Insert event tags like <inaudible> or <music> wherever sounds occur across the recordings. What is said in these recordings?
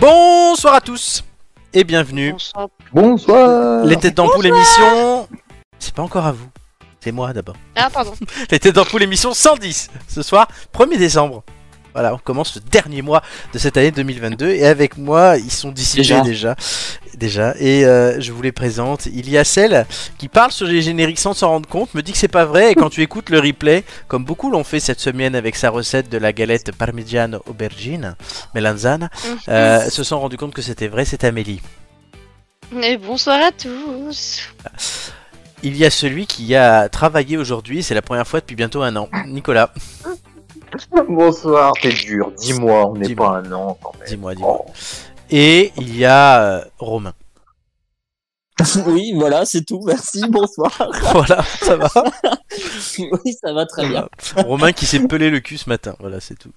Bonsoir à tous et bienvenue. Bonsoir. Bonsoir Les têtes d'ampoule émission. C'est pas encore à vous. C'est moi d'abord. Ah, pardon. Les têtes d'ampoule émission 110. Ce soir, 1er décembre. Voilà, on commence le dernier mois de cette année 2022 et avec moi, ils sont dissipés déjà. Déjà. Déjà. et euh, je vous les présente. Il y a celle qui parle sur les génériques sans s'en rendre compte, me dit que c'est pas vrai et quand tu écoutes le replay, comme beaucoup l'ont fait cette semaine avec sa recette de la galette parmigiano aubergine, melanzane, <laughs> euh, se sont rendu compte que c'était vrai, c'est Amélie. Et bonsoir à tous. Il y a celui qui a travaillé aujourd'hui, c'est la première fois depuis bientôt un an. Nicolas, Bonsoir, t'es dur, dis-moi, on n'est Dis-moi. pas un an quand même. dis-moi, dis-moi. Oh. Et il y a euh, Romain. <laughs> <laughs> Oui, voilà, c'est tout. Merci, <laughs> bonsoir. Voilà, ça va. Oui, ça va très bien. Romain qui s'est pelé le cul ce matin, voilà, c'est tout.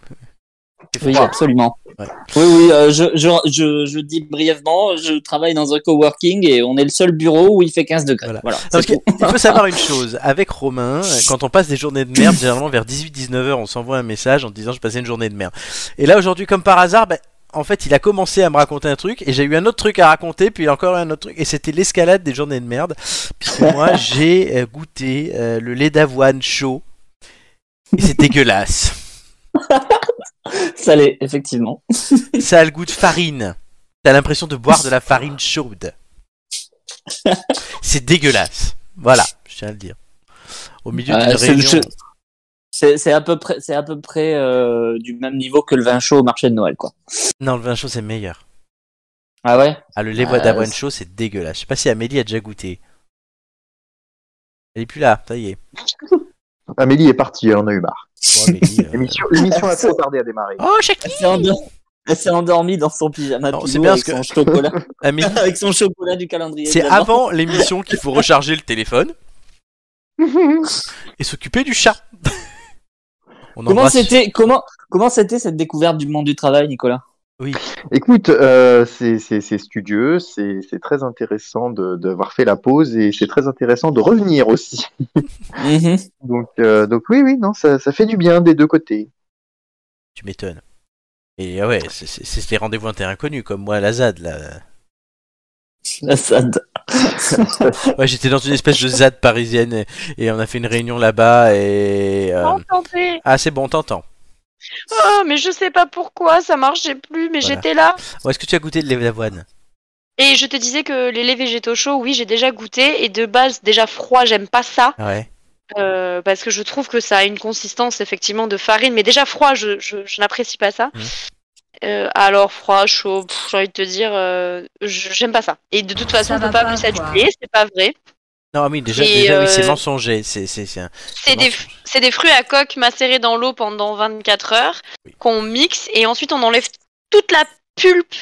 Oui, absolument. Ouais. Oui, oui, euh, je, je, je, je dis brièvement, je travaille dans un coworking et on est le seul bureau où il fait 15 degrés. Voilà. Voilà. Non, c'est parce que- il faut savoir une chose, avec Romain, euh, quand on passe des journées de merde, généralement vers 18-19h, on s'envoie un message en disant je passais une journée de merde. Et là aujourd'hui, comme par hasard, bah, en fait, il a commencé à me raconter un truc, et j'ai eu un autre truc à raconter, puis encore un autre truc, et c'était l'escalade des journées de merde, <laughs> puisque moi j'ai euh, goûté euh, le lait d'avoine chaud, et c'est dégueulasse. tout. Ça l'est, effectivement. Ça a le goût de farine. T'as l'impression de boire de la farine chaude. C'est dégueulasse. Voilà, je tiens à le dire. Au milieu Euh, d'une c'est le réunion. jeu. C'est c'est à peu près, c'est à peu près euh, du même niveau que le vin chaud au marché de Noël, quoi. Non, le vin chaud, c'est meilleur. Ah ouais Ah, le lait Euh, d'avoine c'est- chaud, c'est dégueulasse. Je sais pas si Amélie a déjà goûté. Elle est plus là, ça y est. Amélie est partie, elle en a eu marre. Bon, Amélie, euh, L'émission l'émission a trop tardé à démarrer. Oh, Shakira <laughs> Elle s'est endor- elle s'est endormie dans son pyjama Non, pilou c'est bien avec parce son <laughs> chocolat, Amélie, avec son chocolat du calendrier. c'est évidemment. avant l'émission qu'il faut recharger le téléphone et s'occuper du chat. On Comment embrasse- c'était comment comment c'était cette découverte du monde du travail, Nicolas <laughs> Écoute, euh, c'est c'est- c'est studieux, c'est c'est très intéressant de- d'avoir fait la pause et c'est très intéressant de revenir aussi. Mhm. Donc, euh, donc oui, oui, non, ça, ça fait du bien des deux côtés. Tu m'étonnes. Et ah ouais, c'est- c'est c'est les rendez-vous inconnus, comme moi à la ZAD, là. La SAD. Ouais, j'étais dans une espèce de ZAD parisienne et, et on a fait une réunion là-bas et. euh, Oh. Entendu. Ah, c'est bon, t'entends. Oh, mais je sais pas pourquoi, ça marchait plus, mais Voilà. j'étais là. Bon, Est-ce que tu as goûté de lait d'avoine Et je te disais que les laits végétaux chauds, oui, j'ai déjà goûté. Et de base, déjà froid, j'aime pas ça. Ah Ouais. euh, parce que je trouve que ça a une consistance, effectivement, de farine. Mais déjà froid, je, je, je n'apprécie pas ça. Mmh. Mhm. Euh, alors, froid, chaud, pff, j'ai envie de te dire, euh, je- j'aime pas ça. Et de toute façon, Ça on peut va pas pas, plus quoi. s'habituer, c'est pas vrai. Non, ah oui, déjà, Et, déjà, oui, c'est euh, mensonger. C'est c'est- c'est un- C'est des, mensonge. c'est des fruits à coque macérés dans l'eau pendant 24 heures Oui. qu'on mixe et ensuite on enlève toute la pulpe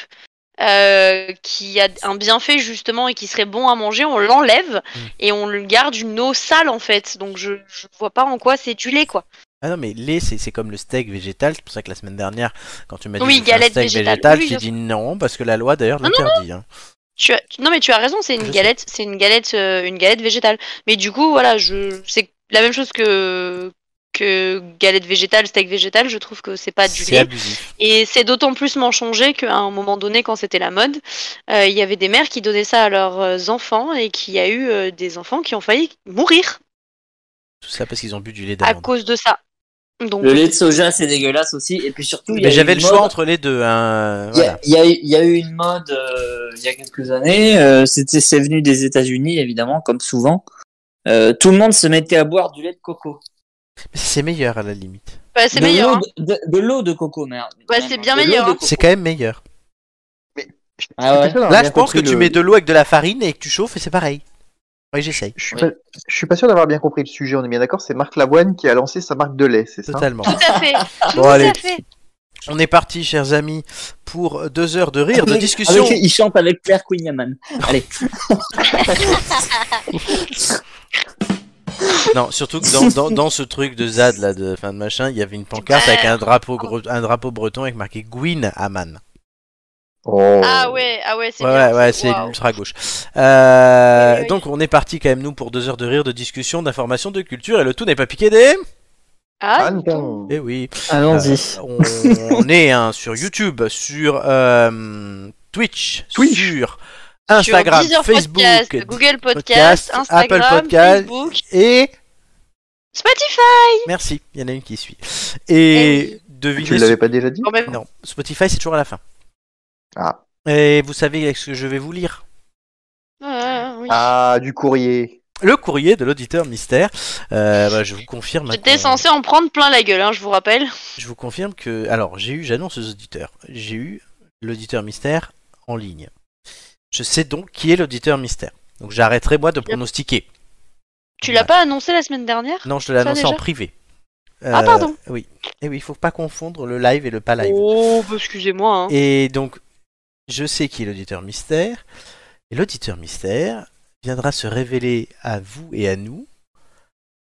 euh, qui a un bienfait justement et qui serait bon à manger. On l'enlève Mm. et on le garde une eau sale en fait. Donc je, je vois pas en quoi c'est du lait quoi. Ah non, mais lait, c'est c'est comme le steak végétal. C'est pour ça que la semaine dernière, quand tu m'as dit Oui, que je fais un galette steak végétale. végétal, Oui, j'ai bien dit non, parce que la loi d'ailleurs Non, l'interdit. hein. Tu as- tu- non mais tu as raison, c'est Je une sais. galette, c'est une galette, euh, une galette végétale. Mais du coup voilà, je c'est la même chose que que galette végétale, steak végétal. Je trouve que c'est pas du C'est lait. abusif. Et c'est d'autant plus mensonger qu'à un moment donné, quand c'était la mode, euh, il y avait des mères qui donnaient ça à leurs euh, enfants et qu'il y a eu euh, des enfants qui ont failli mourir Tout ça parce qu'ils ont bu du lait à d'amande. cause de ça. Donc, Le lait de soja, c'est dégueulasse aussi. Et puis surtout, il y a Mais eu j'avais une le choix mode- entre les deux. Hein. Il y, Voilà. a- il y a eu- il y a eu une mode euh, il y a quelques années. euh, C'était, c'est venu des États-Unis évidemment, comme souvent. Euh, tout le monde se mettait à boire du lait de coco. C'est meilleur à la limite. bah, c'est De meilleur. l'eau hein. de, de- de l'eau de coco, merde. Ouais, c'est bien meilleur, hein. C'est quand même meilleur. Ah ouais. Là, je pense que tu mets de l'eau avec de la farine et que tu chauffes et c'est pareil. Oui, j'essaye. Je suis, Oui. pas, je suis pas sûr d'avoir bien compris le sujet, on est bien d'accord, c'est Marc Lavoine qui a lancé sa marque de lait, c'est ça Totalement. hein. Tout à <laughs> fait. Tout Bon, allez. à fait. On est parti, chers amis, pour deux heures de rire, de discussion. il chante avec Claire Quignaman. Allez. Non, surtout que dans, dans, dans ce truc de Zad, là, de fin de machin, il y avait une pancarte avec un drapeau, gre- un drapeau breton avec marqué Gwyn Aman. Oh. Ah ouais, ah ouais, c'est Ouais, bien. ouais, ouais, c'est Waouh. l'ultra gauche. Euh, Oui, oui. Donc, on est parti quand même, nous, pour deux heures de rire, de discussion, d'information, de culture, et le tout n'est pas piqué des. Ah, dis donc. Anton. Eh oui. Allons-y. Euh, on, on est hein, sur YouTube, sur euh, Twitch, Twitch. sur Instagram, Sur Deezer Facebook Podcast, Google Podcast, Podcast, Instagram, Apple Podcast. Facebook, et Spotify. merci, il y en a une qui suit. Eh Et devinez Tu l'avais pas déjà dit Quand même. Non, Spotify c'est toujours à la fin. Ah. Et vous savez ce que je vais vous lire Ah, oui. Ah, du courrier. Le courrier de l'auditeur mystère. Euh, bah, je vous confirme. J'étais qu'on- censé en prendre plein la gueule, hein, je vous rappelle. Je vous confirme que. Alors, j'ai eu, j'annonce aux auditeurs, j'ai eu l'auditeur mystère en ligne. Je sais donc qui est l'auditeur mystère. Donc j'arrêterai moi de pronostiquer. Tu l'as Ouais. pas annoncé la semaine dernière Non, je te l'ai Ça, annoncé en déjà privé. Ah, Euh, pardon. Oui. Et oui, il faut pas confondre le live et le pas live. Oh, bah, excusez-moi. hein. Et donc, je sais qui est l'auditeur mystère. Et l'auditeur mystère viendra se révéler à vous et à nous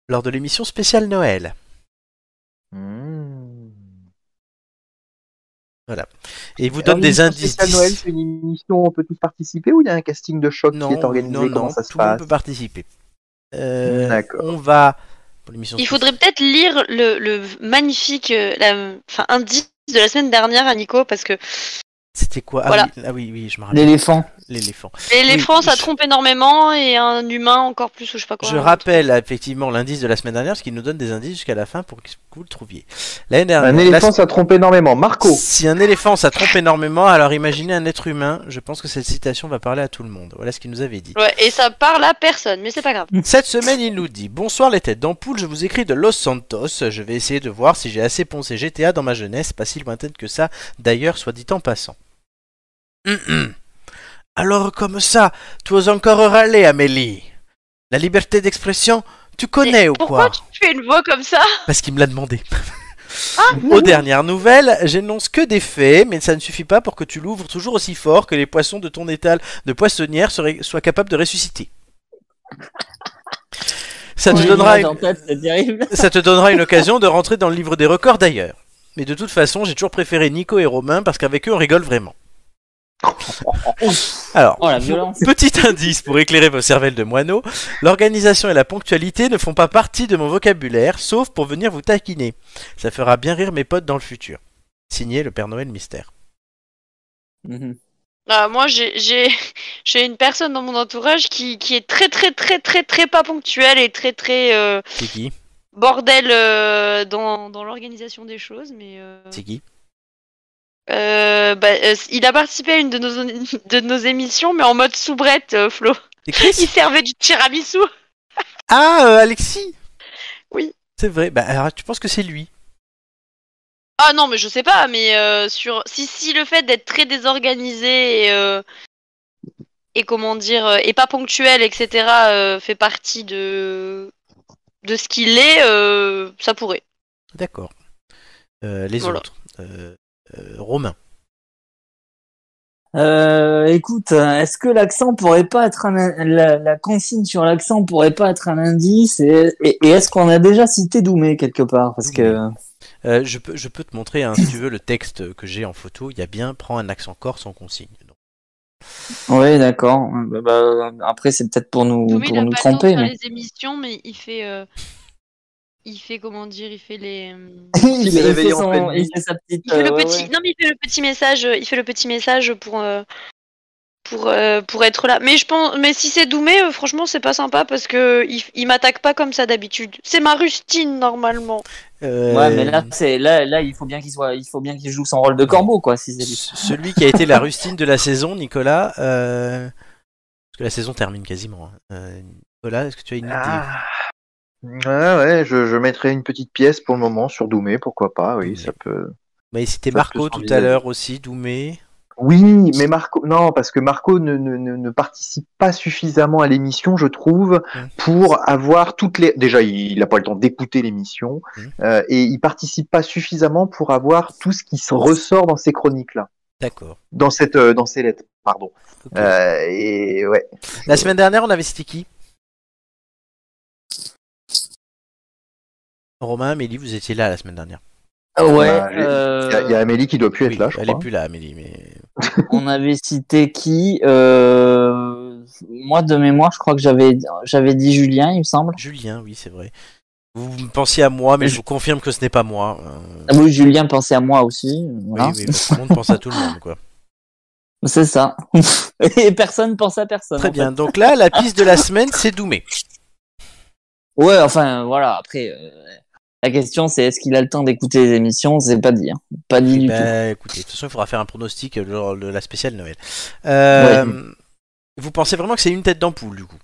lors de l'émission spéciale Noël. Hmm. Et il Ah vous donne Alors, des l'émission indices. spéciale Noël, c'est une émission où on peut tous participer ou il y a un casting de choc Non, qui est organisé non, Comment non, ça se tout le monde passe peut participer. Euh, D'accord. On va. Pour l'émission Il spéciale- faudrait peut-être lire le, le magnifique euh, la- enfin, indice de la semaine dernière à Nico parce que C'était quoi ah, Voilà. oui, ah oui, oui, je me rappelle. L'éléphant. L'éléphant. l'éléphant Oui, ça je- trompe énormément et un humain encore plus ou je sais pas quoi. Je rappelle effectivement l'indice de la semaine dernière, parce qu'il nous donne des indices jusqu'à la fin pour que vous le trouviez. L'année dernière. Un la- éléphant, ça trompe énormément. Marco Si un éléphant, ça trompe énormément, alors imaginez un être humain. Je pense que cette citation va parler à tout le monde. Voilà ce qu'il nous avait dit. Ouais, et ça parle à personne, mais c'est pas grave. Cette semaine, il nous dit Bonsoir les têtes d'ampoule, je vous écris de Los Santos. Je vais essayer de voir si j'ai assez poncé GTA dans ma jeunesse, pas si lointaine que ça, d'ailleurs, soit dit en passant. Hum, hum. Alors, comme ça, tu oses encore râler, Amélie La liberté d'expression, tu connais Et ou pourquoi quoi tu fais une voix comme ça Parce qu'il me l'a demandé. Aux dernières nouvelles, j'énonce que des faits, mais ça ne suffit pas pour que tu l'ouvres toujours aussi fort que les poissons de ton étal de poissonnière seraient- soient capables de ressusciter. Ça te, Ouais, donnera l'image une, en tête, c'est terrible. ça te donnera une occasion de rentrer dans le livre des records d'ailleurs. Mais de toute façon, j'ai toujours préféré Nico et Romain parce qu'avec eux, on rigole vraiment. Alors, Oh la violence. Petit indice pour éclairer vos cervelles de moineaux, l'organisation et la ponctualité ne font pas partie de mon vocabulaire, sauf pour venir vous taquiner. Ça fera bien rire mes potes dans le futur. Signé le Père Noël Mystère. Mhm. Ah, Moi j'ai- j'ai <laughs> j'ai une personne dans mon entourage qui, qui est très très très très très pas ponctuelle et très très euh, C'est qui bordel euh, dans, dans l'organisation des choses, mais. euh, C'est qui Euh, bah, euh, il a participé à une de nos, <laughs> de nos émissions, mais en mode soubrette, euh, Flo. C'est <laughs> Il Chris servait du tiramisu. Ah, euh, Alexis Oui. C'est vrai. Bah, alors, tu penses que c'est lui Ah non, mais je sais pas, mais euh, sur si si le fait d'être très désorganisé et, euh, et comment dire euh, et pas ponctuel, etc. euh, fait partie de de ce qu'il est, euh, ça pourrait. D'accord. Euh, les Voilà. autres. Euh, euh, Romain. Euh, écoute, euh, est-ce que l'accent pourrait pas être un, in- la, la consigne sur l'accent pourrait pas être un indice et, et- et est-ce qu'on a déjà cité Doumé quelque part parce que Euh, je, peux, je peux te montrer, hein, si tu veux, le texte que j'ai en photo. Il y a bien « Prends un accent corse en consigne ». Donc, ouais d'accord. Bah, bah, après c'est peut-être pour nous Doumé, il pour a nous pas le temps de tromper faire mais les émissions, mais il fait euh, il fait comment dire, il fait les euh, <laughs> il, Il est fait réveillé en son- pleine nuit. il fait sa petite. Il fait euh, le ouais, petit, ouais. non mais il fait le petit message, euh, il fait le petit message pour euh, pour euh, pour être là. Mais je pense, mais si c'est Doumé, euh, franchement c'est pas sympa parce que il, il m'attaque pas comme ça d'habitude. C'est ma rustine normalement. euh, Ouais, mais là, c'est là, là, il faut bien qu'il soit, il faut bien qu'il joue son rôle de corbeau, quoi. Si c'est... C- Celui qui a été la rustine de la saison, Nicolas. euh, Parce que la saison termine quasiment. hein. Euh, Nicolas, est-ce que tu as une idée Ah. Ouais, ouais, je, je mettrai une petite pièce pour le moment sur Doumé, pourquoi pas, oui, Doumé. ça peut. Bah, il citait Ça peut Marco tout à s'envisager. l'heure aussi, Doumé. Oui, mais Marco, non, parce que Marco ne, ne, ne, ne participe pas suffisamment à l'émission, je trouve, Mm. pour avoir toutes les. Déjà, il n'a pas le temps d'écouter l'émission, Mm. euh, et il participe pas suffisamment pour avoir tout ce qui se ressort dans ces chroniques-là, D'accord. dans cette, euh, dans ces lettres, pardon. Ok. Euh, et ouais. La semaine dernière, on avait cité qui Romain, Amélie, vous étiez là la semaine dernière. Ah Ouais. Bah, les- euh, Il y, a- il y a Amélie qui doit plus Oui, être là, je elle crois. est plus là, Amélie. Mais... On avait cité qui euh... Moi, de mémoire, je crois que j'avais, j'avais dit Julien, il me semble. Julien, oui, c'est vrai. Vous me pensiez à moi, mais je Je- vous confirme que ce n'est pas moi. Euh, Ah oui, Julien pensait à moi aussi. voilà. Oui, oui, tout le monde pense à tout le monde, quoi. C'est ça. <laughs> Et personne pense à personne. Très en bien. Donc là, la piste de la semaine, c'est <laughs> Doumé. fait. Ouais, enfin, voilà. Après, euh, la question, c'est est-ce qu'il a le temps d'écouter les émissions C'est pas dit. hein. Pas dit du tout. Bah, écoutez, de toute façon, il faudra faire un pronostic euh, lors de la spéciale Noël. Euh, Vous pensez vraiment que c'est une tête d'ampoule, du coup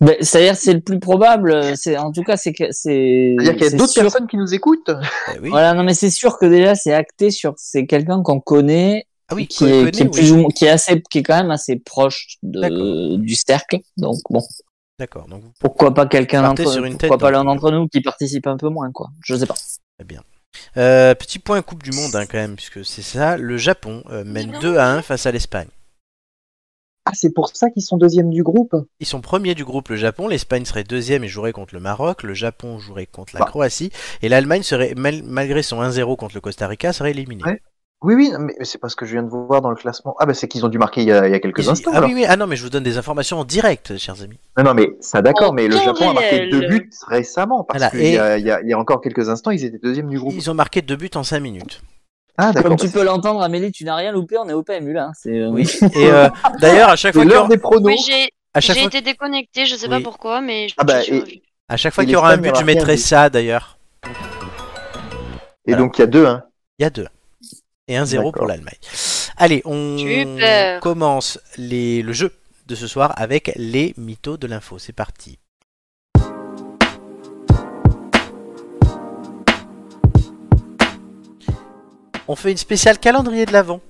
Bah, C'est-à-dire, c'est le plus probable. euh, C'est en tout cas, c'est que c'est. C'est-à-dire qu'il y a c'est d'autres sûr- personnes qui nous écoutent Eh oui. Voilà, non, mais c'est sûr que déjà, c'est acté sur. C'est quelqu'un qu'on connaît, Ah oui, qui, est, connaît, qui est oui. plus ou moins- qui est assez, qui est quand même assez proche D'accord. de, du cercle. Donc bon, D'accord. Donc, pourquoi pas quelqu'un Partez d'entre, sur une pourquoi tête, hein. donc. pas l'un d'entre nous qui participe un peu moins, quoi. Je sais pas. euh, petit point Coupe du Monde, hein, quand même, puisque c'est ça. Le Japon euh, mène 2 à 1 face à l'Espagne. Ah, c'est pour ça qu'ils sont deuxième du groupe Ils sont premiers du groupe, le Japon. L'Espagne serait deuxième et jouerait contre le Maroc. Le Japon jouerait contre la Bah. Croatie. Et l'Allemagne serait, mal- malgré son 1-0 contre le Costa Rica, serait éliminée. Ouais, Oui, oui, mais mais c'est pas ce que je viens de voir dans le classement. Ah, bah c'est qu'ils ont dû marquer il y a, il y a quelques Ils- instants. ah alors. oui, oui, ah non, mais je vous donne des informations en direct, chers amis. Non, non, mais ça d'accord, En mais le temps Japon a marqué réel. deux buts récemment parce Voilà, qu'il y, a- il y a- il y a encore quelques instants, ils étaient deuxième du groupe. Ils ont marqué deux buts en 5 <laughs> minutes. Ah, d'accord. Comme tu peux l'entendre, Amélie, tu n'as rien loupé. On est au PMU là. hein. C'est euh, oui. Et euh, d'ailleurs, à chaque C'est fois qu'il y aura- l'heure des pronos. Oui, j'ai à chaque j'ai fois été déconnecté, je sais Oui. pas pourquoi, mais je Ah bah, je suis et- revenue. À chaque fois Et qu'il y aura un l'Espagne but, je aura mettrai perdu. ça d'ailleurs. Et donc il y a deux, hein. Il y a deux. Et un 0 pour D'accord. l'Allemagne. Allez, on Super. commence les... le jeu de ce soir avec les mythos de l'info. C'est parti. On fait une spéciale calendrier de l'Avent.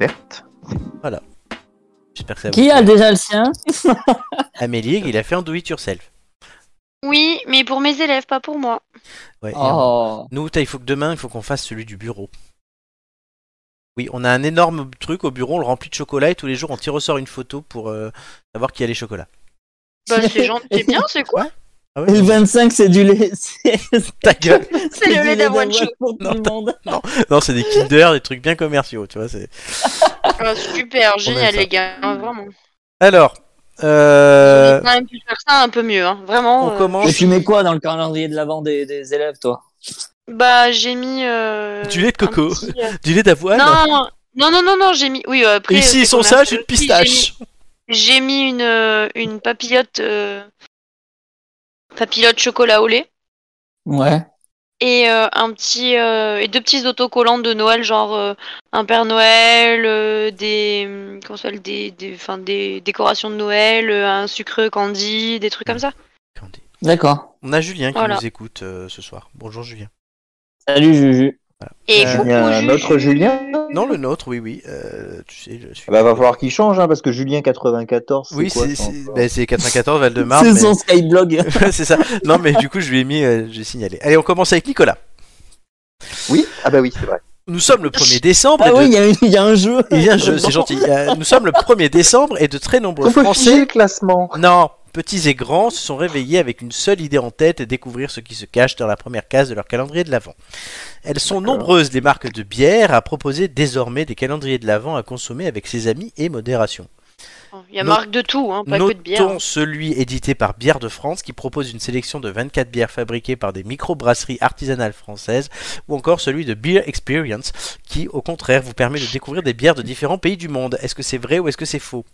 Certes. J'espère que ça vous Qui a plaît. déjà <laughs> le sien Amélie, il a fait un do it yourself. Oui, mais pour mes élèves, pas pour moi. Ouais, et on- Oh. Nous, t'as- il faut que demain, il faut qu'on fasse celui du bureau. Oui, on a un énorme truc au bureau, on le remplit de chocolat et tous les jours on tire au sort une photo pour euh, savoir qui a les chocolats. Bah, c'est gentil, c'est bien, c'est quoi Ah ouais, Et le non, 25, c'est du lait. <laughs> C'est ta gueule. C'est le du lait d'avoine chaud. pour tout Non, le <laughs> monde. <laughs> Non, c'est des Kinder, des trucs bien commerciaux, tu vois. c'est- Ah, super, génial ben, ça. les gars, hein, vraiment. Alors, euh, On a même pu faire ça un peu mieux, hein. vraiment. on euh, commence. Et tu mets quoi dans le calendrier de l'avant des, des élèves, toi Bah, j'ai mis. euh, Du lait de un coco. petit, euh, Du lait d'avoine. Non, non, non, non, non, j'ai mis. Oui, euh, après. Et euh, ici, c'est ils sont commercial. sages, une Oui, j'ai mis- pistache. J'ai mis une, euh, une papillote. euh, papillote chocolat au lait. Ouais. Et euh, un petit. euh, et deux petits autocollants de Noël, genre euh, un Père Noël, euh, des. hum, Comment ça s'appelle des, des, enfin, des décorations de Noël, euh, un sucre candy, des trucs comme ça. D'accord. On a Julien qui Voilà. nous écoute euh, ce soir. Bonjour Julien. Salut Juju. Et Euh, coucou, Il y a Juju. notre Julien. Non, le nôtre, oui, oui. euh, tu sais, je suis. Bah, va falloir qu'il change, hein, parce que Julien 94, c'est Oui, quoi c'est ça, c'est- encore bah, c'est 94 Val-de-Marne. c'est mais- son skyblog. <laughs> Ouais, c'est ça. Non, mais du coup, je lui ai mis, euh, j'ai signalé. Allez, on commence avec Nicolas. Oui, ah bah oui, c'est vrai. Nous sommes le 1er décembre. et Ah de- oui, il y, a une- il y a un jeu. Il y a un jeu, c'est gentil. Euh, Nous sommes le 1er décembre et de très nombreux On peut figer Français, le classement. non, petits et grands, se sont réveillés avec une seule idée en tête et découvrir ce qui se cache dans la première case de leur calendrier de l'Avent. Elles sont nombreuses, les marques de bière, à proposer désormais des calendriers de l'Avent à consommer avec ses amis et modération. Il y a Not- marque de tout, hein, pas que de bière. Notons celui édité par Bière de France qui propose une sélection de 24 bières fabriquées par des microbrasseries artisanales françaises ou encore celui de Beer Experience qui au contraire vous permet de découvrir des bières de différents pays du monde. Est-ce que c'est vrai ou est-ce que c'est faux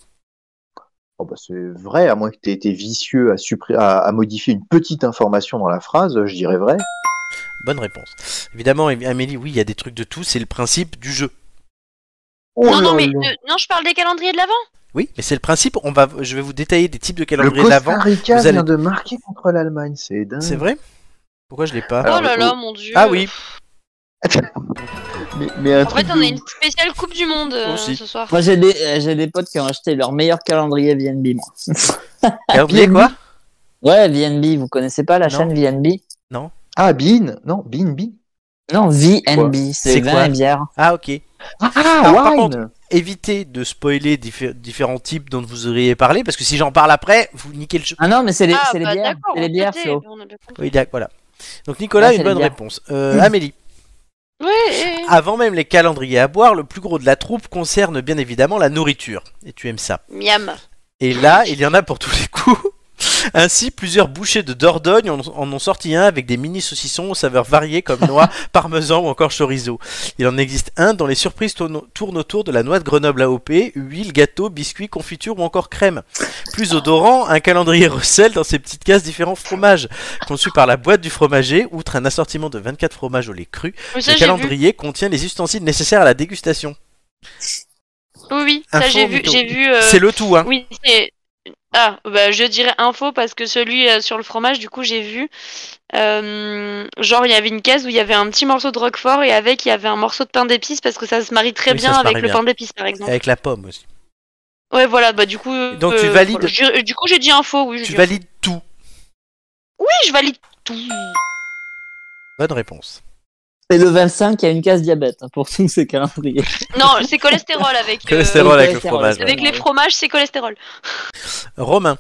Oh bah, c'est vrai, à moins que tu aies été vicieux à, suppré- à, à modifier une petite information dans la phrase, je dirais vrai. Bonne réponse. Évidemment Am- Amélie, oui, il y a des trucs de tout, c'est le principe du jeu. Oh non, non, là mais là. euh, non, je parle des calendriers de l'avant. Oui, mais c'est le principe, on va je vais vous détailler des types de le calendriers Costa d'avant. Rica vous allez- vient de marquer contre l'Allemagne, c'est dingue. C'est vrai Pourquoi je l'ai pas Alors, oh là le- là, mon dieu. Ah oui, Mais, mais un En truc fait, de on a ouf. une spéciale Coupe du Monde euh, Aussi. ce soir. Moi, j'ai des, euh, j'ai des potes qui ont acheté leur meilleur calendrier VNB, moi. <laughs> calendrier quoi ouais, VNB, vous connaissez pas la Non. chaîne VNB Ah, Bean Non, Bean, Bean. Non, VNB, C'est c'est quoi vin et bière. Ah OK. Ah, Alors, par wine contre, évitez de spoiler diffé- différents types dont vous auriez parlé, parce que si j'en parle après, vous niquez le jeu. Ah non, mais c'est les, ah, c'est les bah bières. d'accord, C'est les on bières, peut Flo. t'aider, on a bien compris. Oui, d'accord, voilà. Donc Nicolas, Là, c'est une les bonne bières. réponse. Euh, Mmh. Amélie, Oui, oui, oui. avant même les calendriers à boire, le plus gros de la troupe concerne bien évidemment la nourriture. Et tu aimes ça. miam. Et là, il y en a pour tous les coups. <laughs> Ainsi, plusieurs bouchées de Dordogne en, en ont sorti un avec des mini saucissons aux saveurs variées comme noix, <laughs> parmesan ou encore chorizo. Il en existe un dont les surprises tourne- tournent autour de la noix de Grenoble AOP, huile, gâteau, biscuit, confiture ou encore crème. Plus odorant, un calendrier recèle dans ses petites cases différents fromages, conçus par la boîte du fromager, outre un assortiment de 24 fromages au lait cru. Oui, ça, Le j'ai vu. calendrier contient les ustensiles nécessaires à la dégustation. Oui, oui, Un ça, j'ai four vu. mytho. J'ai vu euh, C'est le tout, hein. Oui, c'est. Ah, bah, je dirais info parce que celui euh, sur le fromage, du coup, j'ai vu. euh, genre, il y avait une case où il y avait un petit morceau de roquefort et avec, il y avait un morceau de pain d'épices parce que ça se marie très Oui, ça bien se avec marie le bien. pain d'épices, par exemple. Avec la pomme aussi. Ouais, voilà, bah, du coup. Donc, tu valides- voilà, je- du coup, j'ai dit info, oui. j'ai Tu dit valides tout. info. Oui, je valide tout. Bonne réponse. Et le 25, il y a une case diabète hein, pour <laughs> tous ces calendriers. Non, <laughs> c'est cholestérol avec. euh, Cholestérol avec le cholestérol, fromage. ouais. avec les fromages, c'est cholestérol. Romain.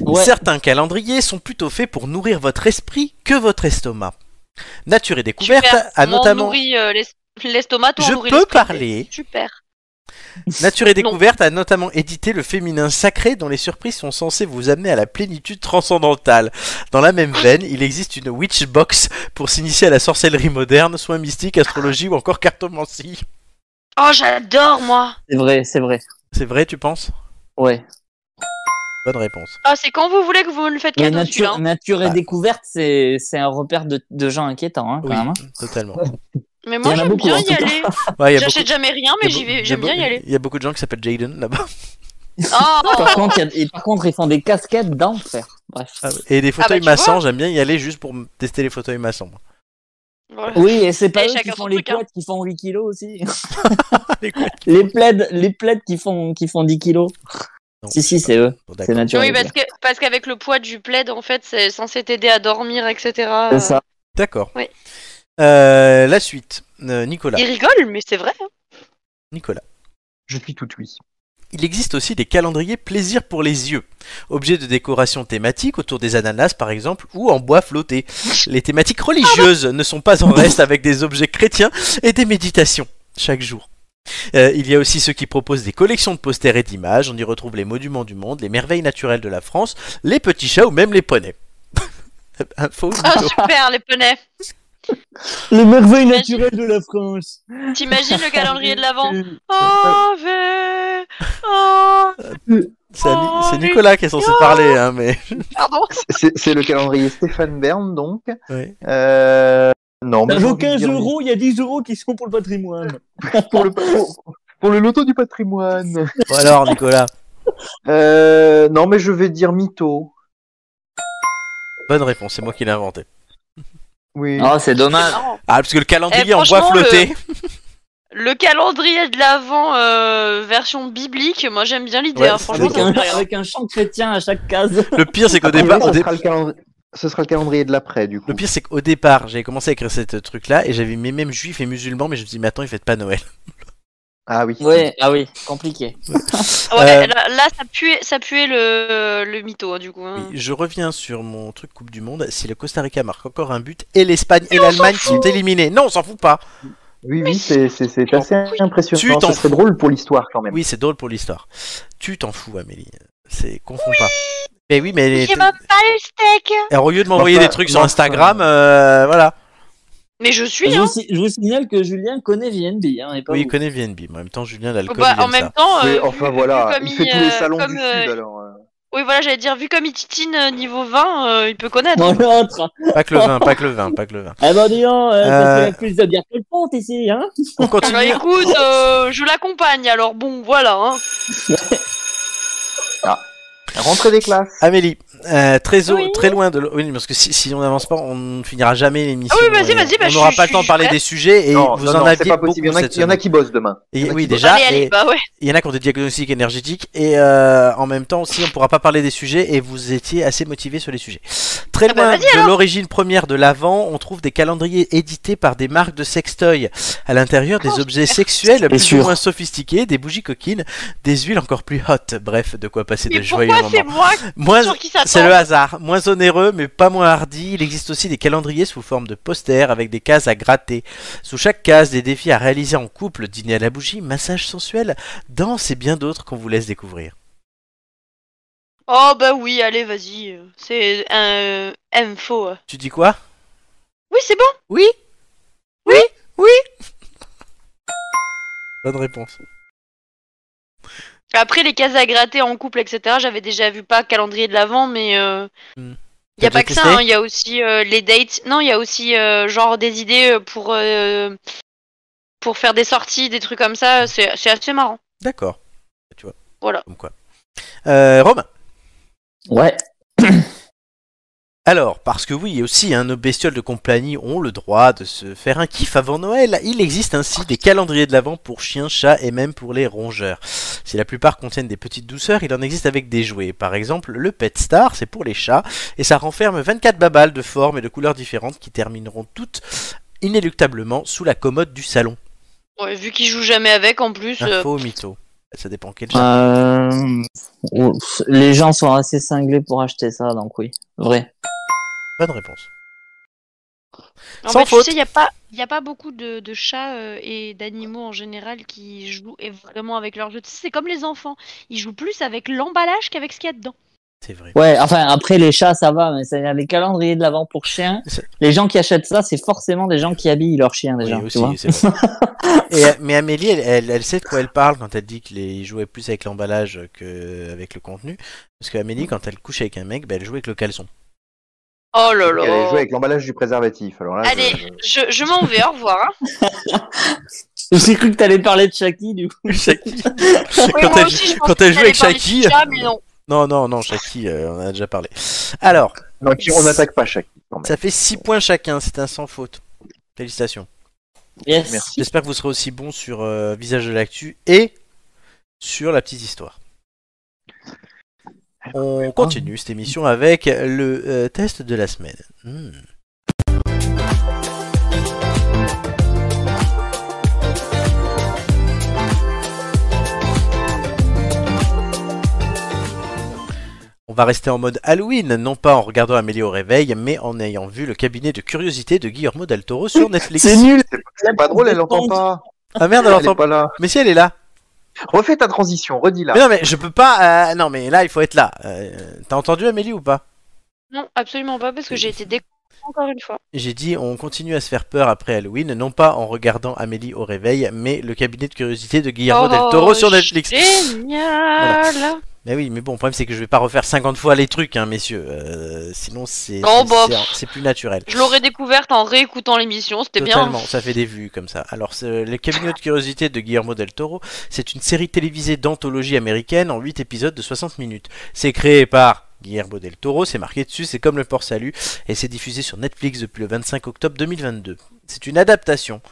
Ouais. Certains calendriers sont plutôt faits pour nourrir votre esprit que votre estomac. Nature et découverte Super. a Moi, on notamment. nourrit, euh, l'es- L'estomac, toi, on Je nourrit peux l'esprit. parler. Super. Nature et Non. Découverte a notamment édité le féminin sacré dont les surprises sont censées vous amener à la plénitude transcendantale. Dans la même veine, il existe une witch box pour s'initier à la sorcellerie moderne, soins mystiques, astrologie ou encore cartomancie. Oh, j'adore, moi. C'est vrai, c'est vrai. C'est vrai, tu penses Ouais. Bonne réponse. Ah, c'est quand vous voulez que vous me le faites Mais cadeau, nature, celui-là. hein. nature et Ouais. découverte, c'est c'est un repère de, de gens inquiétants, hein, quand Oui, même. hein. totalement. Mais Il y moi, en a j'aime beaucoup, bien en y tout cas. aller. Ouais, il y a J'achète beaucoup- jamais rien, il mais y a j'y be- vais, il y a j'aime be- bien y aller. Il y a beaucoup de gens qui s'appellent Jaden là-bas. Par, Oh contre, il y a- et par contre, ils font des casquettes d'enfer. Ah Bref. Et des fauteuils Ah bah, tu massants, j'aime bien y aller juste pour m- tester les fauteuils massants. moi. Voilà. Oui, et c'est pas eux Et qui chacun font son les truc, hein. couettes qui font 8 kilos <laughs> aussi. Les couettes. les plaides, les plaides qui font, qui font 10 kilos. Non, Si, si, c'est eux. bon, C'est d'accord. naturel. Oui, bah, parce que parce qu'avec le poids du plaid, en fait, c'est censé t'aider à dormir, etc. C'est ça. D'accord. Oui. Euh, la suite. Euh, Nicolas. Il rigole, mais c'est vrai. hein. Nicolas. Je suis tout oui. Il existe aussi des calendriers plaisir pour les yeux, objets de décoration thématique autour des ananas par exemple ou en bois flotté. Les thématiques religieuses ne sont pas en reste avec des objets chrétiens et des méditations chaque jour. Euh, il y a aussi ceux qui proposent des collections de posters et d'images, on y retrouve les monuments du monde, les merveilles naturelles de la France, les petits chats ou même les poneys. <laughs> Info ou Ah <laughs> mytho super, les poneys. Les merveilles naturelles de la France. T'imagines le calendrier <laughs> de l'avant Oh, Ave, Oh. ave. C'est à oh, Ni- c'est Nicolas qui est censé parler, hein, mais... Pardon. C'est c'est le calendrier Stéphane Bern, donc. Ouais. Euh, Non, mais Ça j'ai vaut envie de 15 dire euros, il y a 10 euros qui sont pour le patrimoine. Pour le, pour, pour le loto du patrimoine. Bon alors Nicolas, Euh, non, mais je vais dire mytho. bonne réponse, c'est moi qui l'ai inventé. Oui. Oh, c'est C'est dommage. marrant. Ah, parce que le calendrier Eh, en bois franchement, le- flotté... Le calendrier de l'avant euh, version biblique, moi j'aime bien l'idée. Ouais, hein, c'est franchement, Avec ça me un, fait <laughs> rien. avec un chant chrétien à chaque case. Le pire, c'est qu'au Après, départ, au ce, dé- sera le calendrier, ce sera le calendrier de l'après, du coup. le pire, c'est qu'au départ, j'avais commencé à écrire ce truc-là et j'avais mis même juifs et musulmans, mais je me dis, mais attends, ils fêtent pas Noël. Ah oui. <laughs> Ouais, ah oui, compliqué. Ouais, Euh, là, là, ça puait, ça puait le, le mytho, hein, du coup. hein. Oui, je reviens sur mon truc Coupe du Monde. Si le Costa Rica marque encore un but et l'Espagne et l'Allemagne sont éliminées, non, on s'en fout pas. Oui, oui, c'est c'est- c'est assez Tu impressionnant. t'en Ce serait fous. drôle pour l'histoire, quand même. Oui, c'est drôle pour l'histoire. Tu t'en fous, Amélie. C'est confonds pas. Mais oui, mais J'ai même pas le steak. alors, au lieu de m'envoyer Enfin, des trucs sur enfin. Instagram, euh, voilà. Mais je suis. Je hein. vous, si- je vous signale que Julien connaît VNB. Hein, et pas Oh. Oui, il vous. connaît VNB. mais En même temps, Julien l'alcool. Bah, il en aime même ça. temps, Oui, euh, vu- enfin vu voilà, comme il fait tous euh, les salons comme, du euh, Sud, alors. euh. Oui, voilà, j'allais dire, vu comme il titine euh, niveau 20, euh, il peut connaître. Dans l'autre. Pas que le vin, pas que le vin, pas que le vin. Eh ben, dis donc, euh, ça Euh. fait plus de bière que le pont ici, hein. On Alors continue. écoute, euh, je l'accompagne, alors bon, voilà. Hein. Rentrée des classes. Amélie, euh, très, au- Oui. très loin de. l- Oui, parce que si, si on n'avance pas, on ne finira jamais l'émission. Ah oui, vas-y, et vas-y, bah, on je n'aura suis- pas le je temps de suis parler prête. des sujets et non, vous non, en non, c'est aviez pas beaucoup possible. Il y en a, cette qui- il y en a semaine. qui bossent demain. Et- Il y en a oui, qui déjà. allez, allez, et bah ouais. Il y en a qui ont des diagnostics énergétiques et euh, en même temps aussi, on ne pourra pas parler des sujets et vous étiez assez motivés sur les sujets. Très Ah bah, loin vas-y, de l'origine première de l'avant, on trouve des calendriers édités par des marques de sextoy. À l'intérieur, Ah, des objets sexuels plus ou sûr. moins sophistiqués, des bougies coquines, des huiles encore plus hot. Bref, de quoi passer de Mais joyeux pourquoi c'est moments. moi Moins sur qui C'est le s'attend hasard, moins onéreux mais pas moins hardi. Il existe aussi des calendriers sous forme de posters avec des cases à gratter. Sous chaque case, des défis à réaliser en couple, dîner à la bougie, massage sensuel, danse et bien d'autres qu'on vous laisse découvrir. Oh bah oui, allez, vas-y. euh, C'est un info. Tu dis quoi Oui, c'est bon. Oui Oui Oui Bonne réponse. Après, les cases à gratter en couple, etc., j'avais déjà vu pas calendrier de l'avant, mais... euh, Hmm. Il y a T'as pas déjà que ça, testé hein, il y a aussi euh, les dates. Non, il y a aussi euh, genre des idées euh, pour euh, pour faire des sorties, des trucs comme ça. C'est c'est assez marrant. D'accord. Tu vois. Voilà. Comme quoi. Euh, Romain. Ouais. Alors, parce que oui, aussi, hein, nos bestioles de compagnie ont le droit de se faire un kiff avant Noël. Il existe ainsi des calendriers de l'Avent pour chiens, chats et même pour les rongeurs. Si la plupart contiennent des petites douceurs, il en existe avec des jouets. Par exemple, le Pet Star, c'est pour les chats, et ça renferme 24 babales de formes et de couleurs différentes qui termineront toutes inéluctablement sous la commode du salon. Ouais, vu qu'ils jouent jamais avec, en plus. euh, Info ou mytho Ça dépend quel chat. Euh, ouf, les gens sont assez cinglés pour acheter ça, donc oui. Vrai. Bonne réponse. en Sans fait, faute. tu sais, il y a pas il y a pas beaucoup de, de chats euh, et d'animaux en général qui jouent et vraiment avec leur jeu. Tu sais, c'est comme les enfants. Ils jouent plus avec l'emballage qu'avec ce qu'il y a dedans. C'est vrai. Ouais, enfin, après, les chats, ça va, mais c'est-à-dire les calendriers de l'avant pour chiens. C'est- Les gens qui achètent ça, c'est forcément des gens qui habillent leurs chiens, Oui, déjà. tu aussi, vois. c'est vrai. <laughs> Et, euh, mais Amélie, elle, elle- elle sait de quoi elle parle quand elle dit qu'il jouait plus avec l'emballage qu'avec le contenu. Parce qu'Amélie, quand elle couche avec un mec, ben, elle joue avec le caleçon. Oh là Elle là. allait jouer avec l'emballage du préservatif. Alors là, je- Allez, je, je m'en vais, au revoir. hein. <laughs> J'ai cru que t'allais parler de Chucky, du coup. <laughs> Oui, quand moi elle, aussi, je quand pensais elle que joue avec euh, t'allais parler de Shaki. chat, mais non. Non, non, non, Shaki, euh, on en a déjà parlé. Alors, Non, qui- on n'attaque pas chaque. quand même. ça fait 6 points chacun, c'est un sans faute. Félicitations. Yes. Merci. J'espère que vous serez aussi bon sur euh, Visage de l'actu et sur la petite histoire. On continue cette émission avec le euh, test de la semaine. Hmm. On va rester en mode Halloween, non pas en regardant Amélie au réveil, mais en ayant vu le cabinet de curiosité de Guillermo del Toro sur Netflix. C'est nul. C'est pas drôle, elle l'entend pas. Ah merde, Elle alors est pas là. Mais si elle est là. Refais ta transition, redis là. Mais non, mais je peux pas. euh, non, mais là, il faut être là. Euh, T'as entendu Amélie ou pas Non, absolument pas, parce que j'ai été découverte encore une fois. J'ai dit, on continue à se faire peur après Halloween, non pas en regardant Amélie au réveil, mais le cabinet de curiosité de Guillermo del Oh, Toro sur Netflix. Génial Mais oui, mais bon, le problème c'est que je vais pas refaire 50 fois les trucs, hein, messieurs. Euh, sinon, c'est Oh, c'est- bah, c'est- pff. c'est plus naturel. Je l'aurais découverte en réécoutant l'émission, c'était bien. Totalement, ça fait des vues comme ça. Alors, ce- le cabinet de curiosité de Guillermo del Toro, c'est une série télévisée d'anthologie américaine en 8 épisodes de 60 minutes. C'est créé par Guillermo del Toro, c'est marqué dessus, c'est comme le port salut, et c'est diffusé sur Netflix depuis le 25 octobre 2022. C'est une adaptation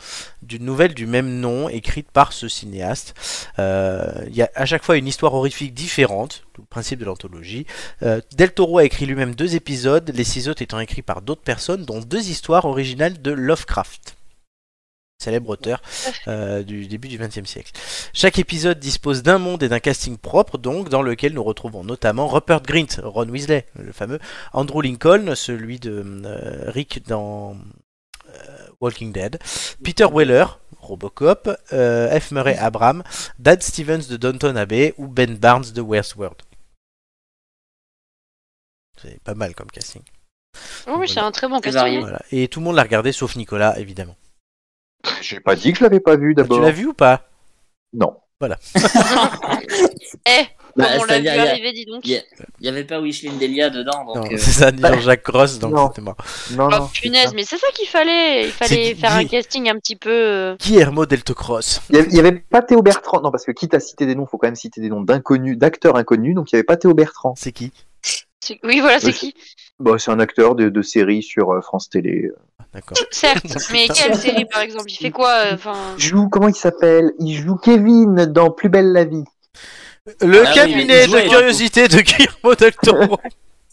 d'une nouvelle du même nom écrite par ce cinéaste. Euh, Il y a à chaque fois une histoire horrifique différente, tout le principe de l'anthologie. Euh, Del Toro a écrit lui-même deux épisodes, les six autres étant écrits par d'autres personnes, dont deux histoires originales de Lovecraft célèbre auteur euh, du début du XXe siècle. Chaque épisode dispose d'un monde et d'un casting propre, donc dans lequel nous retrouvons notamment Rupert Grint, Ron Weasley, le fameux, Andrew Lincoln, celui de euh, Rick dans euh, Walking Dead, Peter Weller, Robocop, euh, F. Murray Abraham, Dan Stevens de Downton Abbey ou Ben Barnes de Westworld. C'est pas mal comme casting. Oui, oui, Oh, c'est un très bon C'est casting. Voilà. Et tout le monde l'a regardé sauf Nicolas, évidemment. J'ai pas dit que je l'avais pas vu Tu d'abord. l'as vu ou pas Non. Eh, comme Bah, on l'a vu c'est-à-dire, il y a- arriver, dis donc. il y a- Il y avait pas Wishlin Delia dedans, Non, donc. euh, c'est ça, ni Jean-Jacques Cross, donc Non. c'était marrant. Non, Oh non. punaise, mais c'est ça qu'il fallait. Il C'est fallait qui- faire un qui- casting un petit peu. euh, Guillermo del Cross. Il y avait- il y avait pas Théo Bertrand. Non, parce que quitte à citer des noms, faut quand même citer des noms d'inconnus, d'acteurs inconnus. Donc il y avait pas Théo Bertrand. C'est qui c'est- Oui, voilà, c'est Oui. qui Bon, c'est un acteur de, de série sur euh, France Télé. D'accord. <laughs> Certes, mais quelle série par exemple Il fait quoi euh, Enfin. Il joue, comment il s'appelle Il joue Kevin dans Plus belle la vie. Le Ah oui, mais cabinet il jouait, de hein. curiosité de Guillermo del Toro.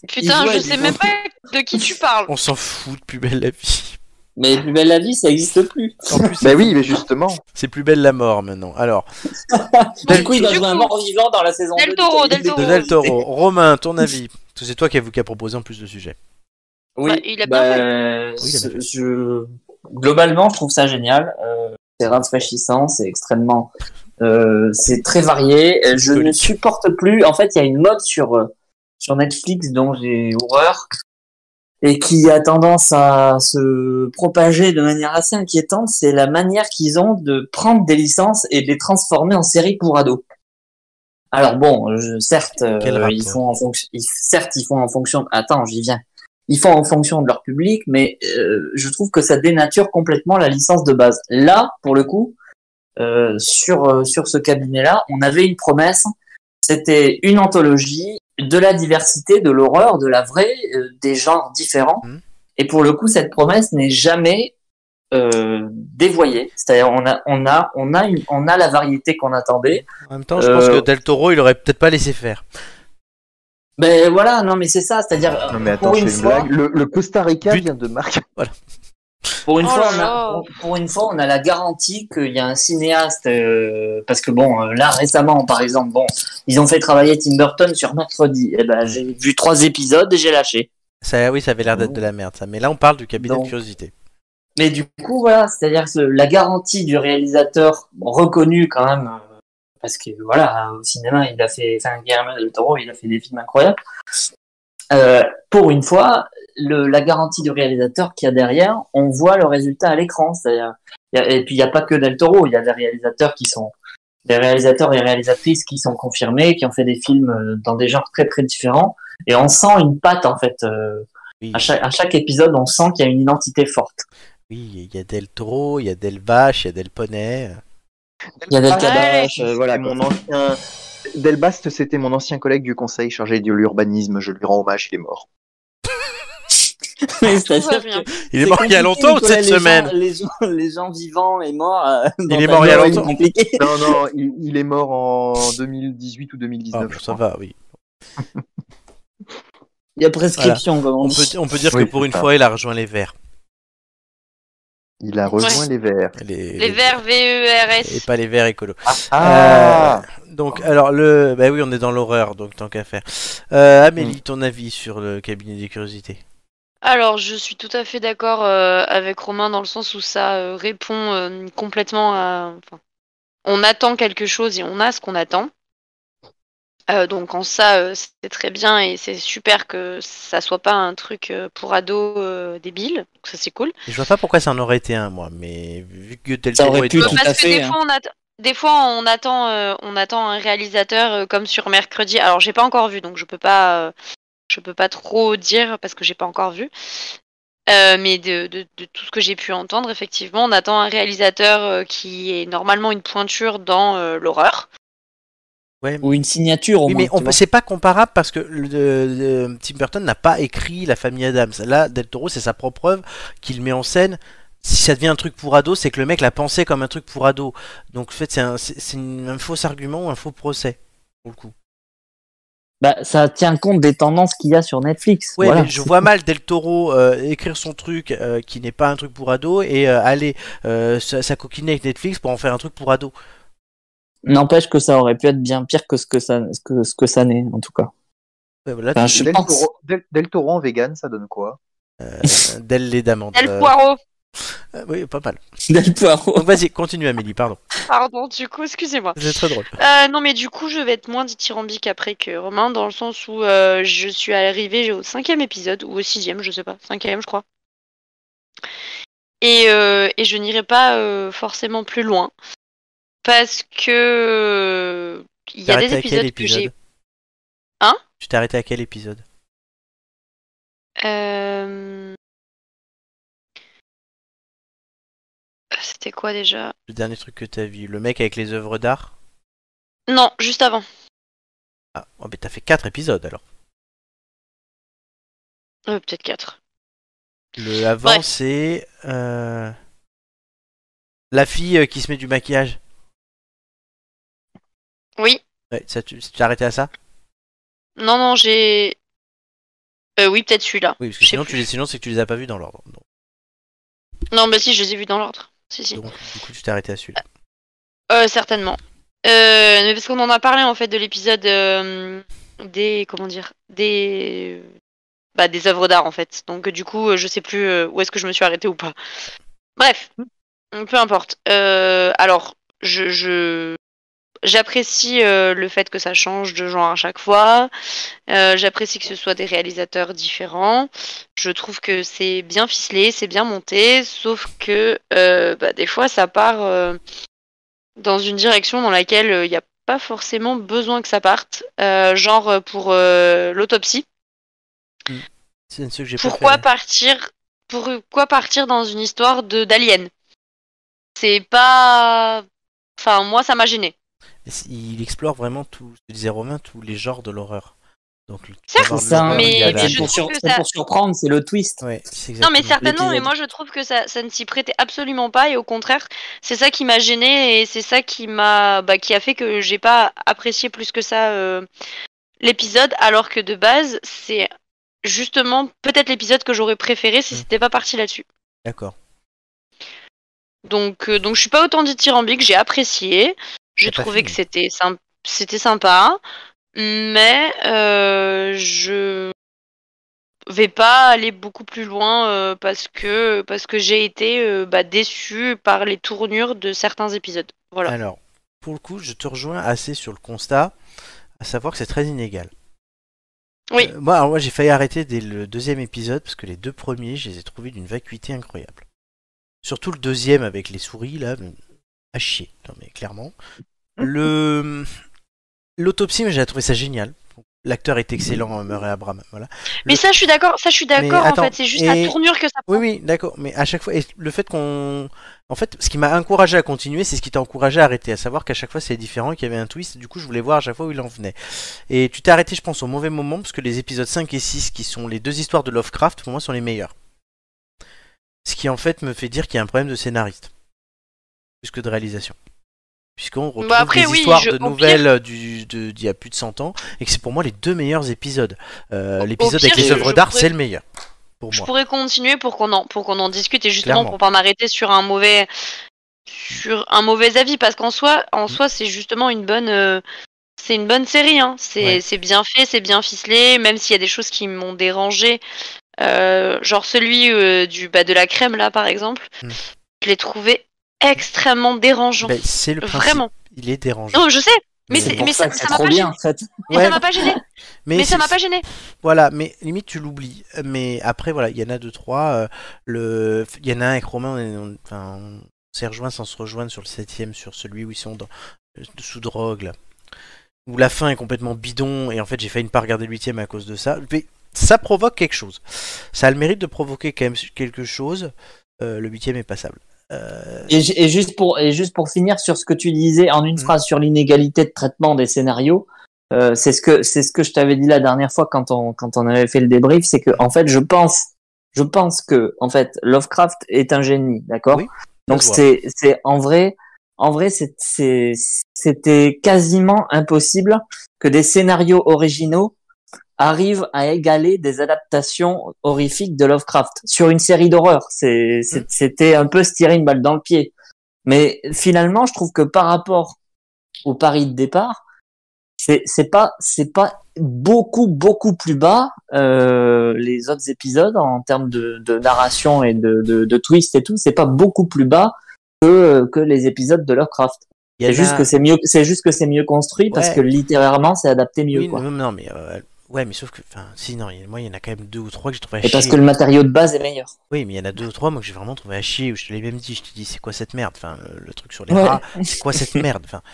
Putain, joue je avec sais des même pas de qui tu parles. On s'en fout de plus belle la vie. Mais plus belle la vie, ça existe plus. En plus, Bah c'est- oui, mais justement. c'est plus belle la mort maintenant. Alors, Du coup, il va Du jouer un coup, mort-vivant dans la saison Del 2. Toro, Del Toro. de Del Toro, Romain, ton avis Parce que C'est toi qui as, qui a proposé en plus de sujets. Oui, Bah, il a bien bah, fait. euh, Oui, il a bien je- je- Globalement, je trouve ça génial. Euh, c'est rafraîchissant, c'est extrêmement... euh, c'est très varié. Euh, Je ne supporte plus... En fait, il y a une mode sur... euh, sur Netflix dont j'ai horreur et qui a tendance à se propager de manière assez inquiétante, c'est la manière qu'ils ont de prendre des licences et de les transformer en séries pour ados. Alors bon, je- certes, euh, Quel rapport ils font en fonction, ils- certes, ils font en fonction. Attends, j'y viens. Ils font en fonction de leur public, mais euh, je trouve que ça dénature complètement la licence de base. Là, pour le coup, euh, sur euh, sur ce cabinet-là, on avait une promesse. C'était une anthologie de la diversité, de l'horreur, de la vraie, euh, des genres différents. Mhm. Et pour le coup, cette promesse n'est jamais euh, dévoyée. C'est-à-dire, on a on a on a une, on a la variété qu'on attendait. En même temps, je pense Euh, que Del Toro, il aurait peut-être pas laissé faire. Ben voilà, non mais c'est ça, c'est-à-dire euh, Non mais attends, pour c'est une une fois, blague. Le, le Costa Rica But- vient de marquer. pour une Oh fois, là on a, là. pour, pour une fois, on a la garantie qu'il y a un cinéaste euh, parce que bon, euh, là récemment, par exemple, bon, ils ont fait travailler Tim Burton sur mercredi. Et ben j'ai vu trois épisodes et j'ai lâché. Ça, oui, ça avait l'air d'être de la merde, ça. Mais là, on parle du cabinet Non. de curiosité. Mais du coup, voilà, c'est-à-dire que la garantie du réalisateur bon, reconnu quand même, euh, parce que voilà, au cinéma, il a fait, enfin, Guillermo del Toro, il a fait des films incroyables. Euh, pour une fois, le, la garantie du réalisateur qu'il y a derrière, on voit le résultat à l'écran. C'est-à-dire, il y a- et puis il n'y a pas que Del Toro, il y a des réalisateurs qui sont, des réalisateurs et réalisatrices qui sont confirmés, qui ont fait des films euh, dans des genres très très différents, et on sent une patte en fait. euh, Oui. à chaque, à chaque épisode, on sent qu'il y a une identité forte. Oui, il y a Del Toro, il y a Del Vache, il y a Del Poney. Il y a Del Ouais. Kadash, euh, voilà. C'était mon ancien. Del Bast, c'était mon ancien collègue du conseil chargé de l'urbanisme. Je lui rends hommage, il est mort. <laughs> Tout va bien. Il est mort il y a longtemps ou cette semaine les, gens, les gens vivants et morts. euh, dans est un mort il y a monde longtemps. compliqué. Non, non, il, il est mort en 2018 ou Ah, 2019. je Ça crois. va, oui. Il y a prescription, comme on On dit. peut, on peut dire Oui, que pour c'est une ça. fois, il a rejoint les Verts. Il a rejoint Ouais. les Verts. Les, Les E verts Et V-E-R-S. pas les Verts écolos. Ah. Euh, donc, alors, le. Bah oui, on est dans l'horreur, donc tant qu'à faire. Euh, Amélie, ton avis sur le cabinet des curiosités Alors, je suis tout à fait d'accord euh, avec Romain dans le sens où ça euh, répond euh, complètement à. enfin, on attend quelque chose et on a ce qu'on attend. Euh, donc, en ça, euh, c'est très bien et c'est super que ça soit pas un truc euh, pour ados euh, débile. Donc, ça, c'est cool. Je vois pas pourquoi ça en aurait été un, moi, mais vu que Del Ça Toro aurait est pu dedans- tout Parce à que fait, des, hein. fois, on attend, des fois, on attend, euh, on attend un réalisateur euh, comme sur Mercredi. Alors, j'ai pas encore vu, donc je peux pas, euh, je peux pas trop dire parce que j'ai pas encore vu. Euh, mais de, de- de tout ce que j'ai pu entendre, effectivement, on attend un réalisateur euh, qui est normalement une pointure dans euh, l'horreur. Ouais, Ou une signature, au Oui, moins. mais on tu vois. peut- c'est pas comparable parce que le, le- Tim Burton n'a pas écrit La famille Adams. Là, Del Toro, c'est sa propre œuvre qu'il met en scène. Si ça devient un truc pour ado, c'est que le mec l'a pensé comme un truc pour ado. Donc, en fait, c'est un, c'est- c'est une- un faux argument ou un faux procès, pour le coup. Bah, ça tient compte des tendances qu'il y a sur Netflix. Ouais, voilà. mais je vois mal Del Toro euh, écrire son truc euh, qui n'est pas un truc pour ado et euh, aller euh, sa- s'acoquiner avec Netflix pour en faire un truc pour ado. N'empêche que ça aurait pu être bien pire que ce que ça, ce que, ce que ça n'est, en tout cas. Ouais, voilà, Enfin, je Del pense. Toro, Del- Del Toro en vegan, ça donne quoi euh, Del les damantes. Del euh, Poirot, euh, oui, pas mal. <laughs> Del Poirot. Donc, vas-y, continue, Amélie, pardon. pardon, du coup, excusez-moi. C'est très drôle. Euh, non, mais du coup, je vais être moins dithyrambique après que Romain, dans le sens où euh, je suis arrivée au cinquième épisode, ou au sixième, je sais pas, cinquième, je crois. Et, euh, et je n'irai pas euh, forcément plus loin. Parce que. euh, Il y a T'arrêtes des à quel épisodes que épisode j'ai. Hein Tu t'es arrêté à quel épisode euh, C'était quoi déjà Le dernier truc que t'as vu Le mec avec les œuvres d'art Non, juste avant. Ah, oh, mais t'as fait 4 épisodes alors. Euh, Peut-être quatre. Le avant, Bref. c'est. euh, La fille euh, qui se met du maquillage. Oui. Ouais, ça, tu tu t'es arrêté à ça Non, non, j'ai. Euh, oui, peut-être celui-là. Oui, parce que Je sais sinon, tu les... sinon, c'est que tu les as pas vus dans l'ordre. Donc, Non, bah si, je les ai vus dans l'ordre. Si, si. donc, du coup, tu t'es arrêté à celui-là. Euh, certainement. Euh, mais parce qu'on en a parlé en fait de l'épisode euh, des comment dire des bah, des œuvres d'art en fait. Donc euh, du coup, euh, je sais plus euh, où est-ce que je me suis arrêtée ou pas. Bref, peu importe. Euh, alors, je, je J'apprécie euh, le fait que ça change de genre à chaque fois. Euh, J'apprécie que ce soit des réalisateurs différents. Je trouve que c'est bien ficelé, c'est bien monté, sauf que euh, bah, des fois ça part euh, dans une direction dans laquelle il n'y a pas forcément besoin que ça parte. Euh, genre euh, pour euh, l'autopsie C'est une que j'ai hein. pourquoi partir pourquoi partir dans une histoire de d'alien c'est pas enfin moi ça m'a gêné Il explore vraiment tout, ce que disait Romain, tous les genres de l'horreur. Donc, tu Certes, vas voir C'est ça, l'horreur, il y a mais mais la- c'est je pour, trouve sur- que c'est ça- pour surprendre, c'est le twist. Ouais, c'est non mais exactement. certainement mais L'épisode. moi je trouve que ça, ça ne s'y prêtait absolument pas et au contraire c'est ça qui m'a gêné et c'est ça qui m'a bah, qui a fait que j'ai pas apprécié plus que ça euh, l'épisode alors que de base c'est justement peut-être l'épisode que j'aurais préféré si Mm. c'était pas parti là-dessus D'accord. Donc, euh, donc je suis pas autant dithyrambique, j'ai apprécié. J'ai T'as pas trouvé fini. que c'était symp- c'était sympa, mais euh, je vais pas aller beaucoup plus loin euh, parce que parce que j'ai été euh, bah, déçue par les tournures de certains épisodes. Voilà. Alors, pour le coup, je te rejoins assez sur le constat, à savoir que c'est très inégal. Oui. Euh, moi, alors, moi, j'ai failli arrêter dès le deuxième épisode parce que les deux premiers, je les ai trouvés d'une vacuité incroyable. Surtout le deuxième avec les souris, là, mais- à chier. Non, mais clairement. Mhm. Le l'autopsie, mais j'ai trouvé ça génial. L'acteur est excellent, Murray Abraham. Voilà. Mais ça, je suis d'accord. Ça, je suis d'accord. En attends, fait, c'est juste et- la tournure que ça prend. Oui, oui, d'accord. Mais à chaque fois, et le fait qu'on, en fait, ce qui m'a encouragé à continuer, c'est ce qui t'a encouragé à arrêter, à savoir qu'à chaque fois c'est différent, et qu'il y avait un twist. Du coup, je voulais voir à chaque fois où il en venait. Et tu t'es arrêté, je pense, au mauvais moment, parce que les épisodes 5 et 6, qui sont les deux histoires de Lovecraft, pour moi, sont les meilleurs. Ce qui, en fait, me fait dire qu'il y a un problème de scénariste, plus que de réalisation. Puisqu'on retrouve Bah, après, des oui, histoires je- de au pire- nouvelles euh, du- de- d'il y a plus de 100 ans, et que c'est pour moi les deux meilleurs épisodes. Euh, Au- au L'épisode pire, avec les je- œuvres je d'art, pourrais- c'est le meilleur. Pour Je moi. pourrais continuer pour qu'on en pour qu'on en discute et justement Clairement. pour pas m'arrêter sur un mauvais sur un mauvais avis parce qu'en soi Mm. en soi c'est justement une bonne euh, c'est une bonne série hein. c'est Ouais. c'est bien fait c'est bien ficelé même s'il y a des choses qui m'ont dérangé euh, genre celui euh, du bah, de la crème là par exemple Mm. je l'ai trouvé extrêmement dérangeant Ben, c'est le principe. vraiment Il est dérangeant. non je sais mais c'est- pour mais ça- que ça c'est m'a trop pas bien en fait. mais Ouais, ça m'a pas gêné mais mais ça c'est- m'a pas gêné Voilà, mais limite tu l'oublies. Mais après voilà, il y en a deux trois. euh, le, il y en a un avec Romain, on, est- on- enfin, on s'est rejoint sans se rejoindre sur le septième, sur celui où ils sont dans, euh, sous drogue là, où la fin est complètement bidon et en fait j'ai failli ne pas regarder le huitième à cause de ça. Mais ça provoque quelque chose. Ça a le mérite de provoquer quand même quelque chose. Euh, le huitième est passable. Euh, Et, ju- et juste pour, et juste pour finir sur ce que tu disais en une Mhm. phrase sur l'inégalité de traitement des scénarios, euh, c'est ce que c'est ce que je t'avais dit la dernière fois quand on quand on avait fait le débrief, c'est que en fait je pense je pense que en fait Lovecraft est un génie, d'accord Oui, Donc se voit. c'est c'est en vrai en vrai c'est- c'est- c'était quasiment impossible que des scénarios originaux arrivent à égaler des adaptations horrifiques de Lovecraft sur une série d'horreur. C'est- c'est- Mhm. C'était un peu se tirer une balle dans le pied. Mais finalement, je trouve que par rapport au pari de départ, c'est c'est pas c'est pas beaucoup beaucoup plus bas euh, les autres épisodes en termes de, de narration et de, de, de twist et tout. C'est pas beaucoup plus bas que que les épisodes de Lovecraft. Il y en C'est juste a- que c'est mieux c'est juste que c'est mieux construit parce Ouais. que littéralement c'est adapté mieux Oui, quoi. non, non, mais euh, ouais, mais sauf que, enfin, si non, il y- moi il y en a quand même deux ou trois que j'ai trouvé à Et parce chier. que le matériau de base est meilleur. Oui, mais il y en a deux ou trois, moi, que j'ai vraiment trouvé à chier, où je te l'ai même dit, je te dis, c'est quoi cette merde Enfin, euh, le truc sur les Ouais. rats, c'est quoi cette merde enfin, Ah.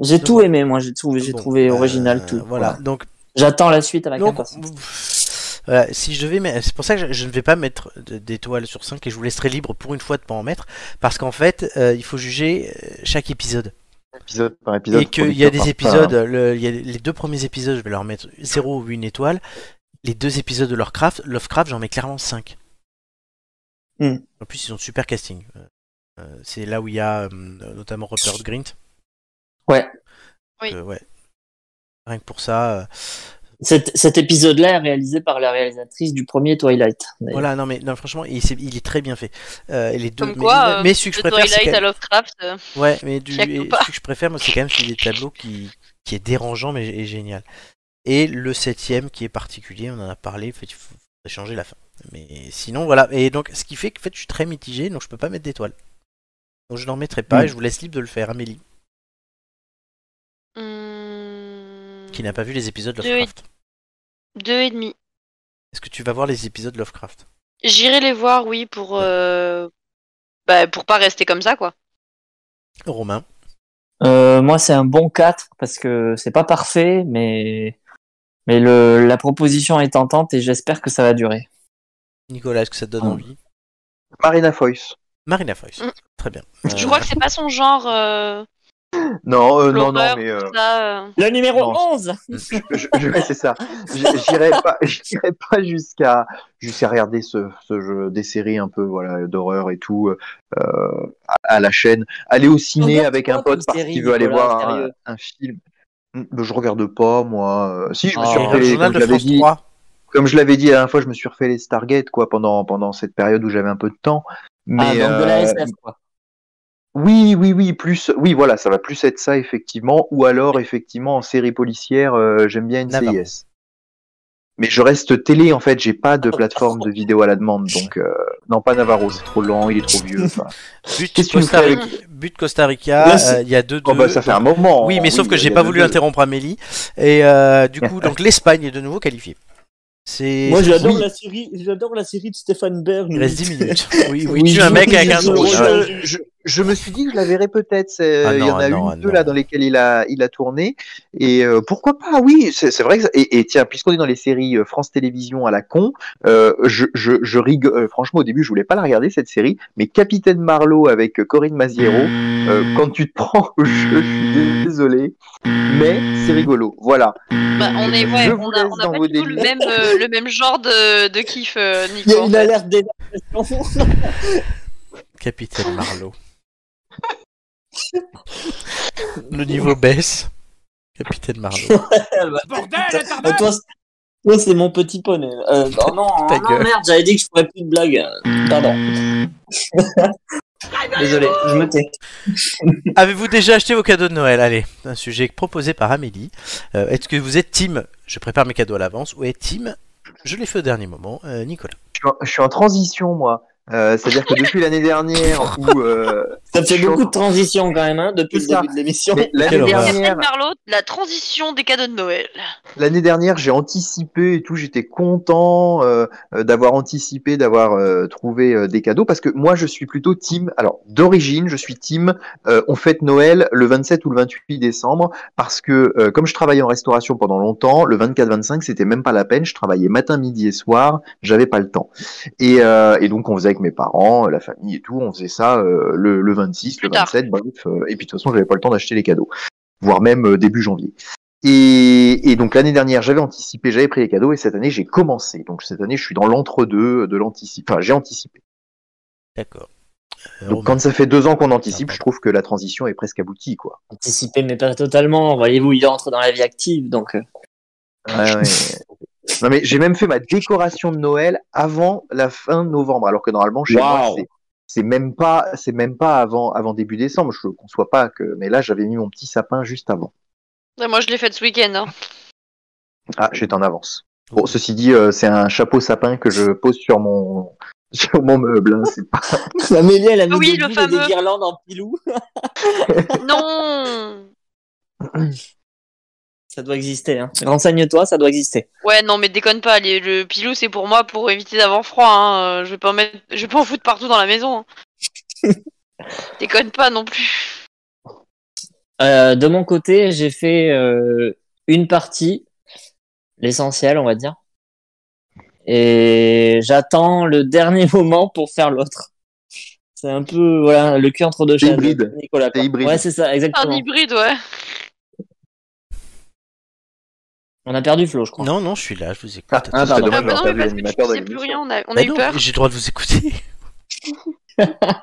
J'ai Donc, tout aimé moi, j'ai trouvé <laughs> j'ai bon, trouvé euh, original tout. Voilà, quoi. donc, J'attends la suite avec donc impatience. pff, voilà, si je devais, mettre- c'est pour ça que je, je ne vais pas mettre de- d'étoiles sur 5 et je vous laisserai libre pour une fois de pas en mettre, parce qu'en fait, euh, il faut juger euh, chaque épisode. épisode par épisode. et qu'il y a producteur par- des épisodes, hein. le- il y a les deux premiers épisodes, je vais leur mettre 0 ou une étoile. Les deux épisodes de Lovecraft, Lovecraft j'en mets clairement 5. Hmm. En plus, ils ont de super casting. Euh, euh, c'est là où il y a euh, notamment Robert Grint. Ouais. Oui. Euh, ouais. Rien que pour ça. euh, Cet, cet épisode-là est réalisé par la réalisatrice du premier Twilight. d'ailleurs. voilà, non, mais non, franchement, il, c'est- il est très bien fait. Euh, et les deux, Comme mais, quoi, mais- euh, mais celui que je le préfère, c'est Twilight quand- à Lovecraft euh, Ouais, mais du, Chaque et ou pas. celui que je préfère, moi, c'est quand même celui des tableaux qui, qui est dérangeant mais g- et génial. Et le septième qui est particulier, on en a parlé, en fait, il faut faudrait changer la fin. Mais sinon, voilà. Et donc, ce qui fait que en fait, je suis très mitigé, donc je peux pas mettre d'étoiles. Donc, je n'en mettrai pas Mm. et je vous laisse libre de le faire, Amélie. qui n'a pas vu les épisodes Deux Lovecraft. hmm, Deux et demi. Est-ce que tu vas voir les épisodes Lovecraft J'irai les voir, oui, pour. euh, Bah, pour pas rester comme ça, quoi. Romain Euh, moi, c'est un bon 4 parce que c'est pas parfait, mais, mais le, la proposition est tentante et j'espère que ça va durer. Nicolas, est-ce que ça te donne Ah. Mm. envie Marina Foyce. Marina Foyce. Mm. Très bien. Euh, Je crois que c'est pas son genre. euh, Non, euh, non, non, l'horreur, mais euh, tout ça, euh. Le numéro Non. 11 je, je- ouais, c'est ça. J- J'irai pas, <laughs> j'irai pas jusqu'à jusqu'à regarder ce, ce jeu, des séries un peu voilà d'horreur et tout euh, à, à la chaîne. Aller au ciné Regarde avec quoi un pote comme parce série, qu'il veut aller Nicolas, voir un, sérieux un film. Mm, Je regarde pas moi. Euh, Si je me suis Ah. Et le refait, journal comme de je l'avais France dit, 3. comme je l'avais dit la dernière fois, je me suis refait les Stargate quoi pendant pendant cette période où j'avais un peu de temps. Mais Ah, donc de la euh, SF, quoi. oui, oui, oui, plus, oui, voilà, ça va plus être ça effectivement, ou alors effectivement en série policière, euh, j'aime bien Navarro. NCIS. Mais je reste télé en fait, j'ai pas <laughs> de plateforme de vidéo à la demande, donc euh, non pas Navarro, c'est trop lent, il est trop <laughs> vieux. enfin. But Qu'est-ce que tu nous Costa, fais Rica, but Costa Rica, Là, c'est- euh, il y a deux deux. Oh bah ça fait un moment. Oui, mais sauf que j'ai il y a pas deux- voulu deux. interrompre Amélie. Et euh, du coup, donc l'Espagne est de nouveau qualifiée. C'est. Moi, j'adore Oui. la série, j'adore la série de Stéphane Bern. Il reste 10 <laughs> minutes. Oui, oui, Oui, tu es un je- mec avec je- un drone. je- Ouais. Je, je- je me suis dit que je la verrais peut-être. c'est- Ah il y non, en a ah non, une, ah deux non. là dans lesquelles il a, il a tourné. Et euh, pourquoi pas Oui, c'est c'est vrai que. ça- Et, et tiens, puisqu'on est dans les séries euh, France Télévisions à la con, euh, je, je, je rigole. euh, franchement, au début, je voulais pas la regarder cette série, mais Capitaine Marlowe avec euh, Corinne Maziero. euh, Hmm. quand tu te prends au jeu, je suis désolé, mais c'est rigolo. Voilà. Bah, on est, Je ouais, vous on a, laisse on a dans pas vos du tout le délires. même, euh, le même genre de, de kiff, euh, Nico. Il a, il a en fait. l'air d'énervation. Capitaine Marlowe. Le niveau baisse. Capitaine <laughs> Marlowe. Bordel, Bah, toi, c'est- toi, c'est mon petit poney. <laughs> Euh, non, non, Ta non, gueule. merde, j'avais dit que je ferais plus de blagues. Pardon. Désolé, je me tais. Avez-vous déjà acheté vos cadeaux de Noël Allez, un sujet proposé par Amélie. Euh, Est-ce que vous êtes team Je prépare mes cadeaux à l'avance ou est team Je les fais au dernier moment. Euh, Nicolas. Je suis en, je suis en transition, moi. Euh, C'est-à-dire que depuis l'année dernière, où euh, Ça fait Je- beaucoup de transitions quand même, hein, depuis le C'est ça. début de l'émission. mais l'année Quelle horreur. dernière, Capitaine Marlowe, la transition des cadeaux de Noël. L'année dernière, j'ai anticipé et tout, j'étais content euh, euh, d'avoir anticipé, d'avoir euh, trouvé euh, des cadeaux, parce que moi, je suis plutôt team, alors d'origine, je suis team, euh, on fête Noël le 27 ou le 28 décembre, parce que euh, comme je travaillais en restauration pendant longtemps, le 24-25, c'était même pas la peine, je travaillais matin, midi et soir, j'avais pas le temps. Et, euh, et donc, on faisait avec mes parents, la famille et tout, on faisait ça euh, le, le 26, Plus le tard. 27, bref, euh, et puis de toute façon, j'avais pas le temps d'acheter les cadeaux, voire même euh, début janvier. Et, et donc l'année dernière, j'avais anticipé, j'avais pris les cadeaux, et cette année, j'ai commencé. Donc cette année, je suis dans l'entre-deux de l'anticipé. Enfin, j'ai anticipé. D'accord. Euh, Donc Romain. quand ça fait deux ans qu'on Ah, anticipe, je trouve que la transition est presque aboutie, quoi. Anticiper, mais pas totalement. Voyez-vous, il entre dans la vie active, donc. euh, Ouais, ouais. <laughs> non mais j'ai même fait ma décoration de Noël avant la fin novembre, alors que normalement chez moi Waouh. c'est- c'est même pas c'est même pas avant avant début décembre. Je conçois pas que, mais là j'avais mis mon petit sapin juste avant. Ouais, Moi, je l'ai fait ce week-end. <laughs> hein. Ah, j'étais en avance. Bon, ceci dit, euh, c'est un chapeau sapin que je pose sur mon <laughs> sur mon meuble. hein. C'est pas- <laughs> Amélie, elle a mis Ah oui, des le boules et fameux. des guirlandes en pilou. non Ça doit exister. Hein. Renseigne-toi, ça doit exister. Ouais, non, mais déconne pas. les- le pilou, c'est pour moi pour éviter d'avoir froid. hein. Euh, Je vais pas en mettre, je vais pas en foutre partout dans la maison. <laughs> hein. déconne pas non plus. Euh, de mon côté, j'ai fait euh, une partie, l'essentiel, on va dire. Et j'attends le <laughs> dernier moment pour faire l'autre. C'est un peu voilà, le cul entre deux C'est chaises. hybride. Nicolas, quoi. C'est hybride. Ouais, c'est ça, Un exactement. hybride, ouais. On a perdu Flo, je crois. Non, non, je suis là, je vous écoute. Ah, ah, c'est pardon. Ah, dommage, bah non, j'aurais mais perdu parce que l'animateur tu de sais plus rien. l'émission. On a, on a Bah eu non, peur. J'ai le droit de vous écouter. <laughs>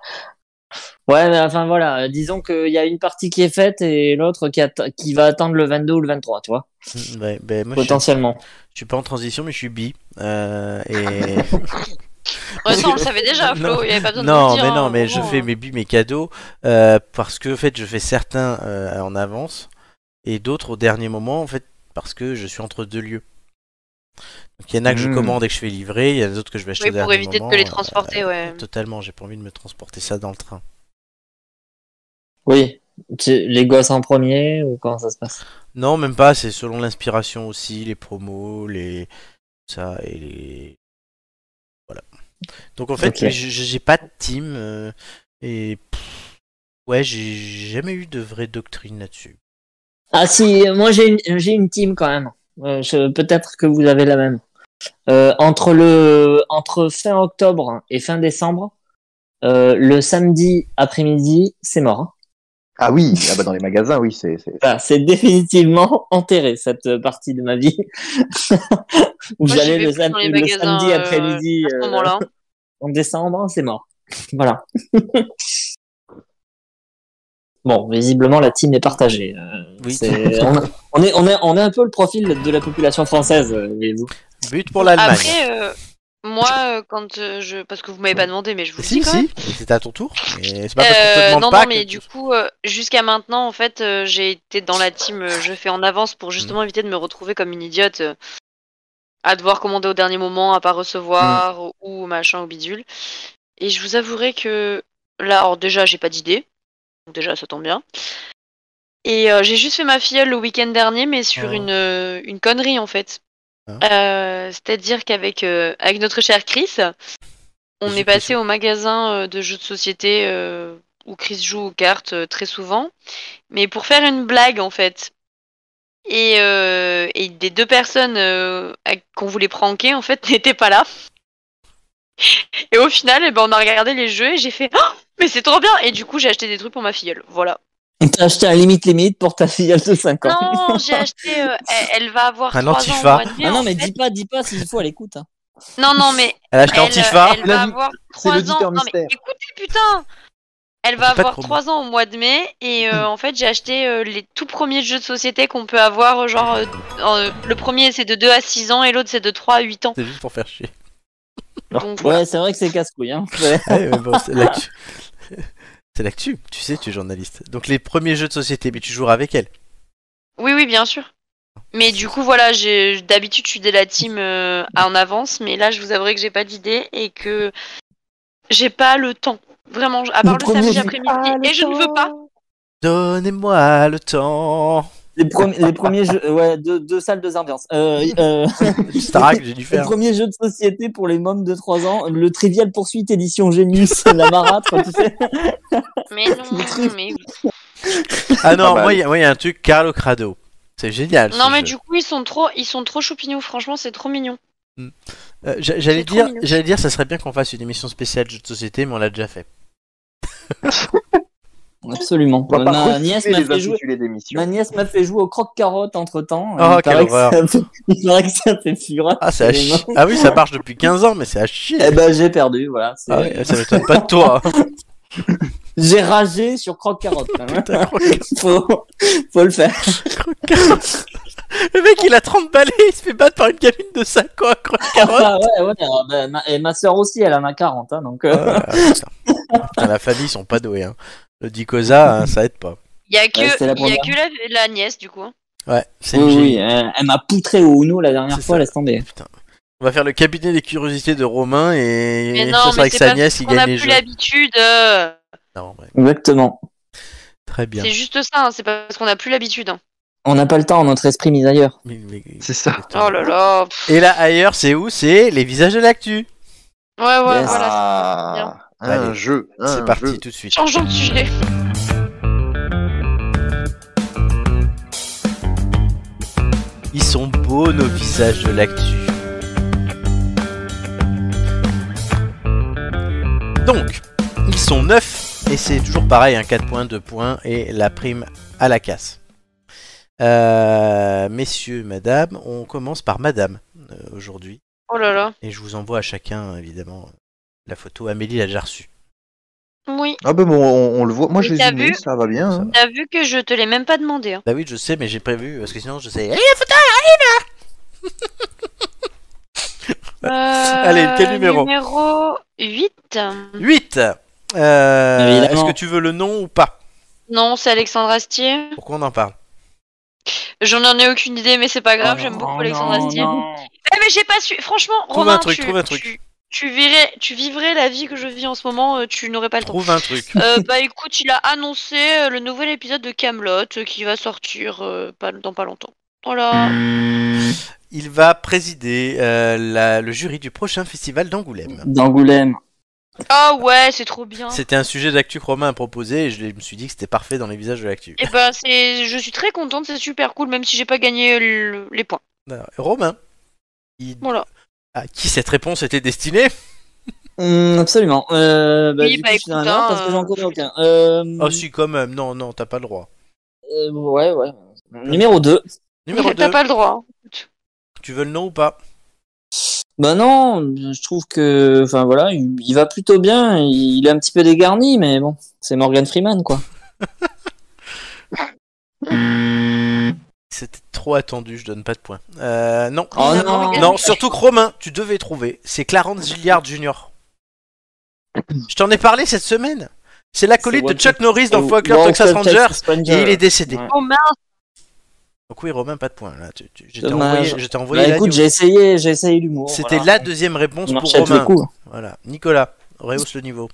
Ouais, mais enfin voilà, euh, disons qu'il y a une partie qui est faite et l'autre qui, atte- qui va attendre le 22 ou le 23, tu vois, Ouais, ben, moi, je suis- potentiellement. Je suis pas en transition, mais je suis bi. Euh, <laughs> et... Ouais, ça, on le savait <laughs> déjà, Flo. Non. il y avait pas besoin de non, le dire, mais hein, non, mais je vraiment, fais hein. mes bi, mes cadeaux, euh, parce que en fait, je fais certains euh, en avance et d'autres au dernier moment, en fait, parce que je suis entre deux lieux. Donc il y en a que je Mm. commande et que je fais livrer, il y en a d'autres que je vais acheter Oui, au dernier pour éviter de moment, te les euh, transporter, ouais. totalement, j'ai pas envie de me transporter ça dans le train. Oui, Tu- les gosses en premier ou comment ça se passe Non, même pas, c'est selon l'inspiration aussi, les promos, les. Ça et les. Voilà. Donc en fait, Ok. je- je- j'ai pas de team. euh, et. pff, ouais, j'ai jamais eu de vraie doctrine là-dessus. Ah si, euh, moi j'ai une, j'ai une team quand même. Euh, je- Peut-être que vous avez la même. Euh, entre, le, entre fin octobre et fin décembre, euh, le samedi après-midi, c'est mort. Ah oui, ah bah dans les magasins, oui, c'est. c'est- Voilà, c'est <laughs> définitivement enterré cette partie de ma vie. <laughs> Où Moi, j'y j'allais vais le, plus sam- dans les le magasins, samedi euh, après-midi À ce euh, moment-là. en décembre, c'est mort. voilà. <laughs> bon, visiblement la team est partagée. euh, Oui. c'est- on, a- on est, on, est, on est un peu le profil de la population française, euh, mais vous. But pour l'Allemagne. Après, euh, moi, euh, quand euh, je. Parce que vous m'avez pas demandé, mais je vous le Si, dis quand même. si, c'est à ton tour. Et c'est pas parce qu'on te Euh, demande non, pas non, que mais tu- du coup, euh, jusqu'à maintenant, en fait, euh, j'ai été dans la team euh, Je fais en avance pour Mm. justement éviter de me retrouver comme une idiote euh, à devoir commander au dernier moment, à pas recevoir Mm. ou, ou machin ou bidule. Et je vous avouerai que là, alors déjà, j'ai pas d'idée. Donc Déjà, ça tombe bien. Et euh, j'ai juste fait ma filleule le week-end dernier, mais sur Ah. une, euh, une connerie en fait. Ah. Euh, C'est-à-dire qu'avec euh, avec notre cher Chris, on Vas-y, est passé au magasin euh, de jeux de société euh, où Chris joue aux cartes euh, très souvent, mais pour faire une blague en fait. Et, euh, et des deux personnes euh, à- qu'on voulait pranker en fait <laughs> n'étaient pas là. Et au final, eh ben, on a regardé les jeux et j'ai fait Oh, mais c'est trop bien Et du coup, j'ai acheté des trucs pour ma filleule. Voilà. T'as acheté un limite limite pour ta fille de 5 ans. Non, j'ai acheté. <laughs> euh, elle, elle va avoir Un 3 ans. au antifa. mois de mai, Ah non, en mais fait. dis pas, dis pas s'il faut, elle écoute. hein. Non, non, mais Elle a acheté elle, euh, Antifa. elle va L'auditeur avoir C'est 3 ans. Non, l'auditeur mais mystère. écoutez, putain Elle va Pas de Hmm. avoir promo. 3 ans au mois de mai et euh, en fait j'ai acheté euh, les tout premiers jeux de société qu'on peut avoir. euh, Genre, euh, euh, le premier c'est de 2 à 6 ans et l'autre c'est de 3 à 8 ans. C'est juste pour faire chier. Donc voilà. Ouais, c'est vrai que c'est casse-couille. Hein. Ouais. <laughs> Ouais, mais bon, c'est l'actu. C'est l'actu, tu sais, tu es journaliste. Donc les premiers jeux de société, mais tu joueras avec elle. Oui, oui, bien sûr. Mais du coup, voilà, j'ai- d'habitude je suis de la team euh, en avance, mais là je vous avouerai que j'ai pas d'idée et que j'ai pas le temps. Vraiment, à part le, premier samedi jeu. après-midi, et je ne veux pas. Donnez-moi le temps. Les, premi- les premiers jeux, euh, ouais, deux, deux salles, deux ambiances. Euh, euh, <laughs> Starak, j'ai dû le faire. premier jeu de société pour les mômes de 3 ans, le Trivial Poursuite édition Genius, <laughs> la marâtre, tu sais. Mais non, mais Ah non, Pas mal. moi, il y, a- moi, il y a un truc, Carlo Crado. C'est génial. Non ce mais jeu. du coup ils sont trop ils sont trop choupignons franchement c'est trop mignon. Euh, j'a- j'allais c'est trop dire, mignon. j'allais dire, ça serait bien qu'on fasse une émission spéciale jeux de société, mais on l'a déjà fait. Absolument. On va Ma pas nièce retrouver m'a les fait jouer. intitulés d'émission. Ma nièce m'a fait jouer au croque-carotte entre temps. Ah, Oh, il, quelle paraît que ça fait, il paraît que ça fait fureur. Ah, c'est à chez les chi- mômes. Ah oui, ça marche depuis 15 ans, mais c'est à chier. Eh ben, j'ai perdu, voilà. c'est- Ah ouais, ça m'étonne pas de toi. hein. J'ai ragé sur croque-carotte. quand même. hein. Putain, croque- <laughs> faut, faut le faire. le mec, il a 30 balais, il se fait battre par une gamine de 5 ans à croque-carotte. Ah ouais, ouais, euh, bah, ma- et ma sœur aussi, elle en a 40, hein, donc. euh, Ah, putain. Putain, la famille, ils sont pas doués. Hein. Le Dicosa, hein, ça aide pas. Il y a que Ouais, c'était la il y a première. que la, la nièce du coup. Ouais, c'est oui, une oui, génie. elle, elle m'a poutré au Uno la dernière C'est fois, ça. Oh, laisse tomber. Putain. On va faire le cabinet des curiosités de Romain et ça Mais non, sera mais avec c'est sa pas nièce, il On a gagne les plus jeux. l'habitude. euh. Non, ouais, Exactement. Très bien. C'est juste ça, hein, c'est parce qu'on a plus l'habitude. hein. On n'a pas le temps, notre esprit mis ailleurs. Mais- mais- C'est ça. Oh là là. pff. Et là, ailleurs, c'est où C'est les visages de l'actu. Ouais ouais Yes. voilà. Ah, un Allez, jeu. un C'est parti jeu. tout de suite. Changeons de sujet. Ils sont beaux nos visages de l'actu. Donc, ils sont neufs et c'est toujours pareil, un 4 points, 2 points et la prime à la casse. Euh, messieurs, madame, on commence par madame euh, aujourd'hui. Oh là là. Et je vous envoie à chacun, évidemment, la photo. Amélie l'a déjà reçue. Oui. Ah ben bon, on, on le voit. Moi, Mais je les t'as ai mis, vu ça va bien. hein. T'as vu que je te l'ai même pas <laughs> demandé. hein. Bah oui, je sais, mais j'ai prévu, parce que sinon je sais... Eh, la photo Allez, quel Euh, numéro Numéro 8. 8 Euh, Évidemment. Est-ce que tu veux le nom ou pas Non, c'est Alexandre Astier. Pourquoi on en parle J'en en ai aucune idée, mais c'est pas grave, Oh j'aime non, beaucoup oh Alexandre non, Astier. non. Eh, mais j'ai pas su. Franchement, Trouve Romain, un truc, tu- trouve un truc. tu- tu verrais, tu vivrais la vie que je vis en ce moment, euh, tu n'aurais pas le temps. Trouve un truc. Euh, bah écoute, il a annoncé euh, le nouvel épisode de Camelot euh, qui va sortir euh, pas, dans pas longtemps. Hmm. Voilà. Il va présider euh, la- le jury du prochain festival d'Angoulême. Hein D'Angoulême. Ah ouais, c'est trop bien. C'était un sujet d'actu que Romain a proposé et je l'ai- me suis dit que c'était parfait dans les visages de l'actu. Et ben c'est, je suis très contente, c'est super cool, même si j'ai pas gagné euh, le- les points. Alors, Romain, il- Voilà. à qui cette réponse était destinée Hum, absolument. Euh, bah, Oui, du bah, coup, écoute, je dirais non, hein, parce que j'en connais euh, aucun. Euh, Oh si, quand même, non, non, t'as pas le droit. euh, ouais, ouais. Numéro 2. Numéro 2, T'as pas le droit. tu veux le nom ou pas Bah non, je trouve que, enfin voilà, il, il va plutôt bien. Il, il est un petit peu dégarni, mais bon, c'est Morgan Freeman, quoi. C'était trop attendu, je donne pas de points. Euh, non. Oh Ah, Non, non. Morgan- Non, surtout que Romain, tu devais trouver, c'est Clarence Gilliard Jr. Je t'en ai parlé cette semaine. C'est l'acolyte C'est de Chuck Norris dans Fucker Wow, Texas Texas Rangers Ranger. et il est décédé. Ouais. Oh mince, Donc oui, Romain, pas de points. Là, tu, tu- je t'ai Dommage. envoyé, je t'ai envoyé Bah la écoute, news. j'ai essayé, j'ai essayé l'humour. C'était voilà. la deuxième réponse Je pour marchais à tous les Romain. coups. Voilà. Nicolas, rehausse le niveau.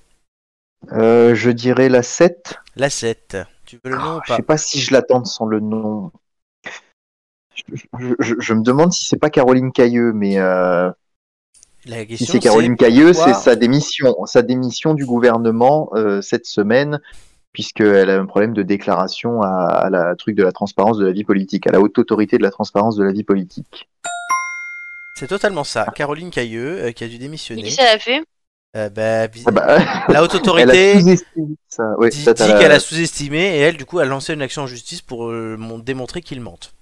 Euh, je dirais la 7. La 7. Tu veux le nom ou Ah, je pas sais pas si je l'attends sans le nom. Je, je- je- je me demande si c'est pas Caroline Cailleux, mais euh, La si question, c'est Caroline Cailleux, pourquoi- c'est sa démission, sa démission du gouvernement euh, cette semaine, puisqu'elle a un problème de déclaration à, à la truc de la transparence de la vie politique, à la haute autorité de la transparence de la vie politique. c'est totalement ça. Caroline Cailleux, euh, qui a dû mais démissionner. qui ça l'a fait Euh, bah, vis- Ah bah, <laughs> La haute elle a autorité sous-estimé ça. Ouais, dit, ça, t'as dit la- qu'elle a sous-estimé et elle, du coup, a lancé une action en justice pour euh, mon- démontrer qu'il mente.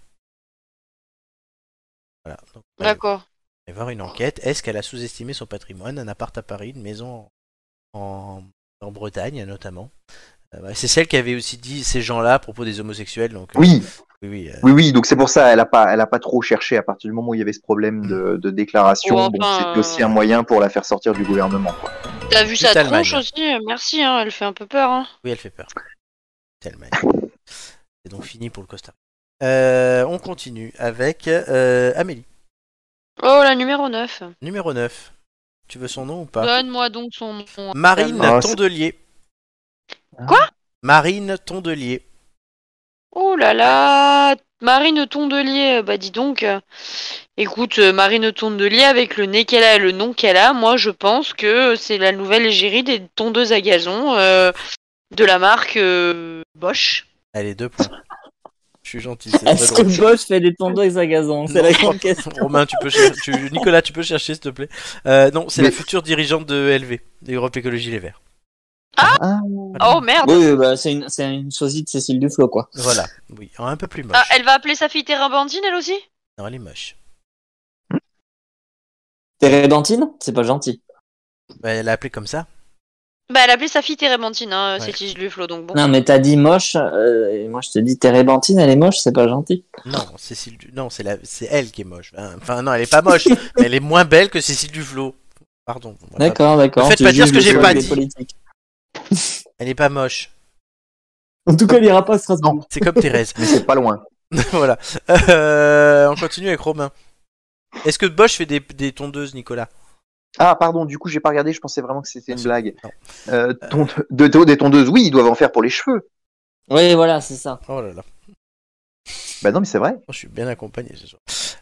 Voilà. Donc, on va y- D'accord. on va y voir une enquête. Est-ce qu'elle a sous-estimé son patrimoine Un appart à Paris, une maison en, en- en Bretagne, notamment. Euh, ouais, c'est celle qui avait aussi dit ces gens-là à propos des homosexuels. Donc, euh, Oui, oui, oui, euh, Oui, oui, donc c'est pour ça, elle a pas, elle a pas trop cherché à partir du moment où il y avait ce problème de, de déclaration. Ou enfin, bon, c'était euh, aussi un moyen pour la faire sortir du gouvernement. Quoi. T'as vu sa Putain, le tronche mag. aussi Merci, hein, elle fait un peu peur. Hein. Oui, elle fait peur. <laughs> Tellement. C'est donc fini pour le Costa. Rica. Euh, on continue avec euh, Amélie, Oh, la numéro 9. numéro 9. Tu veux son nom ou pas Donne-moi donc son nom. Ah. Marine Ah, c'est- Tondelier. Hein Quoi Marine Tondelier. Oh là là Marine Tondelier, bah dis donc. euh, Écoute, euh, Marine Tondelier, avec le nez qu'elle a et le nom qu'elle a, moi je pense que c'est la nouvelle égérie des tondeuses à gazon euh, de la marque euh, Bosch. Allez, deux points. Je suis gentil, c'est très Est-ce que drôle. Bosch fait des tondeuses à gazon C'est Non. la grande question. Romain, tu peux cher- tu- Nicolas, tu peux chercher, s'il te plaît. Euh, non, c'est Mais- la future dirigeante de LV, d'Europe Écologie Les Verts. Ah, Oh merde Oui, bah, c'est une, c'est une sosie de Cécile Duflo, quoi. Voilà. Oui, un peu plus moche. Ah, Elle va appeler sa fille Terrabandine elle aussi Non, elle est moche. Térébenthine C'est pas gentil. Bah, Elle l'a appelée comme ça. Bah elle a appelé sa fille Terrabandine, hein, Ouais. c'est qui Luflo donc bon. Non, mais t'as dit moche, euh, et moi je te dis Térébenthine, elle est moche, c'est pas gentil. Non, Cécile Du- non, c'est la... c'est elle qui est moche. Hein, Enfin non, elle est pas <laughs> moche, mais elle est moins belle que Cécile Duflo. Pardon. on va pas- D'accord, d'accord. Ne faites tu pas dire juges ce que le j'ai jeu pas des dit. politiques. Elle est pas moche. En tout cas, il ira pas à Strasbourg. C'est comme Thérèse. mais c'est pas loin. <laughs> voilà. Euh, on continue avec Romain. Est-ce que Bosch fait des, des tondeuses, Nicolas Ah, pardon, du coup, j'ai pas regardé, je pensais vraiment que c'était une Non. blague. Euh, ton- de, de- des tondeuses, oui, ils doivent en faire pour les cheveux. Oui, voilà, c'est ça. Oh là là, Bah non, mais c'est vrai. je suis bien accompagné ce soir.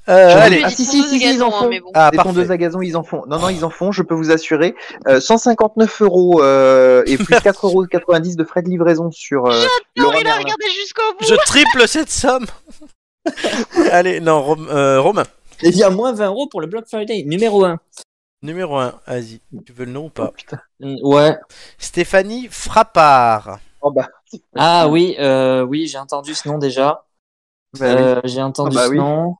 Euh, Je allez. Ah, si, si, si, si, ils en font. hein, mais bon. Ah, des parfait. tondeuses à gazon, ils en font. Non, non, ils en font, je peux vous assurer. Euh, 159 euros euh, et plus 4,90 euros de frais de livraison sur. euh, Non, Laura il a Merlin. regardé jusqu'au bout Je triple cette somme. allez, non, Rom- euh, Romain. Et il y a moins 20 euros pour le Black Friday, numéro 1. Numéro 1, vas-y. Tu veux le nom ou pas Mm, Ouais. Stéphanie Frappard. Oh, bah, Ah oui, euh, oui, j'ai entendu ce nom déjà. bah oui. Euh, J'ai entendu Ah bah ce oui. nom.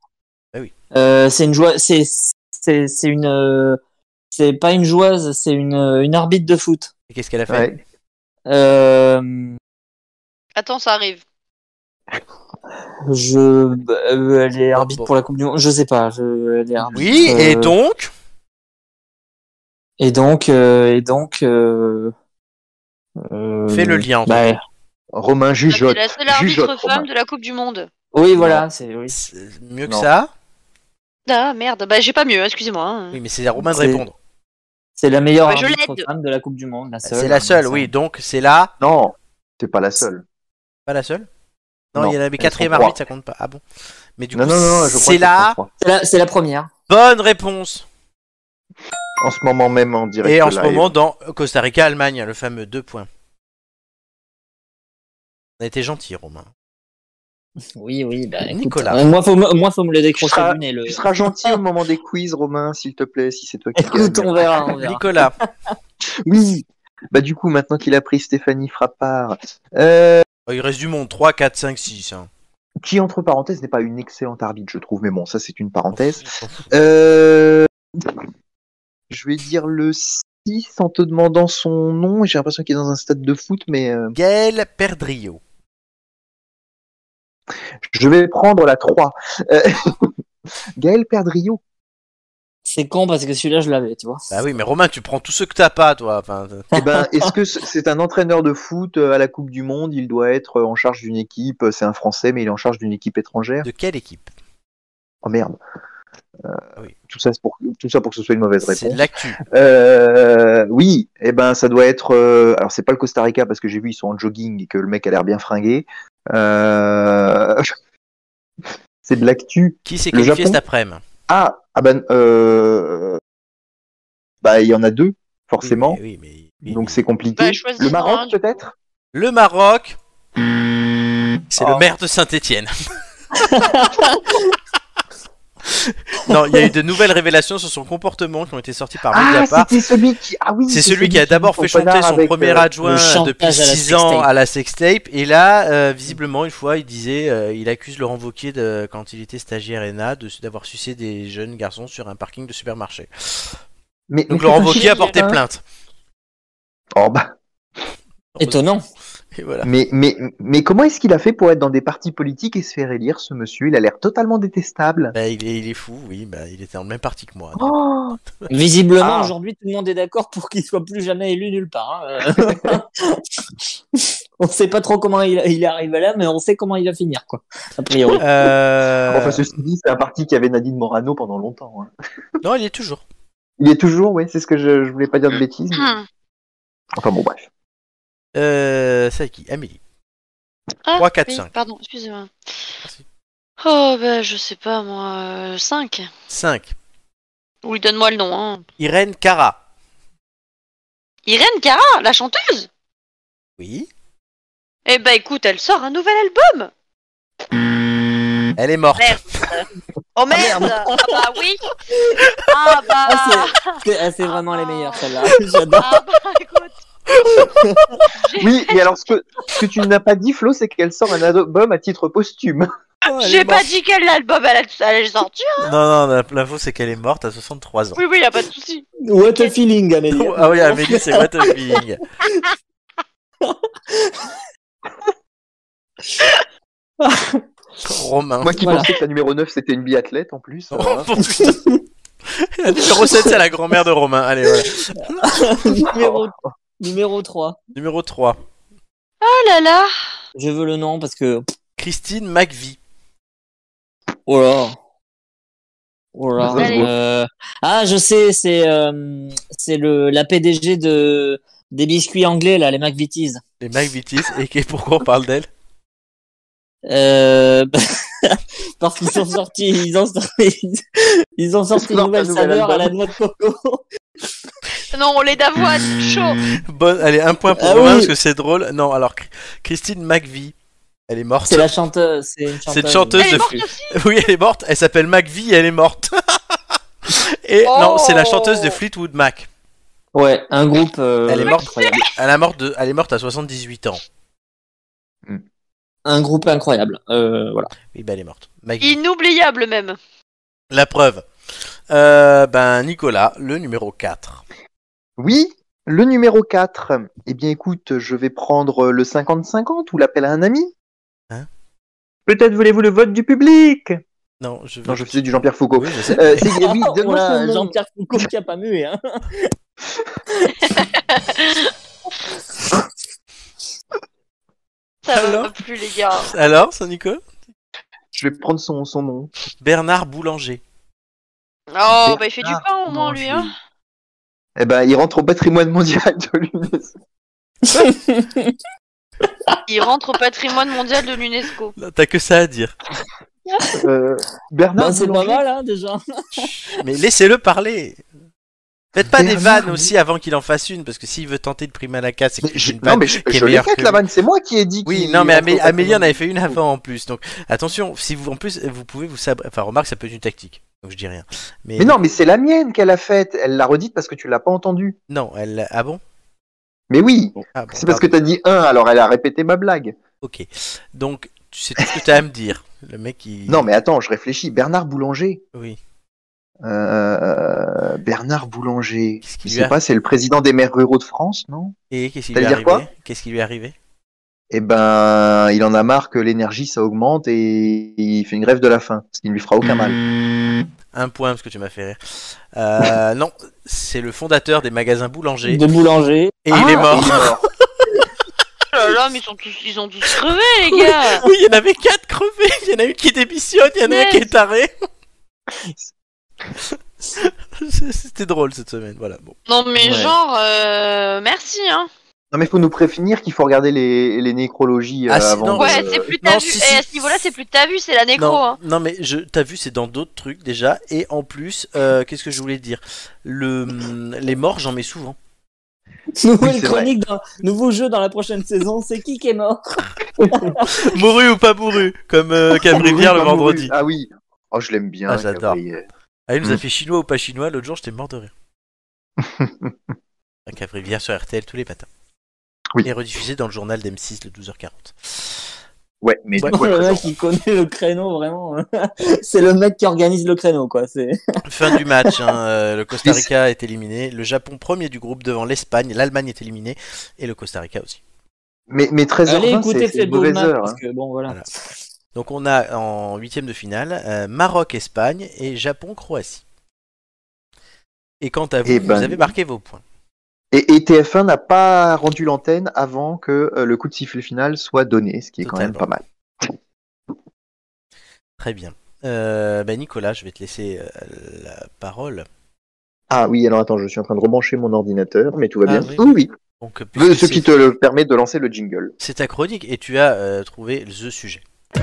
Bah oui. Euh, c'est une joie, c'est c'est c'est une euh, c'est pas une joueuse, c'est une euh, une arbitre de foot. Et Qu'est-ce qu'elle a fait Ouais. Euh, Attends, ça arrive. je bah, euh, elle est arbitre bon. pour la Coupe du Monde, je sais pas, je elle est arbitre. Oui, et euh, donc et donc euh, et donc euh, euh, Fais le lien. bah, Romain C'est Jugeote. la seule arbitre Jugeote, femme Romain. de la Coupe du Monde. oui, voilà, c'est oui. C'est Mieux que Non. ça Ah merde, bah j'ai pas mieux, excusez-moi. hein. Oui, mais c'est à Romain de C'est- répondre. C'est la meilleure Ouais, Bah, je arbitre l'aide. femme de la Coupe du Monde, la seule. Bah, hein, C'est la seule, oui. Donc c'est la. Non, c'est pas la seule. Pas la seule Non, Non, il y en avait elles quatrième sont trois. arbitre, ça compte pas. Ah bon Mais du non, coup, non, non, je crois c'est que ça la se comprend. C'est la, c'est la première. bonne réponse. En ce moment même en direct. Et en ce live. moment, dans Costa Rica-Allemagne, le fameux 2 points. On a été gentil, Romain. Oui, oui, bah, Ah. écoute, Nicolas. euh, moi, faut me, moi, faut me le Tu décrocher seras- du nez, le- Tu seras gentil au moment des quiz, Romain, s'il te plaît, si c'est toi qui Écoute, gagne. on verra, on verra. Nicolas, <laughs> Oui. Bah du coup, maintenant qu'il a pris Stéphanie Frappard, euh, Oh, il reste du monde 3, 4, 5, 6. hein. qui entre parenthèses n'est pas une excellente arbitre, je trouve, mais bon, ça c'est une parenthèse. On s'en fout. Euh, je vais dire le 6 en te demandant son nom. J'ai l'impression qu'il est dans un stade de foot, mais euh, Gaël Perdrio. je vais prendre la 3. Euh, <laughs> Gaël Perdrio. C'est con parce que celui-là, je l'avais, tu vois. Bah oui, mais Romain, tu prends tout ce que t'as pas, toi. Enfin, euh, Eh ben, est-ce que c'est un entraîneur de foot euh, à la Coupe du Monde Il doit être euh, en charge d'une équipe. euh, C'est un Français, mais il est en charge d'une équipe étrangère. de quelle équipe Oh merde. Euh, Oui. tout, ça, c'est pour, tout ça pour que ce soit une mauvaise C'est réponse. de l'actu. Euh, oui, eh ben ça doit être. euh, alors c'est pas le Costa Rica parce que j'ai vu ils sont en jogging et que le mec a l'air bien fringué. Euh, <laughs> c'est de l'actu. Qui s'est Le qualifié Japon cet après-midi Ah, ah ben, euh, bah il y en a deux forcément. Oui, mais- oui, mais- oui, donc mais- c'est compliqué. Bah, choisis le un. Maroc peut-être. Le Maroc, c'est Oh. le maire de Saint-Étienne. <laughs> non, il y a eu de nouvelles révélations sur son comportement qui ont été sorties par Ah Mediapart. c'était celui qui. Ah oui. C'est c'est celui qui a dit d'abord son fait chanter connard son avec, premier euh, adjoint le chantage depuis à la 6 ans sextape. à la sextape. Et là, euh, visiblement, une fois, il disait, euh, il accuse Laurent Wauquiez, de- quand il était stagiaire ENA, de- d'avoir sucé des jeunes garçons sur un parking de supermarché. Mais, Donc mais Laurent c'est un Wauquiez chien, a porté hein. plainte. Oh bah. Étonnant. Et voilà. Mais mais mais comment est-ce qu'il a fait pour être dans des partis politiques et se faire élire ce monsieur Il a l'air totalement détestable. Bah, il, est, il est fou, oui, bah, il était dans le même parti que moi. donc. Oh Visiblement, Ah. aujourd'hui, tout le monde est d'accord pour qu'il soit plus jamais élu nulle part. hein. <laughs> on sait pas trop comment il, il arrive là, mais on sait comment il va finir, quoi. A priori. Euh, Enfin, ceci dit, bah, c'est un parti qui avait Nadine Morano pendant longtemps. hein. Non, il est toujours. Il est toujours, oui, c'est ce que je, je voulais pas dire de bêtises. mais- Hmm. Enfin bon, bref. Euh, c'est qui Amélie. Ah, 3, 4, oui, 5. Pardon, excusez-moi. Merci. Oh, bah, je sais pas, moi. 5. 5. Oui, donne-moi le nom. Hein. Irène Cara. Irène Cara, la chanteuse Oui. Eh bah, écoute, elle sort un nouvel album Elle est morte. Merde Oh merde Ah bah oui Ah bah Ah, c'est- c'est ah, c'est vraiment les meilleurs, celle-là. <laughs> J'adore. Ah bah écoute Oui, et alors ce que, ce que tu n'as pas dit, Flo, c'est qu'elle sort un album à titre posthume. Oh, elle est J'ai pas morte. dit quel album elle allait sortir Non, non, la- l'info c'est qu'elle est morte à 63 ans. <laughs> Oui, oui, y a pas de souci What a feeling, Amélie. ah oui, Amélie, c'est what a <laughs> feeling. Romain. Moi qui Voilà. pensais que la numéro 9 c'était une biathlète en plus. Oh, putain. <laughs> La numéro 7, c'est la grand-mère de Romain. Allez, voilà. <laughs> numéro, numéro 3. Numéro 3. Oh là là Je veux le nom parce que. Christine McVie. Oh là. Oh là. Allez. Euh, Ah, je sais, c'est euh, c'est le la PDG de des biscuits anglais là, les McVitie's. Les McVities. Et que- pourquoi on parle d'elle Euh... <laughs> parce qu'ils sont sortis, ils ont sorti, ils ont sorti une Non, nouvelle un nouvel saveur à la album. noix de coco. Non, on l'est d'avoine, chaud Bonne, Allez, un point pour Ah Romain oui. parce que c'est drôle. Non, alors, Cri- Christine McVie. Elle est morte. C'est la chanteuse, c'est une chanteuse. C'est une chanteuse Elle de est morte film. <laughs> aussi Oui, elle est morte. Elle s'appelle McVie, elle est morte. <laughs> Et non, c'est la chanteuse de Oh. Fleetwood Mac. Ouais, un groupe. euh, Elle est morte. incroyable. Elle, est morte de- elle est morte à 78 ans. Un groupe incroyable. Euh, voilà. Oui, bah elle est morte. McVie. Inoubliable même La preuve. Euh, ben Nicolas, le numéro 4. Oui, le numéro 4. Eh bien écoute, je vais prendre le 50-50 ou l'appel à un ami. Hein Peut-être voulez-vous le vote du public Non, je veux- Non, je faisais du Jean-Pierre Foucault. Oui, je sais. Euh, c'est- <laughs> oui, euh, donne-moi Voilà, son nom. Oh, Jean-Pierre Foucault qui a pas mué. Hein. Ça va Alors plus les gars Alors, c'est Nico Je vais prendre son, son nom. Bernard Boulanger. Oh bah il fait du pain au moins hein. Non, lui je- hein eh ben, il rentre au patrimoine mondial de l'UNESCO. Il rentre au patrimoine mondial de l'UNESCO. Non, T'as que ça à dire. Euh, Bernard, <laughs> Bah, c'est pas Boulanger, mal, hein, déjà. Mais laissez-le parler. Faites pas des Bernard, vannes oui. aussi avant qu'il en fasse une, parce que s'il veut tenter de primer à la casse, c'est Mais que je, une non, vanne. mais je, qui est je l'ai meilleure faite, que- la vanne. C'est moi qui ai dit. Oui, qu'il non, mais rentre au Amé- Amélie en patrimoine. avait fait une avant en plus. Donc attention, si vous en plus vous pouvez vous sabrer. Enfin, remarque, ça peut être une tactique. Donc je dis rien. Mais, Mais non, mais c'est la mienne qu'elle a faite. Elle l'a redite parce que tu l'as pas entendue. non, elle. Ah bon. Mais oui, Ah bon, c'est parce que pardon. t'as dit un, alors elle a répété ma blague. Ok. Donc tu sais tout ce que t'as à me dire. Le mec il. Non, mais attends, je réfléchis. Bernard Boulanger. Oui. Euh, Bernard Boulanger. Qu'est-ce qui Je lui sais arrive pas, c'est le président des maires ruraux de France, non Et qu'est-ce qui Ça lui est veut dire arrivé Qu'est-ce qui lui est arrivé Eh ben, il en a marre que l'énergie ça augmente et il fait une grève de la faim, ce qui ne lui fera aucun Hmm, mal. Un point parce que tu m'as fait rire. Euh, non, c'est le fondateur des magasins boulangers De boulanger. et il est Ah. mort. <laughs> Oh là là, mais ils, sont tous, ils ont tous crevé, les gars Oui, il y en avait quatre crevés. Il y en a une qui démissionne, il y en a un qui est taré. <laughs> C'était drôle cette semaine, voilà. Bon. <laughs> Non, mais Ouais. genre, euh, merci, hein Non mais faut nous prévenir qu'il faut regarder les, les nécrologies euh, Ah, si, avant. non, de- Ouais, c'est plus non, t'as vu. si, Et si. à ce niveau-là, c'est plus t'as vu, c'est la nécro, non, hein non, mais je, t'as vu, c'est dans d'autres trucs déjà. Et en plus, euh, qu'est-ce que je voulais dire Le, hum, Les morts, j'en mets <laughs> souvent. Nouvelle Oui, c'est chronique, d'un nouveau jeu dans la prochaine saison, c'est qui qui est mort <laughs> mouru ou pas mouru, comme <laughs> euh, Cabrivière le Ah, vendredi. Ah oui. Oh, je l'aime bien. Ah, j'adore. Gabriel. Ah, il nous a Mm. fait chinois ou pas chinois, l'autre jour j'étais mort de <laughs> rire. Un Cabrivière sur RTL tous les matins. Oui. Et rediffusé dans le journal d'M6 le 12h40. Ouais, mais du Ouais. coup, Le elle mec qui connaît le créneau, vraiment. <laughs> c'est le mec qui organise le créneau, <laughs> quoi. C'est... <laughs> Fin du match, hein, euh, le Costa Rica est éliminé, le Japon premier du groupe devant l'Espagne, l'Allemagne est éliminée et le Costa Rica aussi. Mais, mais 13h20, Allez écouter c'est une Fedbo mauvaise heure. parce hein. que bon, voilà. Voilà. Donc on a en huitième de finale euh, Maroc-Espagne et Japon-Croatie. Et quant à vous, Eh vous ben- avez marqué vos points. Et, et TF1 n'a pas rendu l'antenne avant que euh, le coup de sifflet final soit donné, ce qui est quand même Totalement. pas mal. Très bien. Euh, ben Nicolas, je vais te laisser euh, la parole. Ah oui, alors attends, je suis en train de rebrancher mon ordinateur, mais tout va Ah, bien. oui. Oui, Donc, oui. puisque Ce c'est- qui te le permet de lancer le jingle. C'est ta chronique et tu as euh, trouvé le sujet. <laughs>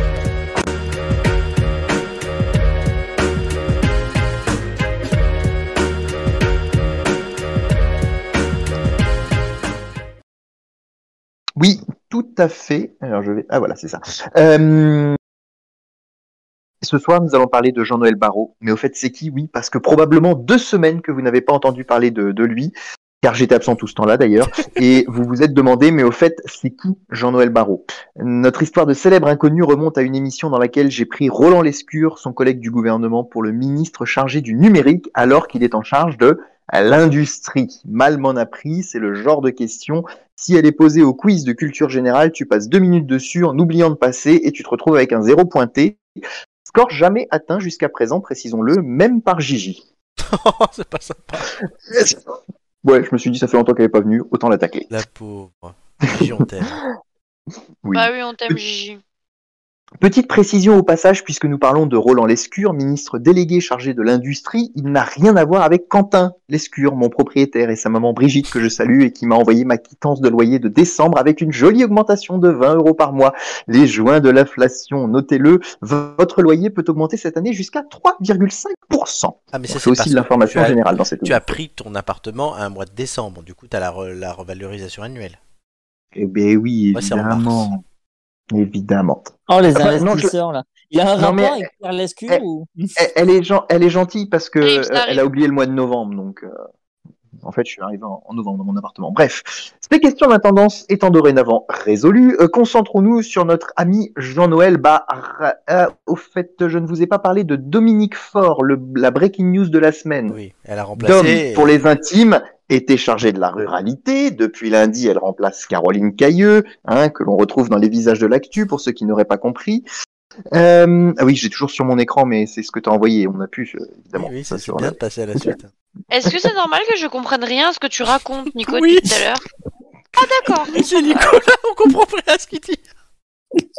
Oui, tout à fait. Alors je vais. Ah voilà, c'est ça. Euh, Ce soir, nous allons parler de Jean-Noël Barrault. Mais au fait, c'est qui Oui, parce que probablement deux semaines que vous n'avez pas entendu parler de, de lui, car j'étais absent tout ce temps-là d'ailleurs, et vous vous êtes demandé, mais au fait, c'est qui Jean-Noël Barrault Notre histoire de célèbre inconnu remonte à une émission dans laquelle j'ai pris Roland Lescure, son collègue du gouvernement, pour le ministre chargé du numérique, alors qu'il est en charge de l'industrie. Mal m'en a pris, c'est le genre de question si elle est posée au quiz de culture générale, tu passes deux minutes dessus en oubliant de passer et tu te retrouves avec un zéro pointé. Score jamais atteint jusqu'à présent, précisons-le, même par Gigi. Oh, c'est pas sympa. Ouais, je me suis dit, ça fait longtemps qu'elle n'est pas venue, autant la tacler. La pauvre. Gigi, on t'aime. Oui. Bah oui, on t'aime, Gigi. Petite précision au passage, puisque nous parlons de Roland Lescure, ministre délégué chargé de l'industrie, il n'a rien à voir avec Quentin Lescure, mon propriétaire, et sa maman Brigitte que je salue et qui m'a envoyé ma quittance de loyer de décembre avec une jolie augmentation de 20 euros par mois. Les joints de l'inflation, notez-le, votre loyer peut augmenter cette année jusqu'à 3,5%. Ah, mais ça, C'est c'est aussi parce de que l'information tu as- générale dans cette Tu as pris ton appartement à un mois de décembre, du coup t'as la, re- la revalorisation annuelle. Eh ben oui, Ouais, c'est en mars. évidemment. Évidemment. Oh, les Après, non, investisseurs, là. Il y a un Non, rapport mais- avec Pierre Lescure Eh, ou... Elle- elle est, gen- elle est gentille parce que Ça arrive, euh, ça elle arrive. a oublié le mois de novembre, donc euh, en fait, je suis arrivé en, en novembre dans mon appartement. Bref, ces questions d'intendance étant dorénavant résolues, euh, concentrons-nous sur notre ami Jean-Noël Barra. Ah, au fait, je ne vous ai pas parlé de Dominique Faure, le- la breaking news de la semaine. Oui, elle a Mm. Dom, remplacé. pour les intimes, était chargée de la ruralité. Depuis lundi, elle remplace Caroline Cailleux, hein, que l'on retrouve dans les visages de l'actu, pour ceux qui n'auraient pas compris. Euh, ah oui, j'ai toujours sur mon écran, mais c'est ce que tu as envoyé. On a pu, euh, Oui, évidemment. oui, ça c'est sur bien la- de passer à la suite. Est-ce que c'est normal que je comprenne rien à ce que tu racontes, Nico, Oui. depuis tout à l'heure Ah, d'accord. <laughs> C'est Nicolas, on comprend pas ce qu'il dit.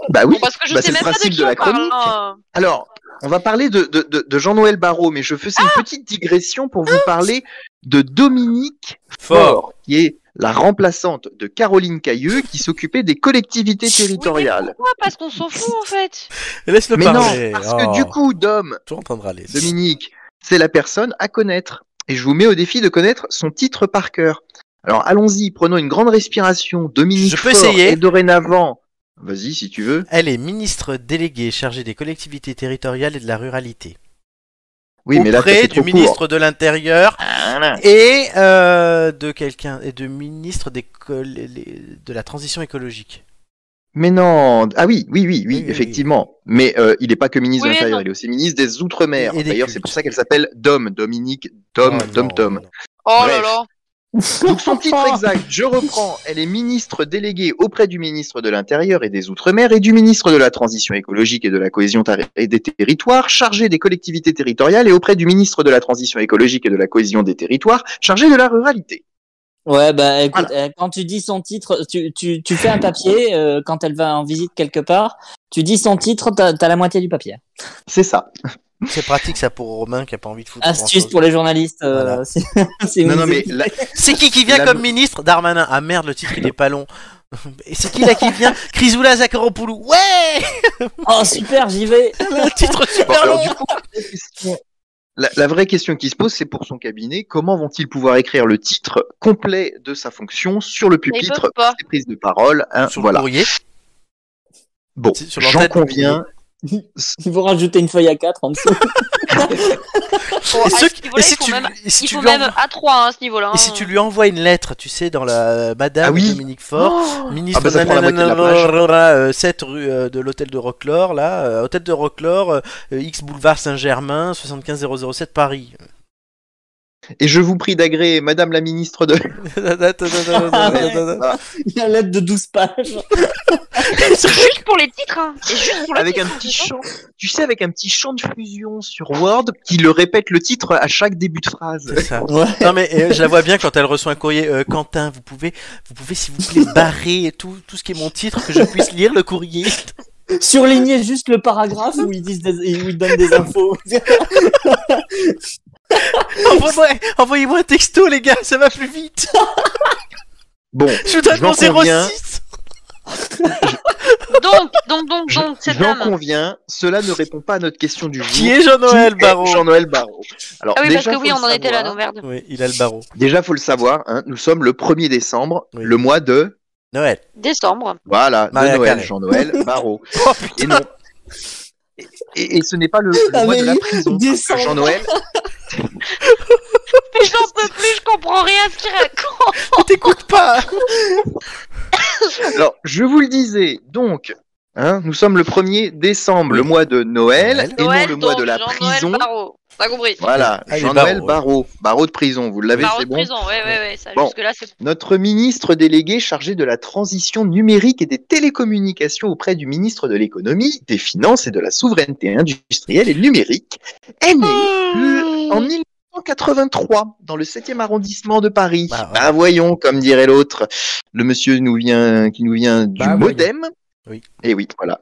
Bah oui. Parce que je Bah, c'est sais même le pas de principe qui de la on parle. chronique. hein. Ah Alors, on va parler de, de, de, de Jean-Noël Barrault, mais je faisais une petite digression pour vous parler de Dominique Fort. Fort, qui est la remplaçante de Caroline Cailleux, qui s'occupait des collectivités territoriales. Pourquoi Parce qu'on s'en fout en fait. Laisse-le Mais non, parler. parce que Oh, du coup, Dom, Tout en train de râler. Dominique, c'est la personne à connaître. Et je vous mets au défi de connaître son titre par cœur. Alors allons-y, prenons une grande respiration. Dominique Je peux Faure essayer. est dorénavant. Vas-y si tu veux. Elle est ministre déléguée chargée des collectivités territoriales et de la ruralité. Oui, mais là, ça Auprès fait du trop court. ministre de l'Intérieur et euh, de quelqu'un et de ministre des col- les- de la transition écologique. Mais non. Ah oui, oui, oui, Oui, oui, oui, effectivement. Mais euh, il n'est pas que ministre Oui, de mais l'Intérieur, non. il est aussi ministre des Outre-mer. Et des D'ailleurs, cultes. c'est pour ça qu'elle s'appelle Dom, Dominique, Dom, Oh, Dom, non, Tom. non. Oh Bref. là là. Donc <laughs> son titre exact, <laughs> je reprends, elle est ministre déléguée auprès du ministre de l'Intérieur et des Outre-mer et du ministre de la Transition écologique et de la cohésion tar- et des territoires, chargée des collectivités territoriales et auprès du ministre de la Transition écologique et de la cohésion des territoires, chargée de la ruralité. Ouais, bah écoute, euh, quand tu dis son titre, tu, tu, tu fais un papier, euh, quand elle va en visite quelque part, tu dis son titre, t'as t'as la moitié du papier. C'est ça. C'est pratique ça pour Romain qui a pas envie de foutre. Astuce grand-chose. pour les journalistes. euh, Voilà. <laughs> c'est- c'est Non, une- non, mais <laughs> là, C'est qui qui vient La- comme ministre Darmanin. Ah merde, le titre il est pas long. <laughs> Et c'est qui là qui vient Chrysoula Zakharopoulou. Ouais <laughs> Oh super, j'y vais. Le titre Bon, super alors, long du coup, la, question- la- la vraie question qui se pose, c'est pour son cabinet, comment vont-ils pouvoir écrire le titre complet de sa fonction sur le Mais ils pupitre, peuvent pas. les prises de parole, hein, Sur le voilà. courrier. Bon, C'est sur j'en l'antenne. conviens, Il faut rajouter une feuille à 4 en <laughs> dessous. Bon, à Et, ceux- ce niveau-là, et si ils font tu, même, et si ils tu font lui même envoies- à 3 à ce niveau-là. et si hein. tu lui envoies une lettre, tu sais, dans la Madame Ah oui. Dominique Faure, Oh, ministre Ah bah ça prend la moitié de la plage. nananananana, euh, 7 rue euh, de l'hôtel de Roquelaure, là, euh, hôtel de Roquelaure, euh, euh, X boulevard Saint-Germain, 75007 <laughs> Paris. et je vous prie d'agréer, Madame la ministre de La lettre de 12 pages. Juste pour les titres. Hein. Et juste pour les avec un titres. petit chant, tu sais, avec un petit chant de fusion sur Word qui le répète le titre à chaque début de phrase. C'est ça. Ouais. Non mais euh, je la vois bien quand elle reçoit un courrier. euh, Quentin, vous pouvez, vous pouvez s'il vous <laughs> plaît barrer tout, tout ce qui est mon titre que je puisse lire le <laughs> courrier. Surligner juste le paragraphe où ils, disent des- où ils donnent des infos. Envoie-moi- Envoyez-moi un texto les gars, ça va plus vite. Bon, Je vous donne J'en mon conviens. 06. Donc, donc, donc, donc, cette j'en dame. conviens, cela ne répond pas à notre question du jour. Qui est Jean-Noël Qui est Barraud Jean-Noël Barraud. Alors, Ah oui, déjà, parce que oui, faut on le en était là, savoir- nos merdes. Oui, il a le barreau. Déjà, faut le savoir, hein, nous sommes le 1er décembre, Oui. le mois de, Noël. Décembre. voilà, Maria de Noël, Carré. Jean-Noël Barraud. Oh, <laughs> Et non. Et, et- et ce n'est pas le, le Ah, mois mais de la lui, prison. hein, décembre. Jean-Noël, Mais j'en peux plus, je comprends rien à ce qu'il raconte. on t'écoute pas. Alors, je vous le disais, donc, hein, nous sommes le 1er décembre, le mois de Noël, Noël. et non Noël, le mois donc, de la Jean-Noël prison. Barrault. T'as compris. Voilà, Ah, les barreaux, Jean-Noël ouais. Barraud, barreau de prison, vous l'avez, Barreau c'est de bon. prison, ouais, ouais, ouais. Ça, Bon. Jusque-là, c'est Notre ministre délégué chargé de la transition numérique et des télécommunications auprès du ministre de l'économie, des finances et de la souveraineté industrielle et numérique est né le- Ah. en 1983 dans le 7e arrondissement de Paris. Bah, ouais. Bah, voyons, comme dirait l'autre, le monsieur nous vient, qui nous vient du Bah, voyons. Modem. Oui. Et oui, voilà.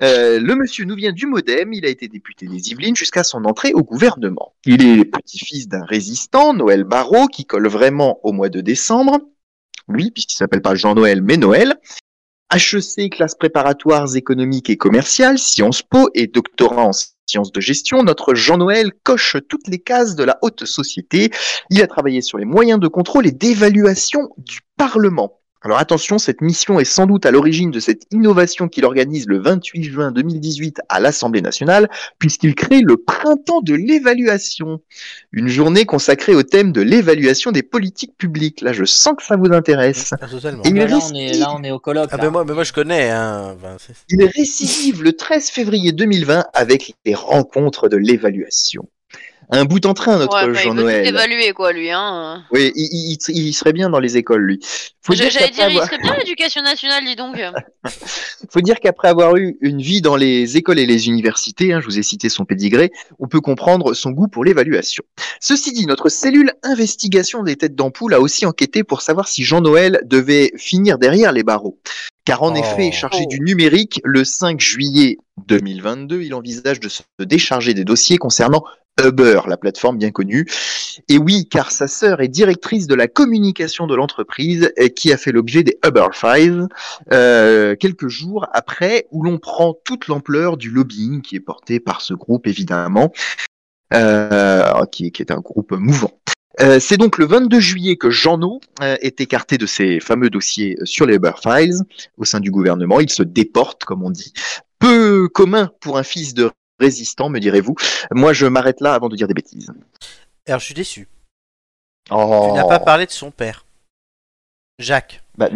Euh, le monsieur nous vient du Modem, il a été député des Yvelines jusqu'à son entrée au gouvernement. Il est le petit-fils d'un résistant, Noël Barrault, qui colle vraiment au mois de décembre. Lui, puisqu'il s'appelle pas Jean-Noël, mais Noël. E HEC, classes préparatoires économiques et commerciales, Sciences Po et doctorat en sciences de gestion, notre Jean-Noël coche toutes les cases de la haute société. Il a travaillé sur les moyens de contrôle et d'évaluation du Parlement. Alors attention, cette mission est sans doute à l'origine de cette innovation qu'il organise le 28 juin 2018 à l'Assemblée nationale, puisqu'il crée le printemps de l'évaluation, une journée consacrée au thème de l'évaluation des politiques publiques. Là, je sens que ça vous intéresse. Ah, totalement. Il Bah, là, risque- on est, là, on est au colloque. Ah là. ben moi, ben moi je connais. Hein. Ben, c'est- Il récidive le 13 février 2020 avec les rencontres de l'évaluation. Un bout en train, notre ouais, bah, il veut tout Jean-Noël. évaluer, quoi, lui. Hein. Oui, il, il- il serait bien dans les écoles, lui. Faut Je- dire J'allais qu'après dire, il avoir- serait bien l'éducation nationale, dis <laughs> donc. faut dire qu'après avoir eu une vie dans les écoles et les universités, hein, je vous ai cité son pédigré, on peut comprendre son goût pour l'évaluation. Ceci dit, notre cellule investigation des têtes d'ampoule a aussi enquêté pour savoir si Jean-Noël devait finir derrière les barreaux. Car en Oh. effet, chargé du numérique, le 5 juillet 2022, il envisage de se décharger des dossiers concernant Uber, la plateforme bien connue. Et oui, car sa sœur est directrice de la communication de l'entreprise et qui a fait l'objet des Uber Files euh, quelques jours après où l'on prend toute l'ampleur du lobbying qui est porté par ce groupe évidemment, euh, qui, qui est un groupe mouvant. Euh, c'est donc le 22 juillet que Jeannot euh, est écarté de ses fameux dossiers sur les Uber Files au sein du gouvernement. Il se déporte, comme on dit. Peu commun pour un fils de résistant, me direz-vous. Moi, je m'arrête là avant de dire des bêtises. Alors, je suis déçu. Oh. Tu n'as pas parlé de son père. Jacques. Bah,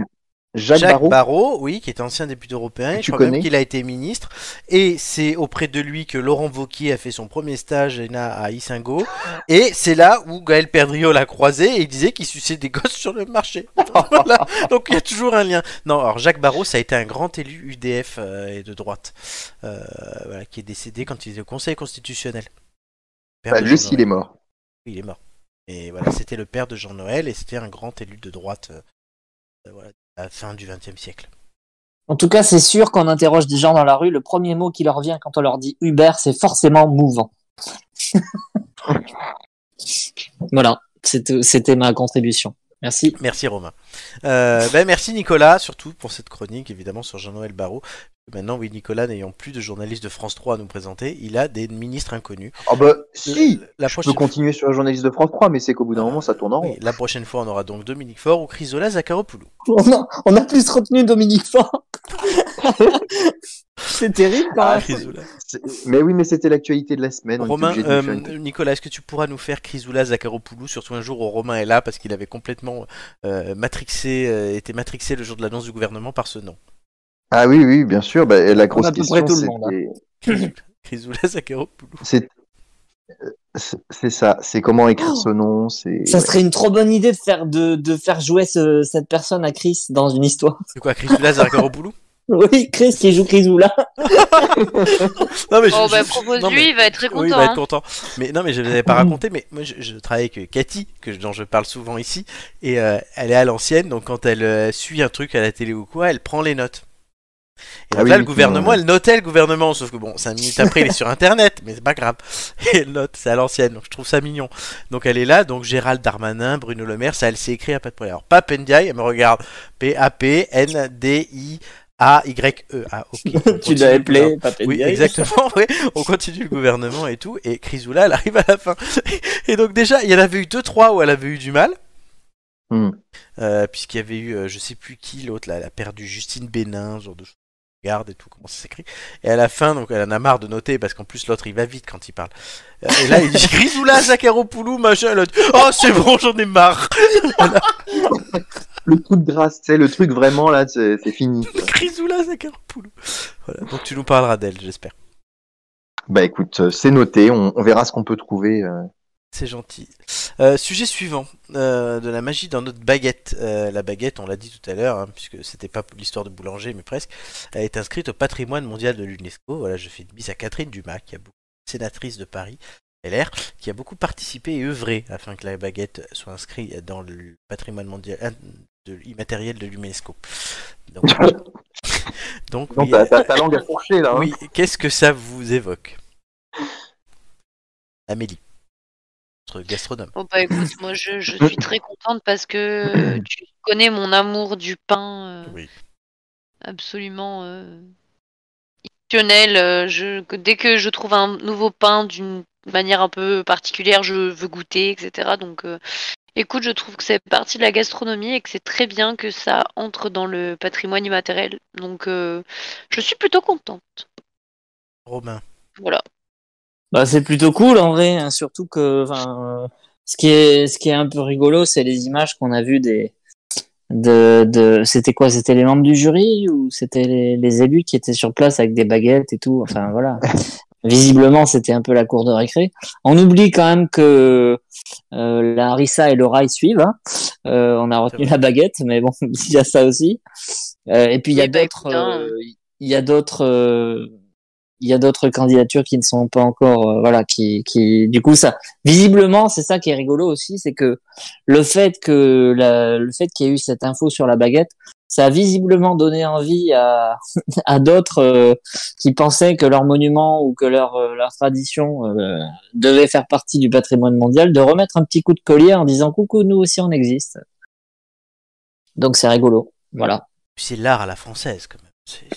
Jacques, Barrault. oui, qui est ancien député européen. Que je tu crois même connais. qu'il a été ministre. Et c'est auprès de lui que Laurent Vauquier a fait son premier stage Ena, à Issingo. Et c'est là où Gaël Perdriot l'a croisé et il disait qu'il suçait des <laughs> gosses sur le marché. Voilà. Donc il y a toujours un lien. Non, alors Jacques Barrault, ça a été un grand élu UDF euh, et de droite, euh, voilà, qui est décédé quand il était au Conseil constitutionnel. Père Bah, de juste, Jean il est mort. oui, il est mort. Et voilà, c'était le père de Jean Noël et c'était un grand élu de droite euh, euh, voilà, à la fin du XXe siècle. En tout cas, c'est sûr qu'on interroge des gens dans la rue. Le premier mot qui leur revient quand on leur dit Uber, c'est forcément mouvant. <laughs> voilà, c'était c'était ma contribution. Merci. Merci Romain. Euh, ben, merci Nicolas, surtout pour cette chronique évidemment sur Jean-Noël Barrault. Maintenant, oui, Nicolas n'ayant plus de journaliste de France 3 à nous présenter, il a des ministres inconnus. Euh, Ah bah, si La Je prochaine peux continuer sur la journaliste de France 3, mais c'est qu'au bout d'un moment, ça tourne en fois- rond. oui, la prochaine fois, on aura donc Dominique Faure ou Chrysola Zakharopoulou. On a, on a plus retenu Dominique <laughs> Fort. c'est terrible Ah, quand même. Chrysoula. Ah, C'est- Mais oui, mais c'était l'actualité de la semaine. on était Romain, obligé de lui faire euh, une- Nicolas, est-ce que tu pourras nous faire Chrysoula Zakharopoulou, surtout un jour où Romain est là parce qu'il avait complètement euh, matrixé, euh, été matrixé le jour de l'annonce du gouvernement par ce nom. Ah oui, oui, bien sûr. Bah, la grosse à peu question, près tout le monde, hein. c'était- Chrysoula Zakharopoulou. c'est euh, c'est- c'est ça. C'est comment écrire ce nom. C'est Oh. Ça serait une trop bonne idée de faire, de, de faire jouer ce- cette personne à Chris dans une histoire. <laughs> C'est quoi Chrysoula Zakharopoulou Oui, Chris qui joue Chris Oula. Non mais Oh, je- bah, je- non, mais- propose-lui, il va être très content. Oui, il va être hein. content. Mais non, mais je ne l'avais pas raconté, mais moi je, je travaille avec Cathy, que, dont je parle souvent ici, et euh, elle est à l'ancienne, donc quand elle euh, suit un truc à la télé ou quoi, elle prend les notes. Et Ah donc oui, là, oui, le gouvernement, oui. elle notait le gouvernement, sauf que bon, 5 minutes après, il est sur internet, mais c'est pas grave. <laughs> Et elle note, c'est à l'ancienne, donc je trouve ça mignon. Donc elle est là, donc Gérald Darmanin, Bruno Le Maire, ça elle s'est écrit à pas de problème. Alors, pas Pendiaï, elle me regarde. P-A-P-N-D-I-A-Y-E. Ah, ok. tu l'as appelé, pas Oui, Pendiaï. exactement. <laughs> oui. On continue le gouvernement et tout. Et Chrysoula, elle arrive à la fin. Et donc, déjà, il y en avait eu deux, trois où elle avait eu du mal. Hmm. Euh, Puisqu'il y avait eu, euh, je sais plus qui, l'autre, là, elle a perdu Justine Bénin, ce genre de choses. Regarde et tout, comment ça s'écrit. Et à la fin, donc, elle en a marre de noter parce qu'en plus, l'autre, il va vite quand il parle. Euh, Et là, il dit Chrysoula, Zakharopoulou, machin. Elle a dit, oh, c'est bon, j'en ai marre. le coup de grâce. C'est le truc vraiment là. C'est c'est fini. Chrysoula, Zakharopoulou. Voilà, donc tu nous parleras d'elle, j'espère. Bah écoute, euh, c'est noté. On, on verra ce qu'on peut trouver. euh. C'est gentil. Euh, sujet suivant, euh, de la magie dans notre baguette. Euh, la baguette, on l'a dit tout à l'heure, hein, puisque c'était pas l'histoire de boulanger, mais presque, elle est inscrite au patrimoine mondial de l'UNESCO. Voilà, je fais une bise à Catherine Dumas, qui a beaucoup, sénatrice de Paris, LR, qui a beaucoup participé et œuvré afin que la baguette soit inscrite dans le patrimoine mondial euh, de- immatériel de l'UNESCO. Donc, donc, Non, oui, t'as t'as ta langue à fourcher là. hein. oui, qu'est-ce que ça vous évoque Amélie, notre gastronome. Bon bah écoute, moi je, je <laughs> suis très contente parce que euh, tu connais mon amour du pain euh, Oui. absolument euh, exceptionnel. euh, je, que dès que je trouve un nouveau pain d'une manière un peu particulière, je veux goûter, etc. Donc euh, écoute, je trouve que c'est partie de la gastronomie et que c'est très bien que ça entre dans le patrimoine immatériel. Donc euh, je suis plutôt contente. Romain. Voilà. Bah, c'est plutôt cool en vrai, hein, surtout que enfin, euh, ce qui est ce qui est un peu rigolo, c'est les images qu'on a vues des de, de c'était quoi C'était les membres du jury ou c'était les, les élus qui étaient sur place avec des baguettes et tout. Enfin <laughs> voilà. Visiblement, c'était un peu la cour de récré. On oublie quand même que euh, la harissa et le rail suivent. hein. Euh, on a retenu C'est vrai. la baguette, mais bon, <laughs> il y a ça aussi. Euh, et puis il y a Oui, bah, d'autres, écoute, hein. euh, il y a d'autres, euh, il y a d'autres candidatures qui ne sont pas encore, euh, voilà, qui, qui, du coup ça, visiblement, c'est ça qui est rigolo aussi, c'est que le fait que la, le fait qu'il y ait eu cette info sur la baguette, ça a visiblement donné envie à, <laughs> à d'autres euh, qui pensaient que leur monument ou que leur, euh, leur tradition euh, devait faire partie du patrimoine mondial de remettre un petit coup de collier en disant coucou, nous aussi on existe. Donc c'est rigolo. Voilà. Puis c'est l'art à la française quand même. C'est-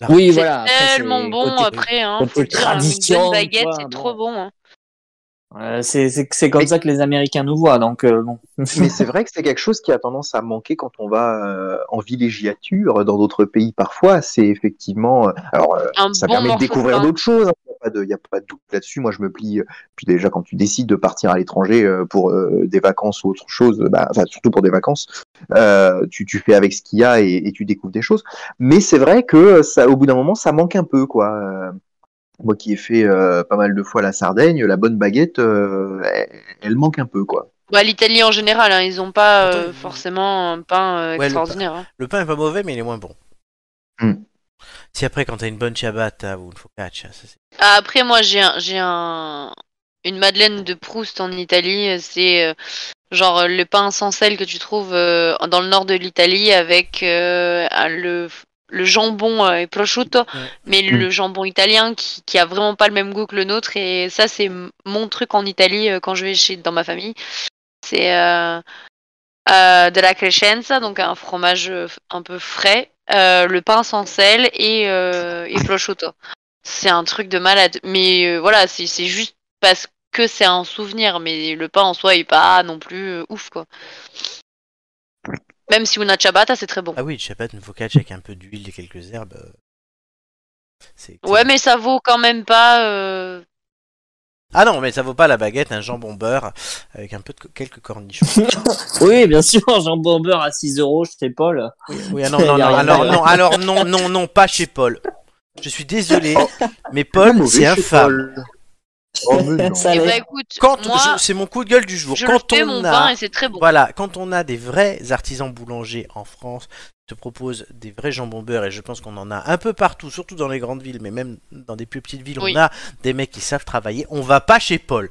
Ah, Oui, C'est voilà. après, tellement c'est bon côté- après, hein, côté faut le dire, une tradition, bonne baguette, quoi, c'est bon. trop bon. hein. Euh, c'est- c'est c'est comme Mais- ça que les Américains nous voient. Donc euh, bon. <laughs> Mais c'est vrai que c'est quelque chose qui a tendance à manquer quand on va euh, en villégiature dans d'autres pays parfois. C'est effectivement. euh, alors, euh, Un ça bon permet de morceau découvrir pain. d'autres choses. hein. Il n'y a, pas de doute là-dessus. Moi, je me plie. euh, Puis déjà, quand tu décides de partir à l'étranger euh, pour euh, des vacances ou autre chose, bah, enfin, surtout pour des vacances, euh, tu, tu fais avec ce qu'il y a et, et tu découvres des choses. Mais c'est vrai que ça, au bout d'un moment, ça manque un peu, quoi. Euh, Moi qui ai fait euh, pas mal de fois la Sardaigne, la bonne baguette, euh, elle, elle manque un peu, quoi. Bah, L'Italie en général, hein, ils ont pas Attends, euh, ils- forcément un pain euh, Ouais, le extraordinaire. hein. Le pain est pas mauvais, mais il est moins bon. Hmm. Si après, quand t'as une bonne ciabatta ou une focaccia, ça, c'est- Ah, Après, moi, j'ai un, j'ai un, une madeleine de Proust en Italie. euh, C'est euh, genre euh, le pain sans sel que tu trouves euh, dans le nord de l'Italie avec euh, un- le, le jambon euh, et prosciutto, mais le jambon italien qui, qui a vraiment pas le même goût que le nôtre. Et ça, c'est m- mon truc en Italie euh, quand je vais chez dans ma famille. C'est euh, euh, de la crescenza, donc un fromage euh, un peu frais, euh, le pain sans sel et, euh, et prosciutto. C'est un truc de malade. Mais euh, voilà, c'est c'est juste parce que c'est un souvenir. Mais le pain en soi est pas non plus euh, ouf, quoi. Même si on a ciabatta, c'est très bon. Ah oui, une ciabatta, une focaccia avec un peu d'huile et quelques herbes. euh, C'est... Ouais, mais ça vaut quand même pas. euh, Ah non, mais ça vaut pas la baguette, un jambon beurre avec un peu de co- quelques cornichons. Oui, bien sûr, jambon au beurre à 6 euros chez Paul. Oui, oui, ah non, non, Il y a non, rien alors de- non, alors non, non, non, pas chez Paul. Je suis désolé, mais Paul, Mauvais c'est chez infâme. Paul. Oh, <laughs> mais non. Ça Eh l'est. bah écoute, Quand moi, je- c'est mon coup de gueule du jour. je le quand fais on mon a, pain et c'est très bon. voilà, quand on a des vrais artisans boulangers en France, qui te proposent des vrais jambons beurre et je pense qu'on en a un peu partout, surtout dans les grandes villes, mais même dans des plus petites villes, Oui. on a des mecs qui savent travailler. On va pas chez Paul.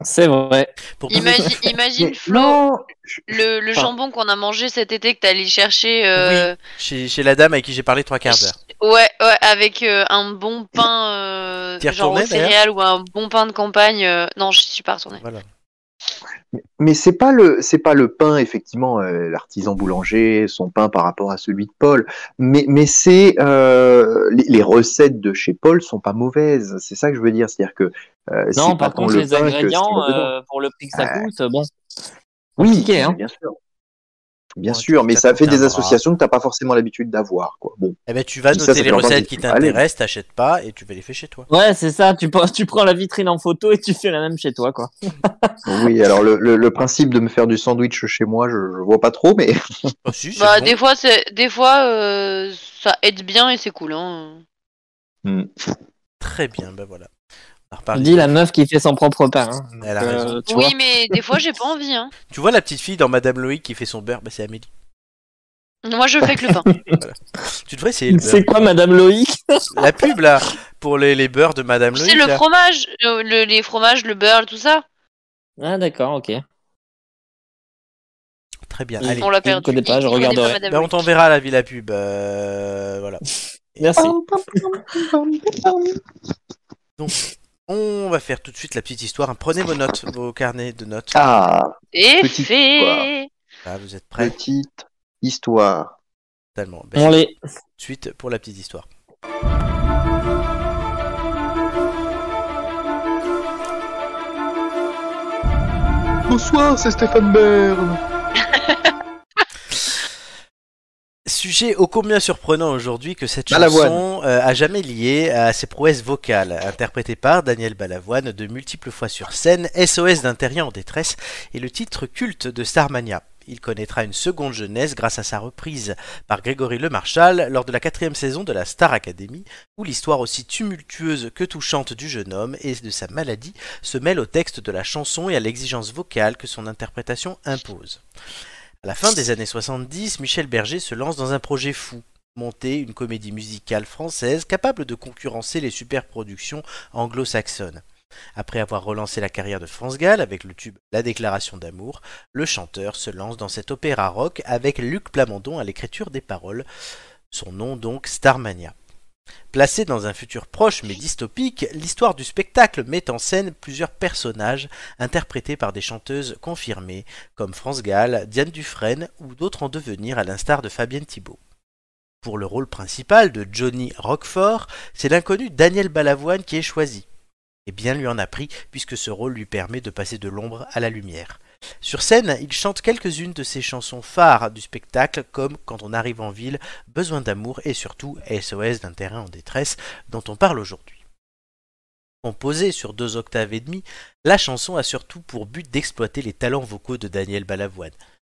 C'est vrai. Pour Imagine, imagine Mais Flo, non, je- le, le Enfin. jambon qu'on a mangé cet été que t'es allé chercher. euh, chez, chez la dame avec qui j'ai parlé trois quarts d'heure. Ouais, ouais, avec euh, un bon pain euh, T'y es genre retourné, aux céréales ou un bon pain de campagne. euh, Non, je suis pas retournée. Voilà. Mais c'est pas le c'est pas le pain effectivement euh, l'artisan boulanger son pain par rapport à celui de Paul mais mais c'est euh, les, les recettes de chez Paul sont pas mauvaises c'est ça que je veux dire c'est-à-dire que euh, c'est Non, pas par tant contre, le les pain que ce qu'il y a ingrédients, dedans. euh, pour le prix que ça coûte, bon. oui compliqué, hein. bien sûr bien Ouais, sûr tu- mais ça ça fait coûte un des bras. associations que t'as pas forcément l'habitude d'avoir quoi bon Eh ben, tu vas Ça, noter c'est les leur bande recettes qui qui font aller. t'intéressent, t'achètes pas et tu vas les faire chez toi. Ouais, c'est ça. Tu, prends- tu prends la vitrine en photo et tu fais la même chez toi, quoi. oui <laughs> alors le, le, le principe de me faire du sandwich chez moi je, je vois pas trop mais <laughs> Oh, si, c'est Bah bon. des fois, c'est des fois euh, ça aide bien et c'est cool. Hein. hmm. Très bien, ben voilà. On a reparlé. Dis la meuf qui fait son propre pain. hein. Elle a Euh, raison. tu vois. Oui, mais des fois, j'ai pas envie. Hein. Tu vois la petite fille dans Madame Loïc qui fait son beurre, bah c'est Amélie. Moi, je fais que <laughs> le pain. Tu devrais essayer le beurre. C'est quoi, Madame Loïc La pub là pour les, les beurres de Madame Loïc. c'est le là. fromage, le- le- les fromages, le beurre, tout ça. Ah, d'accord, ok. Très bien. Ils Allez. On l'a je perdu. connais pas, Il- je il connaît regarderai. Madame Bah, on Louis. t'enverra la vie la pub. euh, voilà. Merci. On va faire tout de suite la petite histoire. Prenez vos notes, vos carnets de notes. ah Et Petite fait. Ah, vous êtes prêts petite histoire Totalement. Bah, On les. tout de suite pour la petite histoire. Bonsoir, c'est Stéphane Bern. Sujet ô combien surprenant aujourd'hui que cette Balavoine. chanson euh, a jamais lié à ses prouesses vocales. Interprétée par Daniel Balavoine de multiples fois sur scène, SOS d'un terrien en détresse est le titre culte de Starmania. Il connaîtra une seconde jeunesse grâce à sa reprise par Grégory Lemarchal lors de la quatrième saison de la Star Academy, où l'histoire aussi tumultueuse que touchante du jeune homme et de sa maladie se mêle au texte de la chanson et à l'exigence vocale que son interprétation impose. À la fin des années 70, Michel Berger se lance dans un projet fou monter une comédie musicale française capable de concurrencer les superproductions anglo-saxonnes. Après avoir relancé la carrière de France Gall avec le tube La déclaration d'amour, le chanteur se lance dans cet opéra rock avec Luc Plamondon à l'écriture des paroles, son nom donc Starmania. Placée dans un futur proche mais dystopique, l'histoire du spectacle met en scène plusieurs personnages interprétés par des chanteuses confirmées comme France Gall, Diane Dufresne ou d'autres en devenir à l'instar de Fabienne Thibault. Pour le rôle principal de Johnny Roquefort, c'est l'inconnu Daniel Balavoine qui est choisi. Et bien lui en a pris puisque ce rôle lui permet de passer de l'ombre à la lumière. Sur scène, il chante quelques-unes de ses chansons phares du spectacle, comme Quand on arrive en ville, Besoin d'amour et surtout SOS d'un terrain en détresse, dont on parle aujourd'hui. Composée sur deux octaves et demie, la chanson a surtout pour but d'exploiter les talents vocaux de Daniel Balavoine.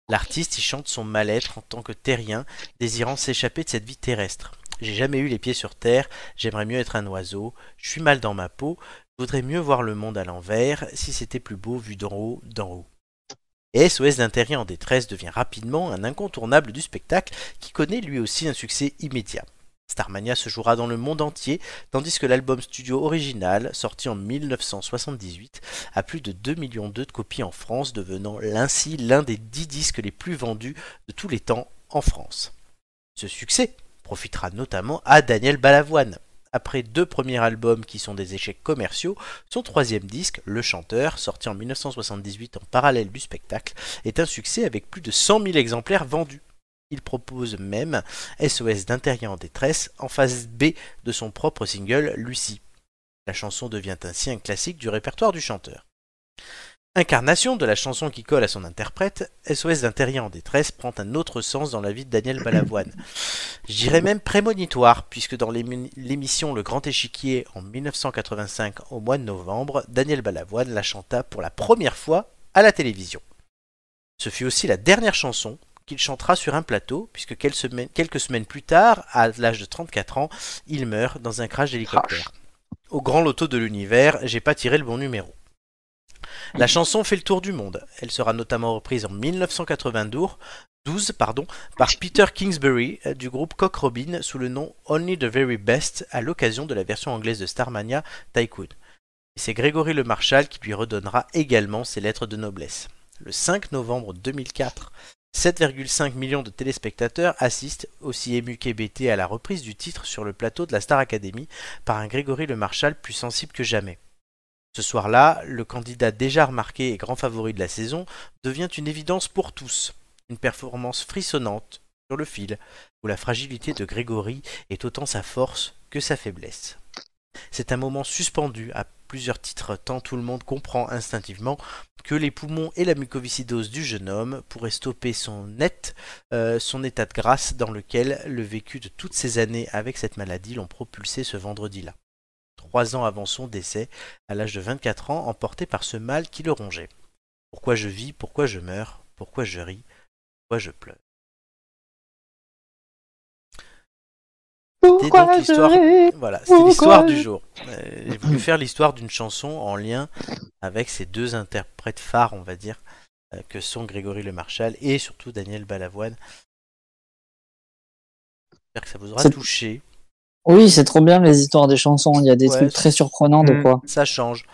L'artiste y chante son mal-être en tant que terrien, désirant s'échapper de cette vie terrestre. J'ai jamais eu les pieds sur terre, j'aimerais mieux être un oiseau, je suis mal dans ma peau, je voudrais mieux voir le monde à l'envers, si c'était plus beau vu d'en haut, d'en haut et SOS d'un terrien en détresse devient rapidement un incontournable du spectacle qui connaît lui aussi un succès immédiat. Starmania se jouera dans le monde entier, tandis que l'album studio original, sorti en 1978, a plus de 2 millions de copies en France, devenant ainsi l'un des 10 disques les plus vendus de tous les temps en France. Ce succès profitera notamment à Daniel Balavoine, après deux premiers albums qui sont des échecs commerciaux, son troisième disque, Le Chanteur, sorti en 1978 en parallèle du spectacle, est un succès avec plus de 100 000 exemplaires vendus. Il propose même SOS d'intérieur en détresse en phase B de son propre single Lucie. La chanson devient ainsi un classique du répertoire du chanteur. Incarnation de la chanson qui colle à son interprète, SOS d'un terrien en détresse prend un autre sens dans la vie de Daniel Balavoine. J'irais même prémonitoire, puisque dans l'émi- l'émission Le Grand Échiquier en 1985 au mois de novembre, Daniel Balavoine la chanta pour la première fois à la télévision. Ce fut aussi la dernière chanson qu'il chantera sur un plateau, puisque quelques semaines, quelques semaines plus tard, à l'âge de 34 ans, il meurt dans un crash d'hélicoptère. Au grand loto de l'univers, j'ai pas tiré le bon numéro. La chanson fait le tour du monde. Elle sera notamment reprise en 1992 12, pardon, par Peter Kingsbury euh, du groupe Cock Robin sous le nom Only the Very Best à l'occasion de la version anglaise de Starmania Tycoon. Et c'est Grégory Le Marchal qui lui redonnera également ses lettres de noblesse. Le 5 novembre 2004, 7,5 millions de téléspectateurs assistent, aussi émus qu'hébétés, à la reprise du titre sur le plateau de la Star Academy par un Grégory Le Marchal plus sensible que jamais. Ce soir-là, le candidat déjà remarqué et grand favori de la saison devient une évidence pour tous. Une performance frissonnante sur le fil, où la fragilité de Grégory est autant sa force que sa faiblesse. C'est un moment suspendu à plusieurs titres, tant tout le monde comprend instinctivement que les poumons et la mucoviscidose du jeune homme pourraient stopper son net, euh, son état de grâce dans lequel le vécu de toutes ces années avec cette maladie l'ont propulsé ce vendredi-là trois ans avant son décès, à l'âge de 24 ans, emporté par ce mal qui le rongeait. Pourquoi je vis, pourquoi je meurs, pourquoi je ris, pourquoi je pleure. C'était donc l'histoire- Voilà, c'est l'histoire du jour. Euh, J'ai voulu faire l'histoire d'une chanson en lien avec ces deux interprètes phares, on va dire, euh, que sont Grégory Le Marchal et surtout Daniel Balavoine. J'espère que ça vous aura C'est- touché. Oui, c'est trop bien les histoires des chansons. Il y a des Ouais. trucs très surprenants de Mm. quoi. Ça change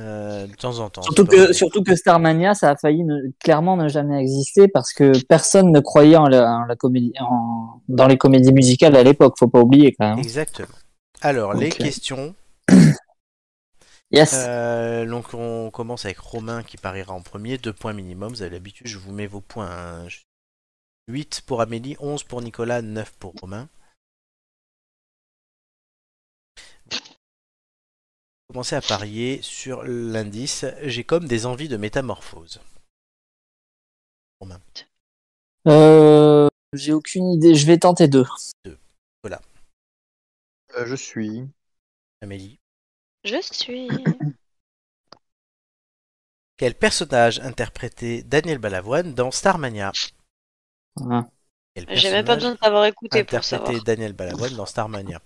euh, de temps en temps. Surtout C'est pas que, vrai. surtout que Starmania, ça a failli ne- clairement ne jamais exister parce que personne ne croyait en la, en la comédie, en- dans les comédies musicales à l'époque. Faut pas oublier quand même. Exactement. Alors, les Ok. questions. Yes. Euh, donc, on commence avec Romain qui pariera en premier. Deux points minimum. Vous avez l'habitude, je vous mets vos points. 8 pour Amélie, 11 pour Nicolas, 9 pour Romain. Commencez à parier sur l'indice. J'ai comme des envies de métamorphose. Euh, j'ai aucune idée. Je vais tenter deux. Euh, je suis. Amélie. Je <laughs> suis. Quel personnage interprétait Daniel Balavoine dans Starmania Voilà. Quel J'ai même pas personnage besoin de t'avoir écouté pour savoir. interprété Daniel Balavoine dans Starmania.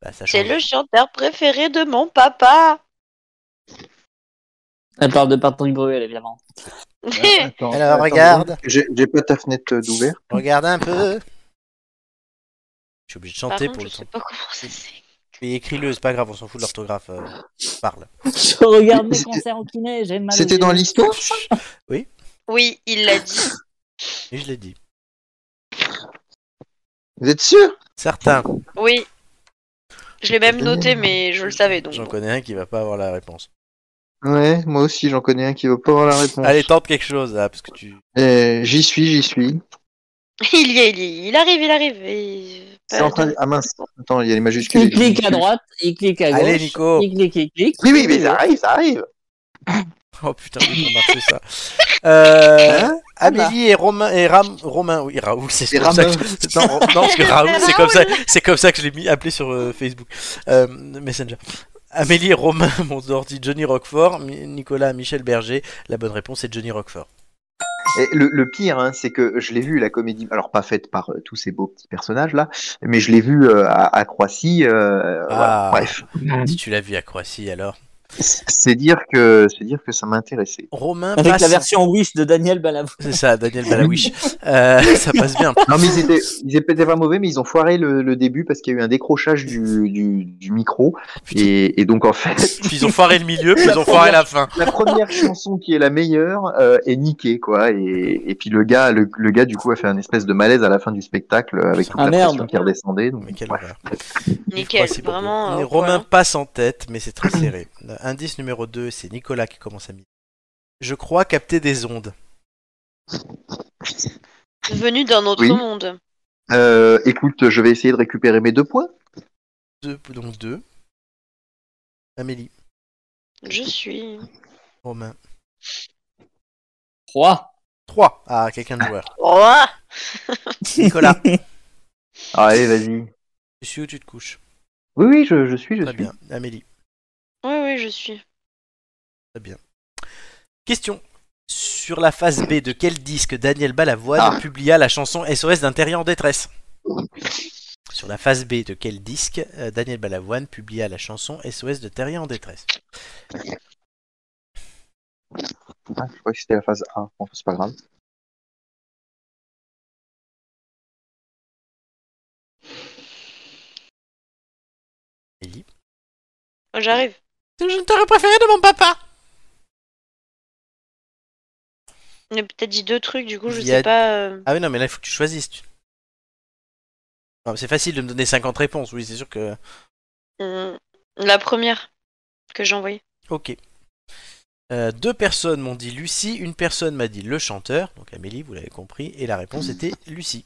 Bah, ça C'est change. le chanteur préféré de mon papa. Elle parle de Patrick Bruel évidemment. <laughs> Attends, Alors, attends, regarde. J'ai j'ai pas ta fenêtre euh, d'ouvert. Regarde un peu. Je suis obligé de chanter Par contre, pour je le Mmh. sais temps. pas comment ça s'écrit. Mais écris-le, c'est pas grave, on s'en fout de l'orthographe. euh, parle. <laughs> Je regarde mes C'était- concerts au kiné, j'ai mal. aux C'était yeux. dans l'histoire Oui, il l'a dit. Et je l'ai dit. Vous êtes sûr Certains, Oui. Je l'ai même noté, mais je le savais donc. Mmh. j'en connais un qui va pas avoir la réponse. Ouais, moi aussi j'en connais un qui veut pas avoir la réponse. Allez, tente quelque chose là, parce que tu. Euh, j'y suis, j'y suis. <laughs> Il y est, il y est. Il arrive, il arrive. et- Euh, C'est en train de... Ah mince, attends, il y a les majuscules. Il clique à droite, il clique à gauche. Allez, Nico. Il clique, il clique. Oui, oui, mais ça arrive, ça arrive. Oh putain, oui, on marqué ça. Euh, Hein Amélie et Romain et Ram Romain oui Raoul c'est C'est comme ça que non, Rameau. non, parce que Raoul c'est comme ça Raoul. c'est comme ça que je l'ai mis appelé sur euh, Facebook euh, Messenger Amélie et Romain <laughs> m'ont sorti Johnny Roquefort Mi- Nicolas Michel Berger la bonne réponse c'est Johnny Roquefort <laughs> Et le, le pire, hein, c'est que je l'ai vu la comédie, alors pas faite par euh, tous ces beaux petits personnages là, mais je l'ai vu euh, à, à Croatie. euh, Ah. voilà, bref, si tu l'as vu à Croatie alors c'est dire que c'est dire que ça m'intéressait. Romain Avec passe la version Wish de Daniel Balavoine. c'est ça Daniel Balawish euh, <laughs> ça passe bien Non mais ils étaient ils étaient pas mauvais, mais ils ont foiré le, le début parce qu'il y a eu un décrochage du, du, du micro et, et donc <laughs> en fait puis ils ont foiré le milieu puis La ils ont foiré la fin la première chanson qui est la meilleure euh, est niquée quoi et, et puis le gars le, le gars du coup a fait un espèce de malaise à la fin du spectacle avec toute Ah, la merde. pression qui redescendait. Donc, mais quelle bref. horreur. Je Nickel, crois que c'est vraiment. beaucoup. euh, Romain voilà. passe en tête, mais c'est très serré. Euh, Indice numéro 2, c'est Nicolas qui commence à miser. Je crois capter des ondes. hein. Venu d'un autre Oui. monde. Euh, écoute, je vais essayer de récupérer mes deux points. Deux, donc 2. Amélie, Je suis. Romain. 3. 3. Ah, quelqu'un de joueur. Oh <laughs> Nicolas, Ah, allez, vas-y. tu suis où tu te couches Oui, oui, je, je suis, je Très suis. bien. Amélie, oui, oui, je suis. question. Sur la phase B de quel disque Daniel Balavoine Ah. publia la chanson SOS d'un terrier en détresse Sur la phase B de quel disque euh, Daniel Balavoine publia la chanson SOS de terrier en détresse Ah, je crois que c'était la phase 1. Bon, c'est pas grave. Amélie Oh, J'arrive. C'est Je t'aurais préféré de mon papa On a peut-être dit deux trucs, du coup, je Il y a- sais pas. euh, Ah oui, non, mais là, il faut que tu choisisses. tu- Non, mais c'est facile de me donner 50 réponses, oui, c'est sûr que... hum, La première que j'ai envoyée. Ok. Euh, deux personnes m'ont dit Lucie, une personne m'a dit le chanteur, donc Amélie, vous l'avez compris, et la réponse était Lucie.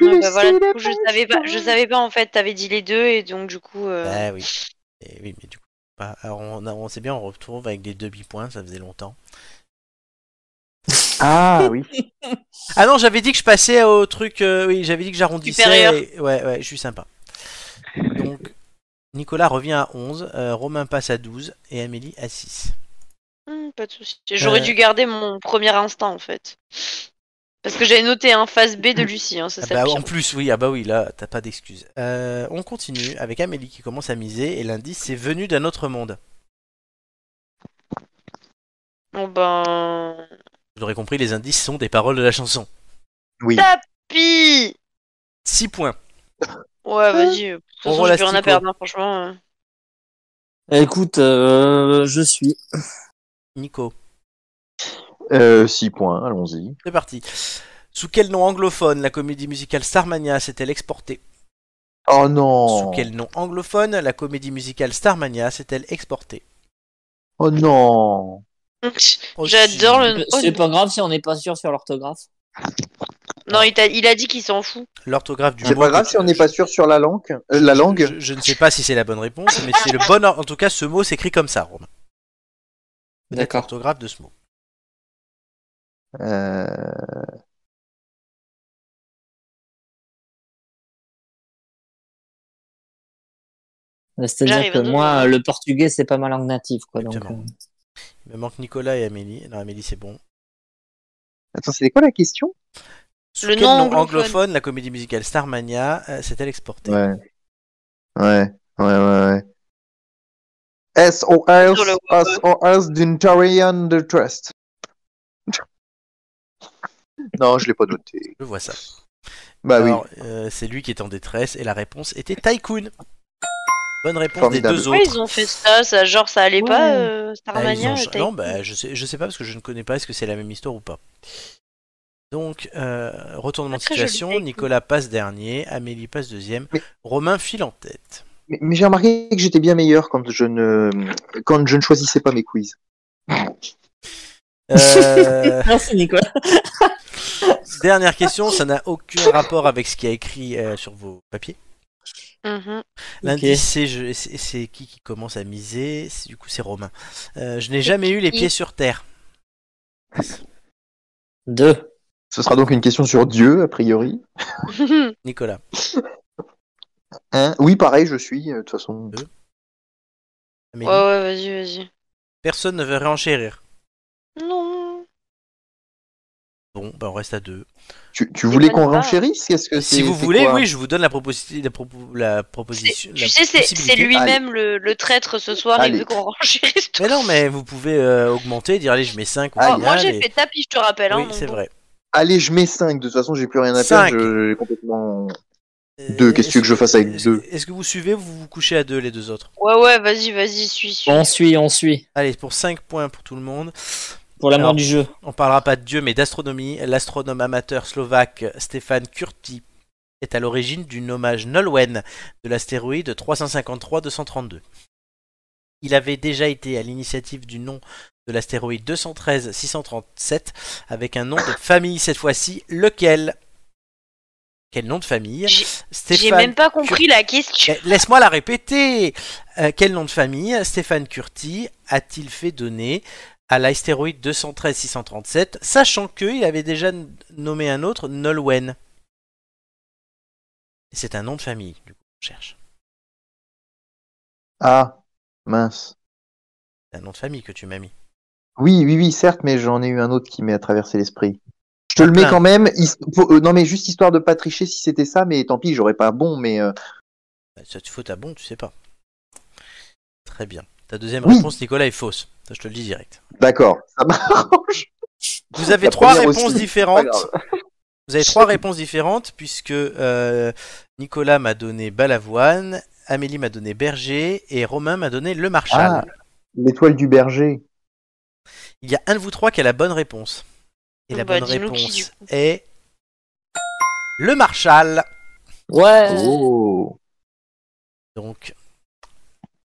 Ouais, bah voilà, du coup, je savais pas, je savais pas en fait, t'avais dit les deux et donc du coup. euh, Ah oui. Et oui, mais du coup, pas- alors, on, a- on sait bien, on retrouve avec des demi-points, ça faisait longtemps. Ah, oui. Ah non, j'avais dit que je passais au truc, euh, oui, j'avais dit que j'arrondissais. Supérieur. et- Ouais, ouais, je suis sympa. Donc, Nicolas revient à 11, euh, Romain passe à 12, et Amélie à 6. hum, pas de souci. J'aurais Euh. dû garder mon premier instinct en fait. Parce que j'avais noté un phase B de Lucie, hein, c'est Ah ça bah, le pire. en plus, oui, ah bah oui, là, t'as pas d'excuse. Euh, on continue avec Amélie qui commence à miser et l'indice c'est venu d'un autre monde. Bon ben. Vous l'aurez compris, les indices sont des paroles de la chanson. Oui. Pi 6 points. Ouais, vas-y. euh, De toute On façon, roule j'ai à plus rien Stico. à perdre, hein, franchement. euh. Écoute, euh, je suis. Nico, Euh, 6 points, allons-y. c'est parti. Sous quel nom anglophone la comédie musicale Starmania s'est-elle exportée Oh non. Sous quel nom anglophone la comédie musicale Starmania s'est-elle exportée Oh non. Aussi- euh. <laughs> J'adore le. oh, C'est pas grave si on n'est pas sûr sur l'orthographe. Non, il, t'a- il a dit qu'il s'en fout. L'orthographe du C'est mot pas grave que- si on n'est pas sûr sur la langue. euh, la langue. Je, je ne sais pas si c'est la bonne réponse, mais c'est le bon. or- En tout cas, ce mot s'écrit comme ça, Ah. Romain. Peut-être D'accord. L'orthographe de ce mot. Euh, C'est-à-dire J'arrive, que hein, moi, le portugais, c'est pas ma langue native. Quoi, donc, Exactement. Il me manque Nicolas et Amélie. Non, Amélie, c'est bon. Attends, c'était quoi la question Sous Le quel nom nom anglophone, anglophone. la comédie musicale Starmania euh, s'est-elle exportée Ouais. Ouais, ouais, ouais, ouais. SOS, Sur le web. SOS d'Intarian de Trust. <laughs> Non, je l'ai pas noté. Je vois ça. Bah oui. Alors, euh, c'est lui qui est en détresse et la réponse était Tycoon. Bonne réponse Formidable. des deux Pourquoi autres. Ah, ils ont fait ça, ça Genre, ça allait Ouais. pas, euh, Ah, ils Starmania ont cha- était- Non, bah, je, sais, je sais pas parce que je ne connais pas. Est-ce que c'est la même histoire ou pas Donc, euh, retournement de Pas très joli, situation. ça, écoute. Nicolas passe dernier. Amélie passe deuxième. Mais- Romain file en tête. Mais, mais j'ai remarqué que j'étais bien meilleur quand je ne quand je ne choisissais pas mes quiz. <laughs> Euh, <laughs> Merci Nicolas. dernière question. Ça n'a aucun rapport avec ce qui a écrit euh, sur vos papiers. Mhm. L'indice, c'est, je- c'est- c'est qui qui commence à miser C'est- Du coup, c'est Romain. Euh, je n'ai jamais eu les pieds sur terre. Deux. Ce sera donc une question sur Dieu, a priori. Mhm. <laughs> Nicolas. Hein oui, pareil, je suis, euh, de toute façon. Euh. ouais, ouais, Oh. Amélie. vas-y, vas-y. Personne ne veut réenchérir. Non. Bon, bah, on reste à deux. Tu, tu voulais qu'on Déconne pas. renchérisse Qu'est-ce que Si Euh, c'est- vous c'est voulez, quoi oui, je vous donne la, proposi- la, propo- la C'est- proposition. Tu la sais, c'est- possibilité. c'est lui-même le, le traître ce soir, Allez. il veut qu'on <laughs> renchérisse tout. Mais non, mais vous pouvez euh, augmenter, dire allez, je mets 5 ou Ah, Bon, moi, j'ai fait tapis, je te rappelle. hein, Oui, donc c'est bon. vrai. Allez, je mets 5, de toute façon, j'ai plus rien à Cinq. perdre. je- j'ai complètement... Deux, qu'est-ce que tu veux que je fasse avec est-ce- deux Est-ce que vous suivez ou vous vous couchez à deux, les deux autres Ouais, ouais, vas-y, vas-y, suis, suis. On suit, on suit. Allez, pour 5 points pour tout le monde. Pour l'amour Alors. du jeu. On parlera pas de Dieu, mais d'astronomie. L'astronome amateur slovaque Stéphane Curti est à l'origine du nommage Nolwenn de l'astéroïde 353-232. Il avait déjà été à l'initiative du nom de l'astéroïde 213-637 avec un nom de famille cette fois-ci. Lequel Quel nom de famille J'ai- J'ai Stéphane. même pas compris la question. Eh, Laisse-moi la répéter. Euh, quel nom de famille Stéphane Curti a-t-il fait donner à l'astéroïde 213-637, sachant qu'il avait déjà n- nommé un autre Nolwenn Et C'est un nom de famille, du coup, on cherche. Ah, mince. C'est un nom de famille que tu m'as mis. Oui, oui, oui, certes, mais j'en ai eu un autre qui m'est à traverser l'esprit. Je te le mets Ah, plein. quand même. his- pour- euh, non, mais juste histoire de pas tricher si c'était ça, mais tant pis, j'aurais pas bon, mais... euh, Bah, Ça te faute à bon, tu sais pas. Très bien. Ta deuxième Oui. réponse, Nicolas, est fausse. Ça, je te le dis direct. D'accord, <laughs> ça m'arrange. Vous avez La trois première réponses aussi, différentes. pas grave. Vous avez trois réponses différentes puisque euh, Nicolas m'a donné Balavoine, Amélie m'a donné Berger et Romain m'a donné Le Marchal. Ah. L'étoile du berger. Il y a un de vous trois qui a la bonne réponse. Et la Bah, bonne dis-nous qui, du réponse est Le Marchal. Ouais. Oh. Donc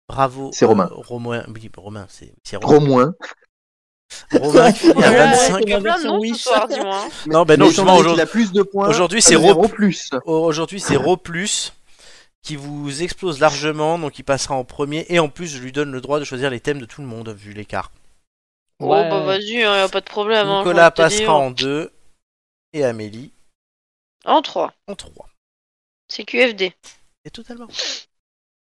bravo. C'est Romain. euh, Romain, oui, Romain, c'est c'est Romain. Romain. Romain qui finit à Ouais, Ouais, 25. il y a plein de noms ce Wish. soir, dis-moi. hein. Non, ben non, justement, Mais étant donné aujourd'hui- qu'il a plus de points. aujourd'hui, ça c'est devient Ro- plus. Aujourd'hui, c'est Ro Plus qui vous explose largement, donc il passera en premier. Et en plus, je lui donne le droit de choisir les thèmes de tout le monde, vu l'écart. Ouais. Oh, bah vas-y, hein, y a pas de problème. hein, j'ai Nicolas envie de te dire. passera en deux et Amélie En 3. en trois. C'est QFD. C'est totalement.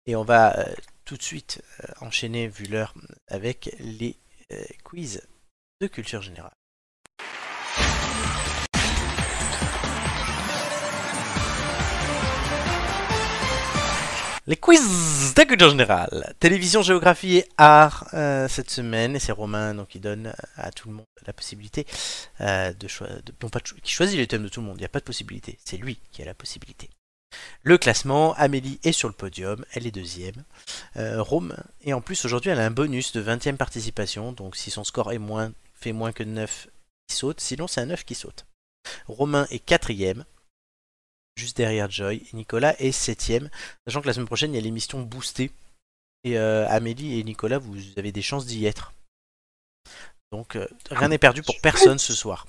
Et on va euh, tout de suite euh, enchaîner, vu l'heure, avec les euh, quiz de culture générale. Les quiz de culture générale. Télévision, géographie et art euh, cette semaine. Et c'est Romain donc, qui donne euh, à tout le monde la possibilité euh, de choisir. Non, pas de cho- qui choisit les thèmes de tout le monde. Il n'y a pas de possibilité. C'est lui qui a la possibilité. Le classement, Amélie est sur le podium. Elle est deuxième. Euh, Romain. Et en plus, aujourd'hui, elle a un bonus de 20e participation. Donc si son score est moins, fait moins que 9, il saute. Sinon, c'est un 9 qui saute. Romain est quatrième. Juste derrière Joy. Et Nicolas est septième. Sachant que la semaine prochaine, il y a l'émission Boostée. Et euh, Amélie et Nicolas, vous avez des chances d'y être. Donc, euh, rien n'est perdu pour personne ce soir.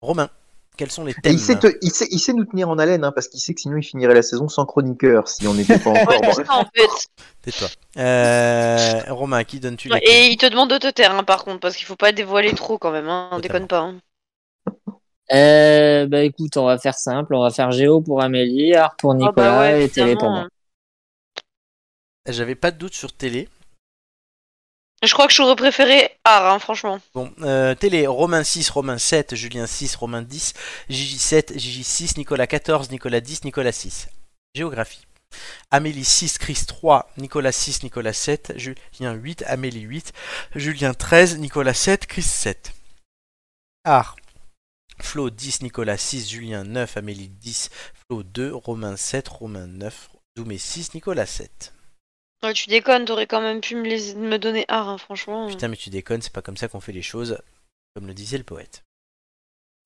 Romain, quels sont les Et thèmes il, sait te- il, sait, il sait nous tenir en haleine, hein, parce qu'il sait que sinon il finirait la saison sans chroniqueur si on <laughs> n'était pas encore. Ouais, dans- c'est ça, en fait. Tais-toi. Euh, Romain, à qui donnes-tu les Et il te demande de te taire, hein, par contre, parce qu'il faut pas dévoiler trop quand même. Hein. Totalement. On déconne pas. hein. Euh, bah écoute, on va faire simple. On va faire Géo pour Amélie, Art pour Ah, bah Nicolas ouais, et Télé pour évidemment, moi. hein. J'avais pas de doute sur télé. Je crois que j'aurais préféré art, hein, franchement. Bon, euh, télé, Romain 6, Romain 7, Julien 6, Romain 10, Gigi 7, Gigi 6, Nicolas 14, Nicolas 10, Nicolas 6. Géographie. Amélie 6, Chris 3, Nicolas 6, Nicolas 7, Julien 8, Amélie 8, Julien 13, Nicolas 7, Chris 7. Art. Flo 10, Nicolas 6, Julien 9, Amélie 10, Flo 2, Romain 7, Romain 9, Doumé 6, Nicolas 7. Ouais, tu déconnes, t'aurais quand même pu me, les... me donner art, hein, franchement. Putain, mais tu déconnes, c'est pas comme ça qu'on fait les choses, comme le disait le poète.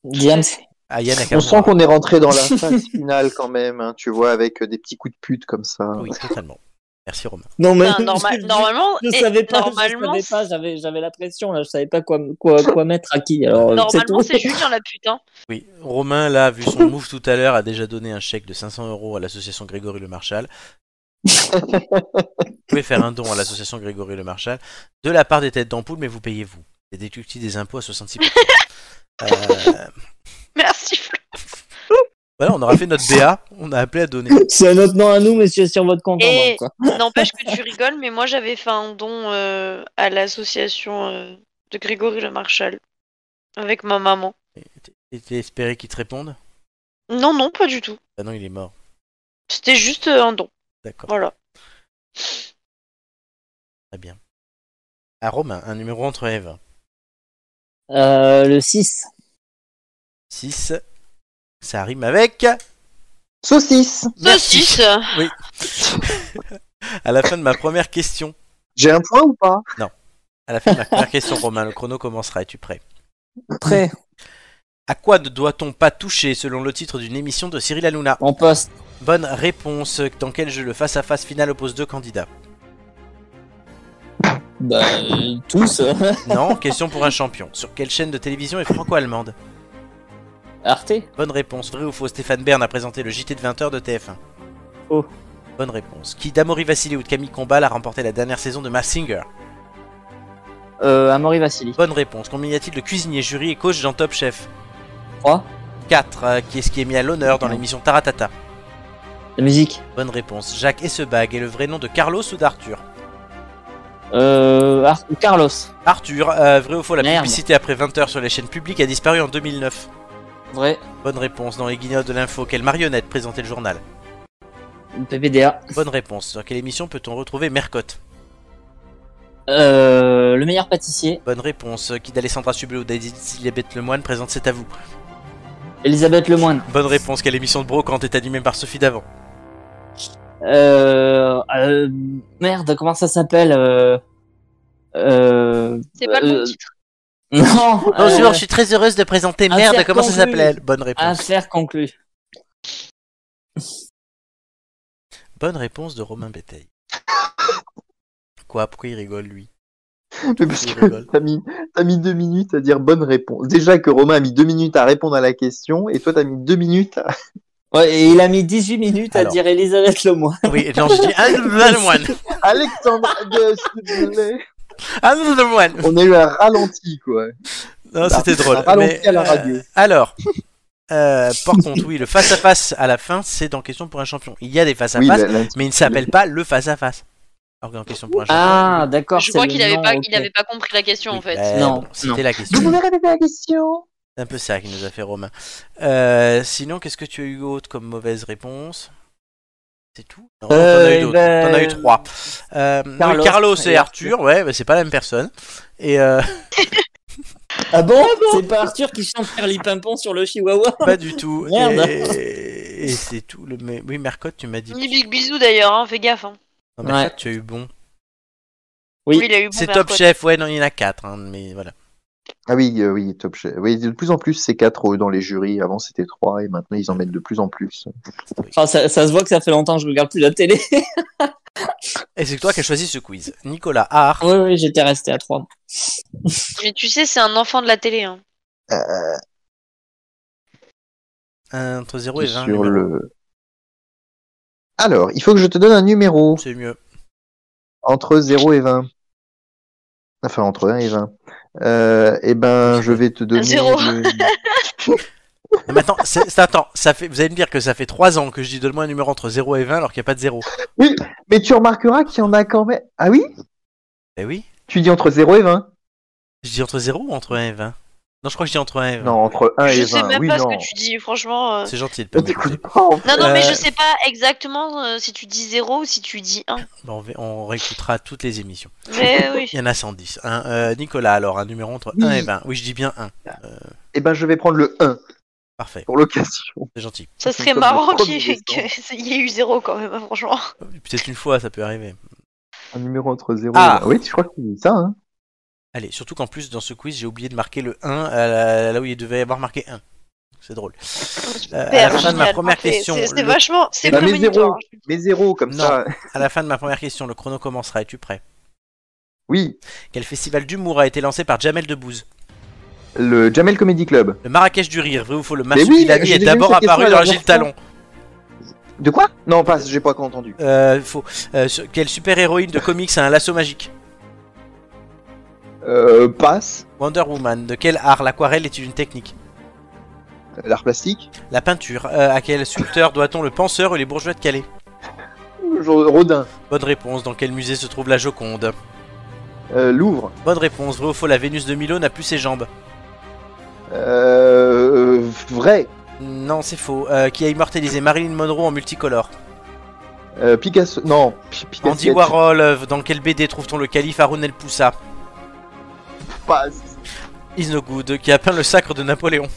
euh, Diams, Ah, Yann a On carrément sent raison. qu'on est rentré <laughs> dans la phase finale quand même, hein, tu vois, avec euh, des petits coups de pute comme ça. Oui, totalement. Merci Romain. <laughs> Non, mais. Putain, normal- normalement, Je eh, savais pas, normalement, je savais pas, j'avais, j'avais la pression, là, je savais pas quoi, quoi, quoi mettre à qui. Alors, euh, c'est normalement tout. c'est Julien la pute. Hein. <laughs> Oui, Romain, là, vu son move tout à l'heure, a déjà donné un chèque de 500 euros à l'association Grégory Le <laughs> Marchal. vous pouvez faire un don à l'association Grégory Le Marchal de la part des têtes d'ampoule, mais vous payez vous. C'est déductible des impôts à 66%. <laughs> Euh, Merci. Flo. voilà, on aura fait notre BA, on a appelé à donner. C'est un autre nom à nous, monsieur, sur votre compte. en Et- banque, quoi. N'empêche que tu rigoles, mais moi j'avais fait un don euh, à l'association euh, de Grégory Le Marchal avec ma maman. Et t'es espéré qu'il te réponde Non, non, pas du tout. Ah non, il est mort. C'était juste euh, un don. D'accord, Voilà. très bien. À Ah, Romain, un numéro entre Eve. Euh, le 6. 6. Ça rime avec. Saucisse Merci. Saucisse. À la fin de ma première question. J'ai un point ou <laughs> pas À la fin de ma première question, Romain, le chrono commencera. Es-tu prêt Prêt. À quoi ne doit-on pas toucher selon le titre d'une émission de Cyril Hanouna En poste. Bonne réponse. Dans quel jeu le face-à-face final oppose deux candidats Bah, euh, tous. <laughs> euh, Non, question pour un champion. Sur quelle chaîne de télévision est franco-allemande Arte. Bonne réponse. Vrai ou faux Stéphane Bern a présenté le JT de 20h de TF1. Faux. Bonne réponse. Qui d'Amaury Vassili ou de Camille Combal a remporté la dernière saison de Mask Singer Euh, Amaury Vassili. Bonne réponse. Combien y a-t-il de cuisiniers, jury et coach dans Top Chef 3. 4. Qu'est-ce euh, qui est mis à l'honneur dans l'émission Taratata La musique. Bonne réponse. Jacques Essebag est le vrai nom de Carlos ou d'Arthur Euh, Ar- Carlos. Arthur, euh, vrai ou faux, la Merde. publicité après 20h sur les chaînes publiques a disparu en 2009 Vrai. Bonne réponse. Dans les guignols de l'info, quelle marionnette présentait le journal PPDA. Bonne réponse. Sur quelle émission peut-on retrouver Mercotte Euh, le meilleur pâtissier. Bonne réponse. Qui d'Alessandra Sublet ou d'Elisabeth Lemoine présente C'est à vous Elisabeth Lemoine. Bonne réponse. Quelle émission de Brocante est animée par Sophie Davant Euh, euh, merde, comment ça s'appelle euh, euh, <laughs> C'est pas le bon euh, titre. hein. Non. Bonjour, euh, Ah, je suis très heureuse de présenter Affaire Merde, comment ça conclue. s'appelait Bonne réponse. Affaire conclue. Bonne réponse de Romain Béteil. Quoi Pourquoi il rigole lui Mais Parce Il que rigole. t'as mis, t'as mis deux minutes à dire bonne réponse. Déjà que Romain a mis deux minutes à répondre à la question, et toi t'as mis deux minutes à... <laughs> Ouais, et il a mis 18 minutes Alors. à dire Elisabeth Lemoine. Oui, non, je dis <laughs> Another one Alexandre Agueux, s'il vous plaît. Another one On a eu un ralenti, quoi. Non, c'était Un drôle. ralenti mais, à la euh, radio. <laughs> alors, euh, par contre, oui, le face-à-face à la fin, c'est dans Question pour un champion. Il y a des Oui, bah, face-à-face, la- la- mais il ne s'appelle pas le face-à-face. Alors que dans Question pour un champion. Ah, d'accord. Je c'est crois le qu'il avait nom, pas, ok. il avait pas compris la question oui, en fait. ben, Non, bon, non. C'était la question. Vous pouvez répéter la question C'est un peu ça qui nous a fait Romain. Euh, sinon, qu'est-ce que tu as eu autre comme mauvaise réponse C'est tout Non, Euh, t'en as eu eh d'autres. ben, T'en as eu trois. Euh, oui, Carlos, Carlos et et Arthur, ouais, bah, c'est pas la même personne. Et euh, Ah bon, C'est pas Arthur qui chante Perli Pimpon sur le Chihuahua pas du tout. <laughs> Merde. Et, et c'est tout. Le... mais- Oui, Mercotte, tu m'as dit. Ni big bisou d'ailleurs, hein, fais gaffe. Hein. Non, Mercotte, Ouais. tu as eu bon. Oui, Oui, il a eu bon c'est verre, Top quoi. Chef, ouais, non, il y en a quatre, hein, mais voilà. Ah oui, euh, oui, top chef. Oui, de plus en plus, c'est quatre euh, dans les jurys. Avant, c'était trois, et maintenant, ils en mettent de plus en plus. Ah, ça, ça se voit que ça fait longtemps que je regarde plus la télé. Et c'est toi qui as choisi ce quiz. Nicolas Hart, oui, oui, j'étais resté à 3. Mais tu sais, c'est un enfant de la télé. Hein. Euh, entre 0 et 20. sur numéro. le... Alors, il faut que je te donne un numéro C'est mieux. entre 0 et 20. Enfin, entre 1 et 20. Euh, eh ben, je vais te donner... Zéro. le- Non, mais attends, c'est- c'est- attends, ça fait, vous allez me dire que ça fait 3 ans que je dis donne-moi un numéro entre 0 et 20 alors qu'il n'y a pas de 0. Mais tu remarqueras qu'il y en a quand même... Ah oui Eh oui, Tu dis entre 0 et 20 je dis entre 0 ou entre 1 et 20 Non, je crois que je dis entre 1 et 20. Non, entre 1 je et sais 20. même Oui, pas non. ce que tu dis, franchement. euh. C'est gentil de pas On m'écouter. t'écoute pas, en fait. Non, non, mais Euh, je sais pas exactement euh, si tu dis 0 ou si tu dis 1. Bon, on, va- on réécoutera toutes les émissions. <laughs> Mais oui. Il y en a 110. hein. Euh, Nicolas, alors, un numéro entre Oui. 1 et 20. Oui, je dis bien 1. Eh ben, je vais prendre le 1 Parfait, pour l'occasion. c'est gentil. Ça serait Comme le marrant <laughs> premier qu'il qu'il y ait eu zéro quand même, hein, franchement. Peut-être une fois, ça peut arriver. Un numéro entre 0 Ah. et 1. Oui, je crois que c'est ça. Hein. Allez, surtout qu'en plus, dans ce quiz, j'ai oublié de marquer le 1 à la- là où il devait y avoir marqué 1. C'est drôle. Euh, à la Super, fin de ma génial, première parfait. question, C'est c'est le- Eh ben, vachement. C'est Bah, mais prémonitoire. Mais 0, comme Non. ça. À la fin de ma première question, le chrono commencera. Es-tu prêt Oui, Quel festival d'humour a été lancé par Jamel Debbouze le Jamel Comedy Club. Le Marrakech du rire, vrai ou faux Le oui, marsupilami j'ai est déjà eu d'abord cette question apparu la dans dernière Gilles Talon. De quoi Non, pas, j'ai pas entendu. Euh, faux. Euh, sur- quelle super-héroïne de comics a un lasso magique Euh, passe, Wonder Woman. De quel art l'aquarelle est une technique l'art plastique. La peinture. Euh, à quel sculpteur doit-on le penseur ou les bourgeois de Calais Jo- Rodin, Bonne réponse. Dans quel musée se trouve la Joconde euh, Louvre, Bonne réponse. Vrai ou faux La Vénus de Milo n'a plus ses jambes euh, vrai, Non, c'est faux. Euh, qui a immortalisé Marilyn Monroe en multicolore euh, Picasso, non, P- Picasso. Andy Warhol. euh, Dans quel BD trouve-t-on le calife Haroun El Poussa Passe. Is no good. Qui a peint le sacre de Napoléon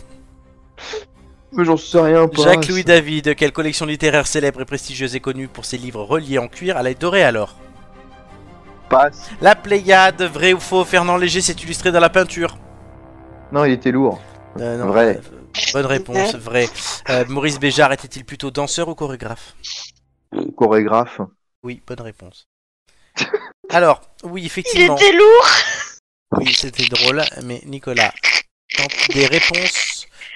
Mais J'en sais rien. Passe. Jacques-Louis David, quelle collection littéraire célèbre et prestigieuse est connue pour ses livres reliés en cuir à la dorée alors Passe. La Pléiade, vrai ou faux, Fernand Léger s'est illustré dans la peinture Non, il était lourd. Euh, Vrai. euh, bonne réponse, vrai. Euh, Maurice Béjart était-il plutôt danseur ou chorégraphe Chorégraphe. Oui, bonne réponse. Alors, oui, Il effectivement, était lourd. oui, c'était drôle, mais Nicolas, quand des réponses.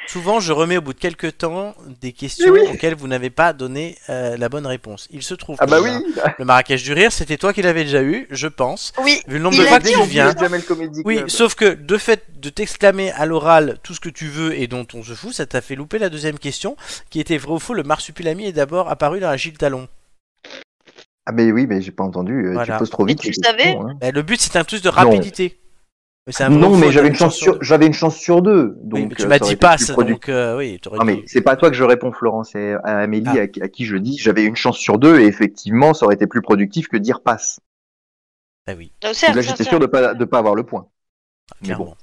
Souvent, je remets au bout de quelques temps des questions Mais oui. auxquelles vous n'avez pas donné euh, la bonne réponse. Il se trouve Ah bah que, oui. euh, Le Marrakech du Rire, c'était toi qui l'avais déjà eu, je pense. Oui. Vu le nombre Il de a fois que dit tu en viens. plus. Jamel Comedy Oui, Club. sauf que de fait de t'exclamer à l'oral tout ce que tu veux et dont on se fout, ça t'a fait louper la deuxième question, qui était vrai ou faux, le marsupilami est d'abord apparu dans la Gilles Talon. Ah mais oui, mais j'ai pas entendu. euh, Voilà. Tu poses trop vite. tu les savais questions, hein. Bah, le but c'est un plus de rapidité. Mais c'est un vrai ou Non, faux, mais t'as j'avais une chance deux. sur, j'avais une chance sur deux. Donc Oui, mais tu euh, m'as ça aurait dit été plus passe, productif. donc Ah. euh, oui, t'aurais Non mais dû- c'est pas à toi que je réponds Florence et à Amélie à, qui- à qui je dis j'avais une chance sur deux et effectivement ça aurait été plus productif que dire passe. Bah oui, Non, Donc certes, là j'étais certes, sûr de pas de pas avoir le point. Mais clairement. bon,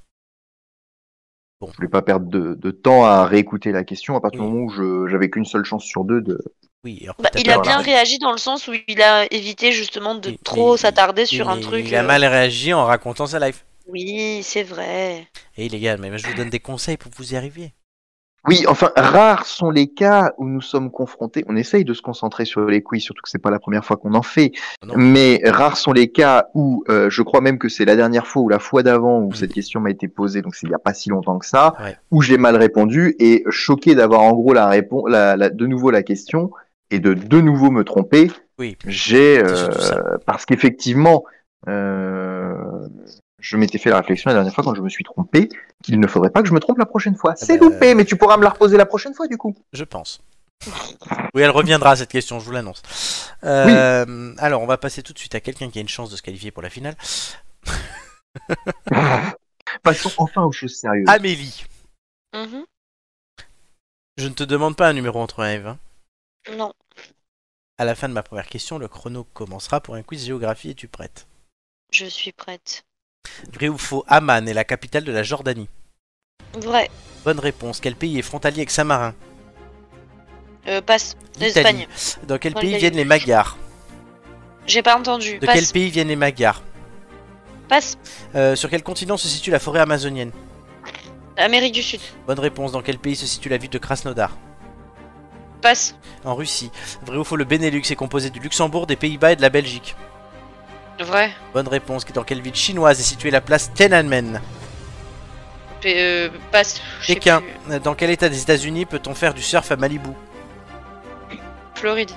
je voulais pas perdre de, de temps à réécouter la question à partir Oui. du moment où je- j'avais qu'une seule chance sur deux de. Oui, alors que Bah, t'as il a peur, bien là. réagi dans le sens où il a évité justement de Il- trop il- s'attarder sur un Il- truc. Il a euh, mal réagi en racontant sa life. Oui, c'est vrai. Et les gars, mais moi, je vous donne des conseils pour que vous y arriviez. Oui, enfin rares sont les cas où nous sommes confrontés. On essaye de se concentrer sur les quiz, surtout que c'est pas la première fois qu'on en fait. Ah Non. Mais rares sont les cas où euh, je crois même que c'est la dernière fois ou la fois d'avant où Mm. cette question m'a été posée, donc c'est il y a pas si longtemps que ça, Ouais. où j'ai mal répondu et choqué d'avoir en gros la réponse, la, la- de nouveau la question et de de nouveau me tromper. Oui. J'ai C'est euh, surtout ça. parce qu'effectivement, euh, je m'étais fait la réflexion la dernière fois quand je me suis trompé qu'il ne faudrait pas que je me trompe la prochaine fois. C'est bah, loupé, mais tu pourras me la reposer la prochaine fois du coup. Je pense. Oui, elle reviendra cette question, je vous l'annonce. Euh, Alors, on va passer tout de suite à quelqu'un qui a une chance de se qualifier pour la finale. Passons enfin aux choses sérieuses. Ah, Amélie, Mhm. je ne te demande pas un numéro entre 1 et 20. Non. À la fin de ma première question, le chrono commencera pour un quiz géographie. Es-tu prête Je suis prête. Vrai ou faux, Amman est la capitale de la Jordanie. Vrai. Bonne réponse. Quel pays est frontalier avec Saint-Marin Euh, passe. L'Espagne. L'Italie. Dans quel Dans pays lequel- viennent les Magyars J'ai pas entendu. De quel passe. pays viennent les Magyars Passe. Euh, Sur quel continent se situe la forêt amazonienne Amérique du Sud. Bonne réponse. Dans quel pays se situe la ville de Krasnodar Passe. En Russie. Vrai ou faux, le Benelux est composé du Luxembourg, des Pays-Bas et de la Belgique. Vrai. Bonne réponse. Dans quelle ville chinoise est située la place Tiananmen P- euh, passe. Je sais Pékin. Euh, plus. Dans quel état des États-Unis peut-on faire du surf à Malibu Floride.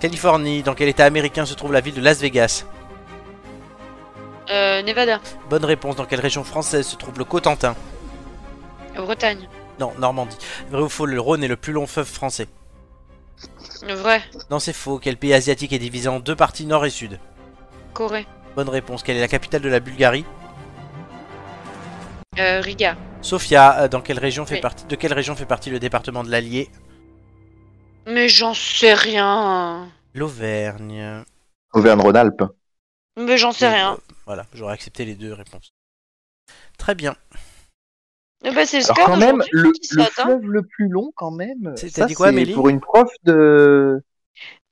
Californie. Dans quel état américain se trouve la ville de Las Vegas Euh, Nevada. Bonne réponse. Dans quelle région française se trouve le Cotentin Bretagne. Non, Normandie. Vrai ou faux, le Rhône est le plus long fleuve français Vrai. Non, c'est faux. Quel pays asiatique est divisé en deux parties, nord et sud Corée. Bonne réponse. Quelle est la capitale de la Bulgarie Euh, Riga. Sofia. Euh, Dans quelle région fait Oui. partie De quelle région fait partie le département de l'Allier Mais j'en sais rien. L'Auvergne. Auvergne-Rhône-Alpes. Mais j'en sais Et, rien. euh, voilà, j'aurais accepté les deux réponses. Très bien. Eh ben, c'est le euh, Alors score quand même, d'aujourd'hui le, qui le s'atteint. fleuve le plus long quand même, C'est- t'as ça dit quoi, c'est Amélie pour une prof de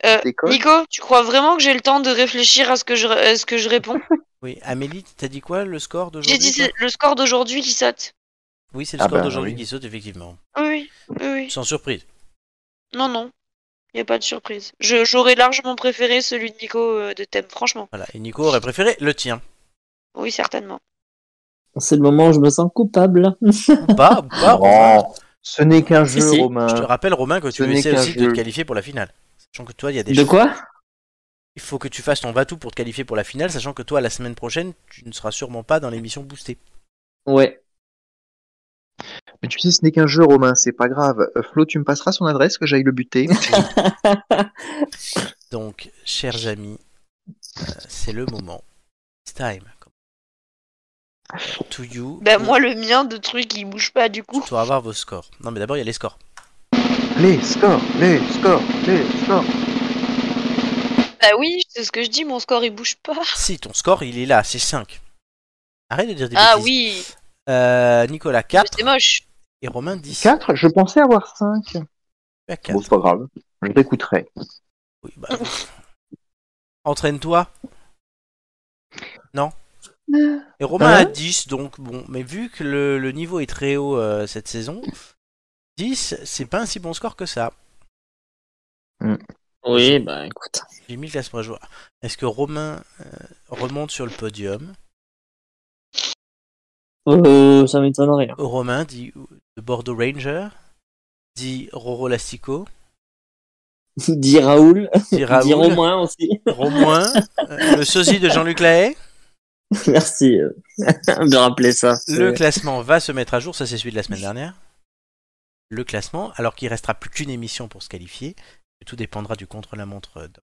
Euh, Décolle. Nico, tu crois vraiment que j'ai le temps de réfléchir à ce que je, à ce que je <laughs> réponds Oui, Amélie, t'as dit quoi le score d'aujourd'hui J'ai dit toi c'est le score d'aujourd'hui qui saute. Oui, c'est le Ah score bah, d'aujourd'hui oui. qui saute, effectivement. Oui, oui, oui, oui. Sans surprise. Non, non. Il n'y a pas de surprise. Je- J'aurais largement préféré celui de Nico euh, de thème, franchement. Voilà. Et Nico aurait préféré le tien. Oui, certainement. C'est le moment où je me sens coupable. Ou pas, ou pas. Romain. Oh, ce n'est qu'un jeu, si, Romain. Je te rappelle, Romain, que euh, Ce tu n'est essaies qu'un aussi de te jeu. qualifier pour la finale. Sachant que toi, il y a des De choses- quoi Il faut que tu fasses ton va-tout pour te qualifier pour la finale, sachant que toi, la semaine prochaine, tu ne seras sûrement pas dans l'émission boostée. Ouais. Mais tu sais, ce n'est qu'un jeu, Romain, c'est pas grave. Euh, Flo, tu me passeras son adresse que j'aille le buter. Donc, chers amis, euh, c'est le moment. It's time. To you. Bah, moi, le mien de truc, il bouge pas du coup. Tu dois avoir vos scores. Non, mais d'abord, il y a les scores. les scores, les scores, les scores. Bah oui, c'est ce que je dis, mon score, il bouge pas. Si, ton score, il est là, c'est 5. Arrête de dire des Ah bêtises. oui, Euh, Nicolas 4 c'est moche. et Romain 10. 4 Je pensais avoir 5. Tu as 4. Bon, c'est pas grave. Je t'écouterai. Oui, bah, Entraîne-toi. Non. Et Romain a 10, donc bon. Mais vu que le, le niveau est très haut euh, cette saison, 10, c'est pas un si bon score que ça. Oui, bah écoute. J'ai mis le classement à jour. Est-ce que Romain euh, remonte sur le podium Euh, ça m'étonnerait. <laughs> là. Romain dit de Bordeaux Ranger, dit Roro Lastico, Dis Raoul. <laughs> dit Dis Raoul, Romain aussi. <laughs> Romain, euh, le sosie de Jean-Luc Lahaye. Merci euh, <laughs> de rappeler ça. C'est- Le classement va se mettre à jour, ça c'est celui de la semaine dernière. Le classement, alors qu'il restera plus qu'une émission pour se qualifier, tout dépendra du contre-la-montre euh, dans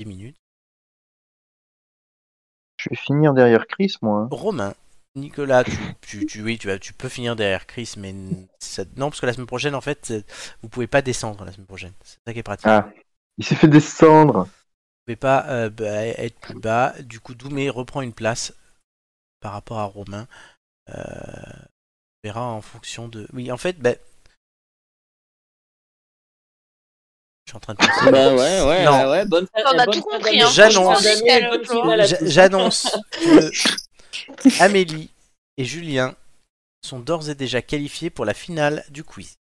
10 minutes. Je vais finir derrière Chris, moi. Romain, Nicolas, tu, tu, tu- oui, tu, vas- tu peux finir derrière Chris, mais n- ça- non, parce que la semaine prochaine, en fait, c'est- vous pouvez pas descendre la semaine prochaine. C'est ça qui est pratique. Ah. Il s'est fait descendre. Vous pouvez pas euh, bah, être plus bas. Du coup, Doumé reprend une place par rapport à Romain. Euh, on verra en fonction de. Oui, en fait, bah, je suis en train de penser. Bah ouais, <laughs> ouais, Non. ouais, ouais, bonne fête. On a bonne tout fête compris, à hein. tous. J'annonce. Bonne fête à tous. Voilà, J'a- J'annonce que Amélie et Julien sont d'ores et déjà qualifiés pour la finale du quiz.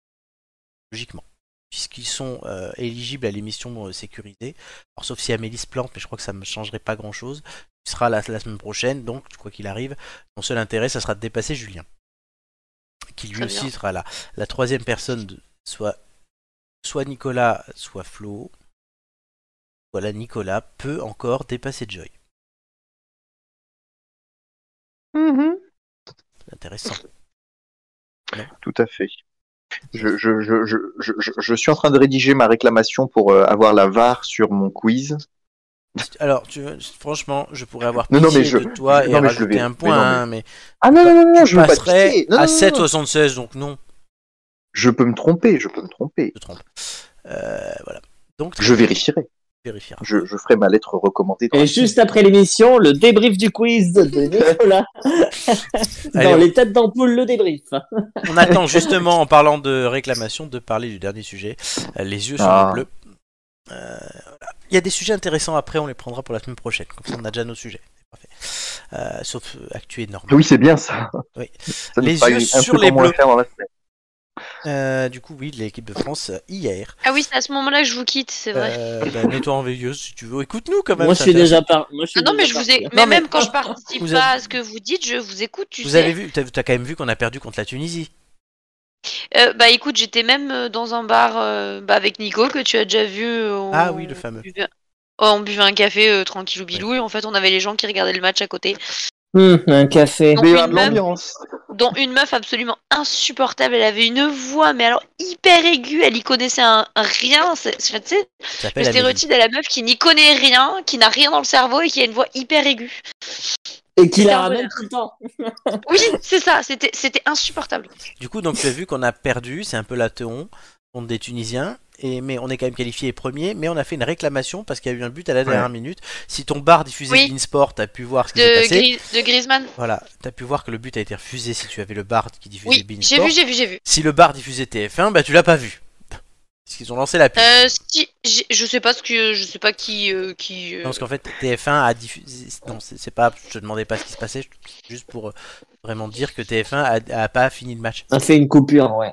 Logiquement. Puisqu'ils sont euh, éligibles à l'émission euh, sécurisée. Alors, sauf si Amélie se plante, mais je crois que ça ne me changerait pas grand chose. Tu seras la, la semaine prochaine, donc quoi qu'il arrive, ton seul intérêt, ça sera de dépasser Julien. Qui lui Très aussi bien. sera la, la troisième personne, de, soit, soit Nicolas, soit Flo. Voilà, Nicolas peut encore dépasser Joy. C'est intéressant. Tout à fait. Je, je, je, je, je, je- je suis en train de rédiger ma réclamation pour euh, avoir la VAR sur mon quiz. Alors, tu veux- franchement, je pourrais avoir Non, pitié non, mais je- de toi et non, mais je le rajouter vais. un Mais point, non, mais- hein, mais, Ah non, non, non, non, tu je veux pas te passerais quitter. Non, à non, non, non. 7,76, donc non, Je peux me tromper, je peux me tromper. je te trompe. Euh, voilà. Donc, Je vérifierai. tu vérifieras. Je, je ferai ma lettre recommandée. dans Et la- juste après l'émission, le débrief du quiz de <laughs> Nicolas. Dans Allez, on- les têtes d'ampoule, le débrief. On attend justement, en parlant de réclamation, de parler du dernier sujet, euh, les yeux sur Ah. le bleu. Euh, voilà. Il y a des sujets intéressants après, on les prendra pour la semaine prochaine. Comme ça, on a déjà nos sujets. C'est parfait. Euh, sauf euh, actu et norme. Oui, c'est bien ça. Oui. Ça nous Les fera yeux un sur truc en les moins à bleus. faire dans la semaine. Euh, du coup, oui, de l'équipe de France euh, hier. Ah oui, c'est à ce moment-là que je vous quitte, c'est vrai. Euh, bah, Mets-toi en veilleuse si tu veux. Écoute-nous quand même. Moi, je c'est suis intéressant. déjà par. Moi, je suis Ah non, mais déjà je vous parti. ai... Mais Non, mais- même quand je participe Vous pas avez- à ce que vous dites, je vous écoute, tu Vous sais. avez vu, t'as t'as quand même vu qu'on a perdu contre la Tunisie. Euh, bah écoute, j'étais même euh, dans un bar euh, bah, avec Nico que tu as déjà vu. euh, on Ah oui, le fameux. buvait- oh, on buvait un café euh, tranquille ou bilou et en fait on avait les gens qui regardaient le match à côté. Hum, un café. Non, Mais il y oui, aura de même. l'ambiance. Dont une meuf absolument insupportable, elle avait une voix mais alors hyper aiguë, elle y connaissait un, un rien. c'est- c'est- Tu sais, Ça s'appelle le Amélie. stéréotype de la meuf qui n'y connaît rien, qui n'a rien dans le cerveau et qui a une voix hyper aiguë. Et qui la Cerveau, ramène là. tout le temps. Oui, c'est ça, c'était c'était insupportable. Du coup, donc tu as vu qu'on a perdu, c'est un peu la teon contre des Tunisiens. Et, mais on est quand même qualifié premier, mais on a fait une réclamation parce qu'il y a eu un but à la dernière minute. Si ton bar diffusait Oui. Beansport, t'as pu voir ce qui s'est De, passé. Gris- de Griezmann Voilà, t'as pu voir que le but a été refusé si tu avais le bar qui diffusait Oui, j'ai Beansport. vu, j'ai vu, j'ai vu. Si le bar diffusait TF1, bah tu l'as pas vu. Parce qu'ils ont lancé la pub. Euh, si, j'ai- je sais pas ce que, je sais pas qui, euh, qui. euh, Non, parce qu'en fait, TF1 a diffusé. Non, c'est c'est pas. Je te demandais pas ce qui se passait, je- juste pour euh, vraiment dire que TF1 a, a pas fini le match. Ah, On fait une coupure, ouais.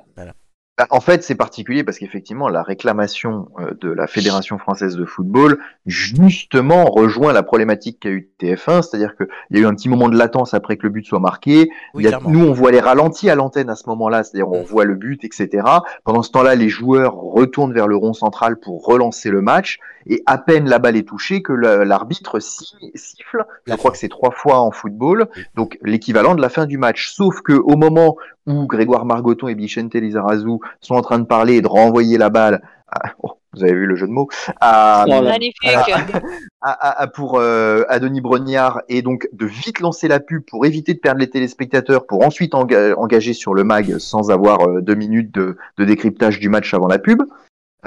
Bah, en fait, c'est particulier parce qu'effectivement, la réclamation euh, de la Fédération française de football, justement, rejoint la problématique qu'a eu TF1, c'est-à-dire qu'il y a eu un petit moment de latence après que le but soit marqué. Oui, Il y a- clairement. nous, on voit les ralentis à l'antenne à ce moment-là, c'est-à-dire on Mm. voit le but, etc. Pendant ce temps-là, les joueurs retournent vers le rond central pour relancer le match, et à peine la balle est touchée que le- l'arbitre si- siffle. Je La crois fin. que c'est trois fois en football, Oui. donc l'équivalent de la fin du match. Sauf que au moment où Grégoire Margoton et Bichente Lizarazu sont en train de parler et de renvoyer la balle, à- oh, vous avez vu le jeu de mots, à, Oh là Allez, Alors- fuck. à, à- à- pour euh, à Denis Brognard et donc de vite lancer la pub pour éviter de perdre les téléspectateurs pour ensuite enga- engager sur le mag sans avoir euh, deux minutes de, de décryptage du match avant la pub.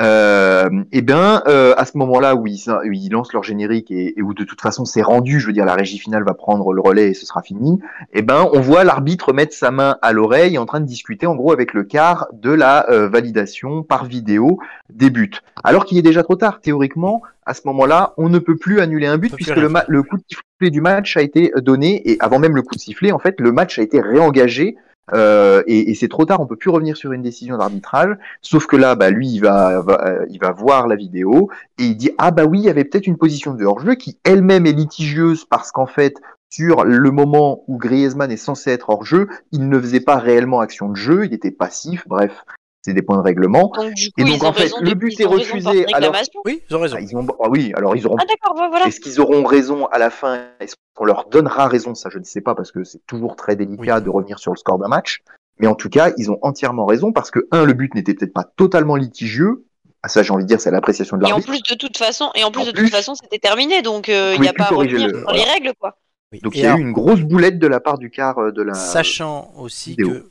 Euh, et bien, euh, à ce moment-là où ils, où ils lancent leur générique et, et où de toute façon c'est rendu, je veux dire la régie finale va prendre le relais et ce sera fini. Et ben, on voit l'arbitre mettre sa main à l'oreille en train de discuter en gros avec le quart de la euh, validation par vidéo des buts. Alors qu'il est déjà trop tard théoriquement. À ce moment-là, on ne peut plus annuler un but peut plus puisque rien le, ma- le coup de sifflet du match a été donné et avant même le coup de sifflet, en fait, le match a été réengagé. euh, et, et c'est trop tard, on peut plus revenir sur une décision d'arbitrage. Sauf que là, bah, lui, il va, va- euh, il va voir la vidéo et il dit ah bah oui, il y avait peut-être une position de hors-jeu qui elle-même est litigieuse parce qu'en fait, sur le moment où Griezmann est censé être hors-jeu, il ne faisait pas réellement action de jeu, il était passif. Bref, c'est des points de règlement. Donc du coup, Et donc, ils ont en fait, raison le de- but ils est ont raison de porter refusé, alors- réclamation. Oui, ils ont raison. Ah, ils ont, ah oui, alors ils auront Ah d'accord, bah, voilà. est-ce qu'ils auront raison à la fin Est-ce qu'on leur donnera raison Ça, je ne sais pas, parce que c'est toujours très délicat Oui. de revenir sur le score d'un match. Mais en tout cas, ils ont entièrement raison, parce que, un, le but n'était peut-être pas totalement litigieux. Ah, ça, j'ai envie de dire, c'est l'appréciation de Et en l'arbitre. plus de toute façon, et en plus En de plus, toute façon, c'était terminé, donc euh, il vous n'y a pouvez pas à plus corriger revenir le- sur les règles quoi. Oui. Donc, Et il y a alors, eu une grosse boulette de la part du quart euh, de la. Sachant aussi vidéo. que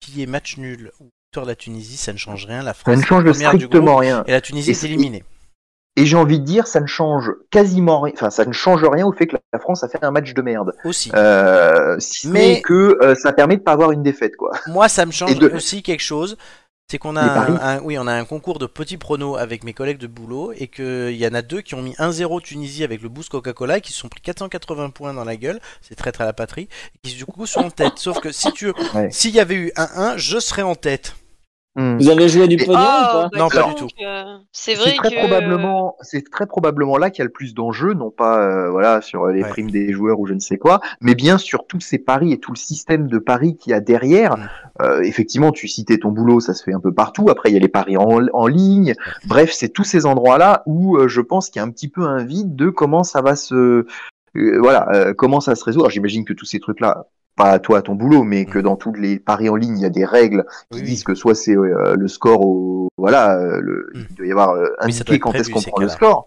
qu'il y ait match nul ou victoire de la Tunisie, ça ne change rien. La France Ça ne est change première du groupe strictement rien. et la Tunisie Et est c'est- éliminée. Et j'ai envie de dire, ça ne change quasiment rien. Enfin, ça ne change rien au fait que la France a fait un match de merde. Aussi. Euh, si Mais- mais que euh, ça permet de pas avoir une défaite, quoi. Moi, ça me change Et de- aussi quelque chose. C'est qu'on a Les un, paris. un- oui, on a un concours de petits pronos avec mes collègues de boulot et qu'il y en a deux qui ont mis 1-0 Tunisie avec le boost Coca-Cola et qui se sont pris 480 points dans la gueule. C'est traître à la patrie. Et qui du coup sont en tête. Sauf que si tu, Ouais. s'il y avait eu 1-1, je serais en tête. Hmm. Vous avez joué du pognon Oh. ou pas Non, pas du Ah, bah, donc, tout. euh, c'est hein. C'est vrai très que probablement, c'est très probablement là qu'il y a le plus d'enjeux, non pas euh, voilà sur les Ouais. primes des joueurs ou je ne sais quoi, mais bien sur tous ces paris et tout le système de paris qu'il y a derrière. Mm. Euh, effectivement, tu citais ton boulot, ça se fait un peu partout. Après, il y a les paris en, en ligne. Bref, c'est tous ces endroits-là où euh, je pense qu'il y a un petit peu un vide de comment ça va se, euh, voilà, euh, comment ça se résoudre. Alors, J'imagine que tous ces trucs-là. Pas à toi, à ton boulot, Mm. mais que dans tous les paris en ligne, il y a des règles qui Oui, oui. disent que soit c'est euh, le score au, voilà, euh, le, Mm. il doit y avoir euh, Oui, ça doit indiquer être quand est-ce prévu, qu'on ces prend le cas-là. score.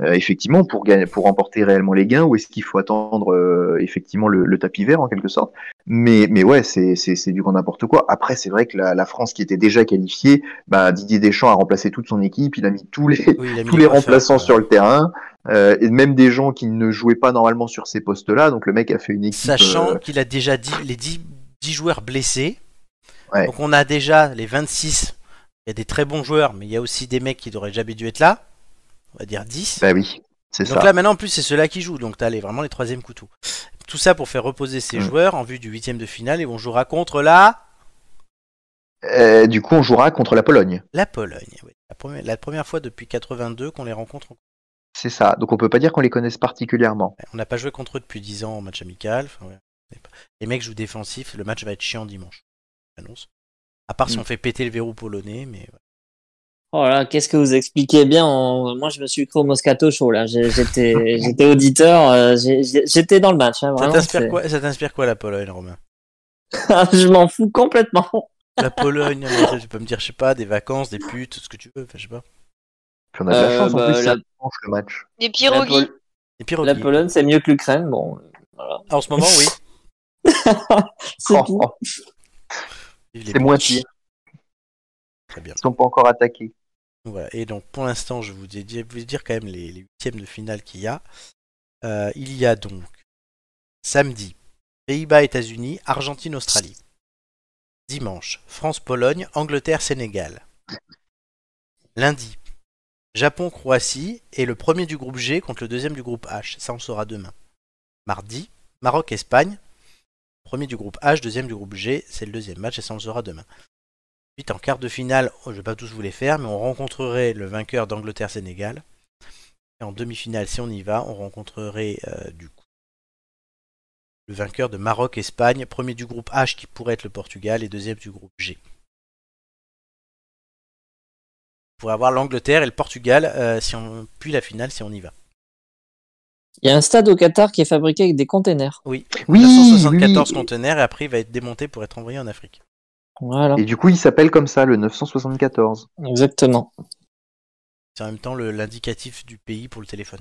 Euh, effectivement, pour, gagner, pour remporter réellement les gains, ou est-ce qu'il faut attendre euh, effectivement le, le tapis vert en quelque sorte Mais, mais ouais, c'est c'est- c'est du grand n'importe quoi. Après, c'est vrai que la, la France qui était déjà qualifiée, bah, Didier Deschamps a remplacé toute son équipe, il a mis tous les, Oui, il a mis tous les les coiffeurs, remplaçants euh, sur le terrain, euh, et même des gens qui ne jouaient pas normalement sur ces postes-là. Donc le mec a fait une équipe. Sachant euh, qu'il a déjà dit les 10, 10 joueurs blessés. Ouais. Donc on a déjà les 26. Il y a des très bons joueurs, mais il y a aussi des mecs qui n'auraient jamais dû être là. On va dire 10. bah oui, c'est ça. Donc là maintenant en plus c'est ceux-là qui jouent, donc t'as les, vraiment les troisièmes couteaux. Tout ça pour faire reposer ces Mm. joueurs en vue du huitième de finale et on jouera contre la, Euh, du coup, on jouera contre la Pologne. la Pologne. Ouais, La, première, la première fois depuis 82 qu'on les rencontre. en- C'est ça. Donc on peut pas dire qu'on les connaisse particulièrement. On n'a pas joué contre eux depuis 10 ans en match amical. Enfin, ouais, on sait pas. Les mecs jouent défensif, le match va être chiant dimanche. Annonce. À part Hmm. si Mm. on fait péter le verrou polonais, mais Oh là, qu'est-ce que vous expliquez bien en- Moi, je me suis cru au Moscato Show là. J'ai- J'étais, <laughs> j'étais auditeur. euh, j'ai- j'ai- j'étais dans le match. hein, Ça vraiment, t'inspire c'est- quoi, ça t'inspire quoi la Pologne, Romain Ah, <laughs> je m'en fous complètement. La Pologne, non, tu peux me dire, je sais pas, des vacances, des putes, ce que tu veux, enfin, je sais pas. Puis on a de la Euh, chance en bah, plus, ça la- penche le match. des La, pirogues. Pol- Et puis, la Rocky. Pologne, c'est mieux que l'Ukraine. Bon, voilà. en ce moment, <laughs> oui. C'est Oh, tout. oh, Vive les C'est putes, moins pire. Très bien. Ils sont pas encore attaqués. Voilà. Et donc, pour l'instant, je vous ai dit- je vais vous dire quand même les les huitièmes de finale qu'il y a. Euh, il y a donc samedi, Pays-Bas, États-Unis, Argentine, Australie. Dimanche, France, Pologne, Angleterre, Sénégal. lundi. Japon, Croatie et le premier du groupe G contre le deuxième du groupe H. Ça, on saura demain. Mardi, Maroc, Espagne. Premier du groupe H, deuxième du groupe G. C'est le deuxième match et ça, on le saura demain. Ensuite, en quart de finale, oh, je ne vais pas tous vous les faire, mais on rencontrerait le vainqueur d'Angleterre-Sénégal. Et en demi-finale, si on y va, on rencontrerait euh, du coup le vainqueur de Maroc-Espagne, premier du groupe H qui pourrait être le Portugal et deuxième du groupe G. On pourrait avoir l'Angleterre et le Portugal, euh, si on... puis la finale si on y va. Il y a un stade au Qatar qui est fabriqué avec des containers. Oui, Oui, 974 oui. conteneurs et après il va être démonté pour être envoyé en Afrique. Voilà, Et du coup, il s'appelle comme ça, le 974. exactement. C'est en même temps le- l'indicatif du pays pour le téléphone.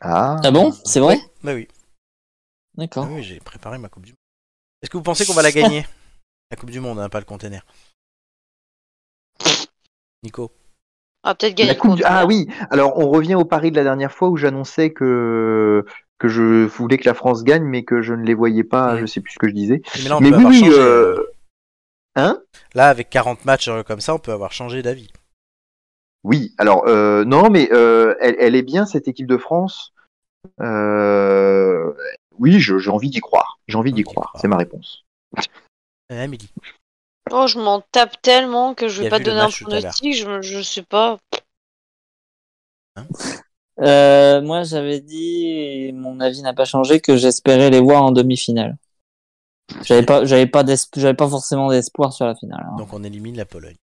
Ah, Ah bon C'est vrai Bah oui, Ah D'accord. oui, j'ai préparé ma Coupe du Monde. Est-ce que vous pensez qu'on va la gagner La Coupe du Monde, hein, pas le container. Nico. Ah, peut-être La gagner Coupe du- contre- Ah oui, alors on revient au pari de la dernière fois où j'annonçais que que je voulais que la France gagne, mais que je ne les voyais pas, je sais plus ce que je disais. Mais là, on mais peut oui, avoir oui, changé, euh, euh, hein Là, avec 40 matchs euh, comme ça, on peut avoir changé d'avis. Oui, alors euh, non, mais euh, elle, elle est bien cette équipe de France. Euh, oui, je- j'ai envie d'y croire. J'ai envie Envie d'y d'y croire. croire. C'est ma réponse. Euh, À midi. Oh, je m'en tape tellement que je Il y vais a pas vu le donner un match tout à l'heure. pronostic, je, me- je sais pas. Euh, moi, j'avais dit, et mon avis n'a pas changé, que j'espérais les voir en demi-finale. J'avais pas, j'avais pas, d'esp- j'avais pas forcément d'espoir sur la finale. Ah. hein. Donc on élimine la Pologne.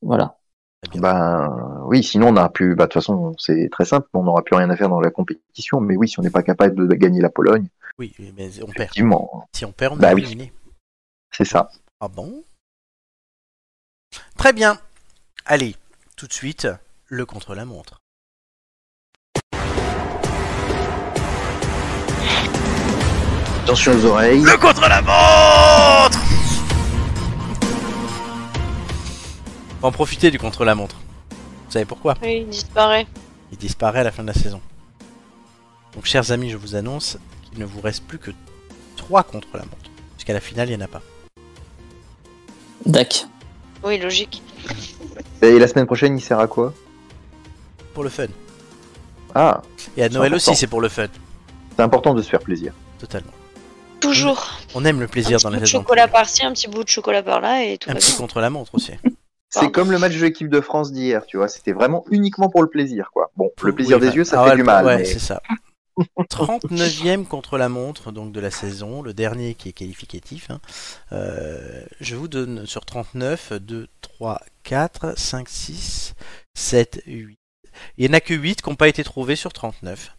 Voilà. Bien. Ben oui, sinon on n'a plus. Bah de toute façon, c'est très simple. On n'aura plus rien à faire dans la compétition. Mais oui, si on n'est pas capable de gagner la Pologne, Oui, mais on perd. effectivement, Si on perd, on est Bah oui. éliminé. c'est ça. Ah bon Très bien. Allez, tout de suite, le contre-la-montre. Attention aux oreilles. Le contre-la-montre On va en profiter du contre-la-montre. Vous savez pourquoi Oui, il disparaît. Il disparaît à la fin de la saison. Donc, chers amis, je vous annonce qu'il ne vous reste plus que 3 contre-la-montre. Jusqu'à la finale, il n'y en a pas. Dac. Oui, logique. Et la semaine prochaine, il sert à quoi Pour le fun. Ah, Et à C'est Noël aussi, important. c'est pour le fun. c'est important de se faire plaisir. Totalement. Toujours. On aime le Un plaisir petit dans bout la de saison. chocolat par-ci, un petit bout de chocolat par-là et tout Un va petit bien. contre-la-montre aussi. C'est Pardon. comme le match de l'équipe de France d'hier, tu vois. C'était vraiment uniquement pour le plaisir, quoi. Bon, le Oui, plaisir enfin, des yeux, ça ah fait ouais, du le- mal. Ouais, mais- c'est ça. <laughs> 39e contre la montre donc de la saison, le dernier qui est qualificatif. hein. Euh, je vous donne sur 39, 2, 3, 4, 5, 6, 7, 8. Il n'y en a que 8 qui n'ont pas été trouvés sur 39.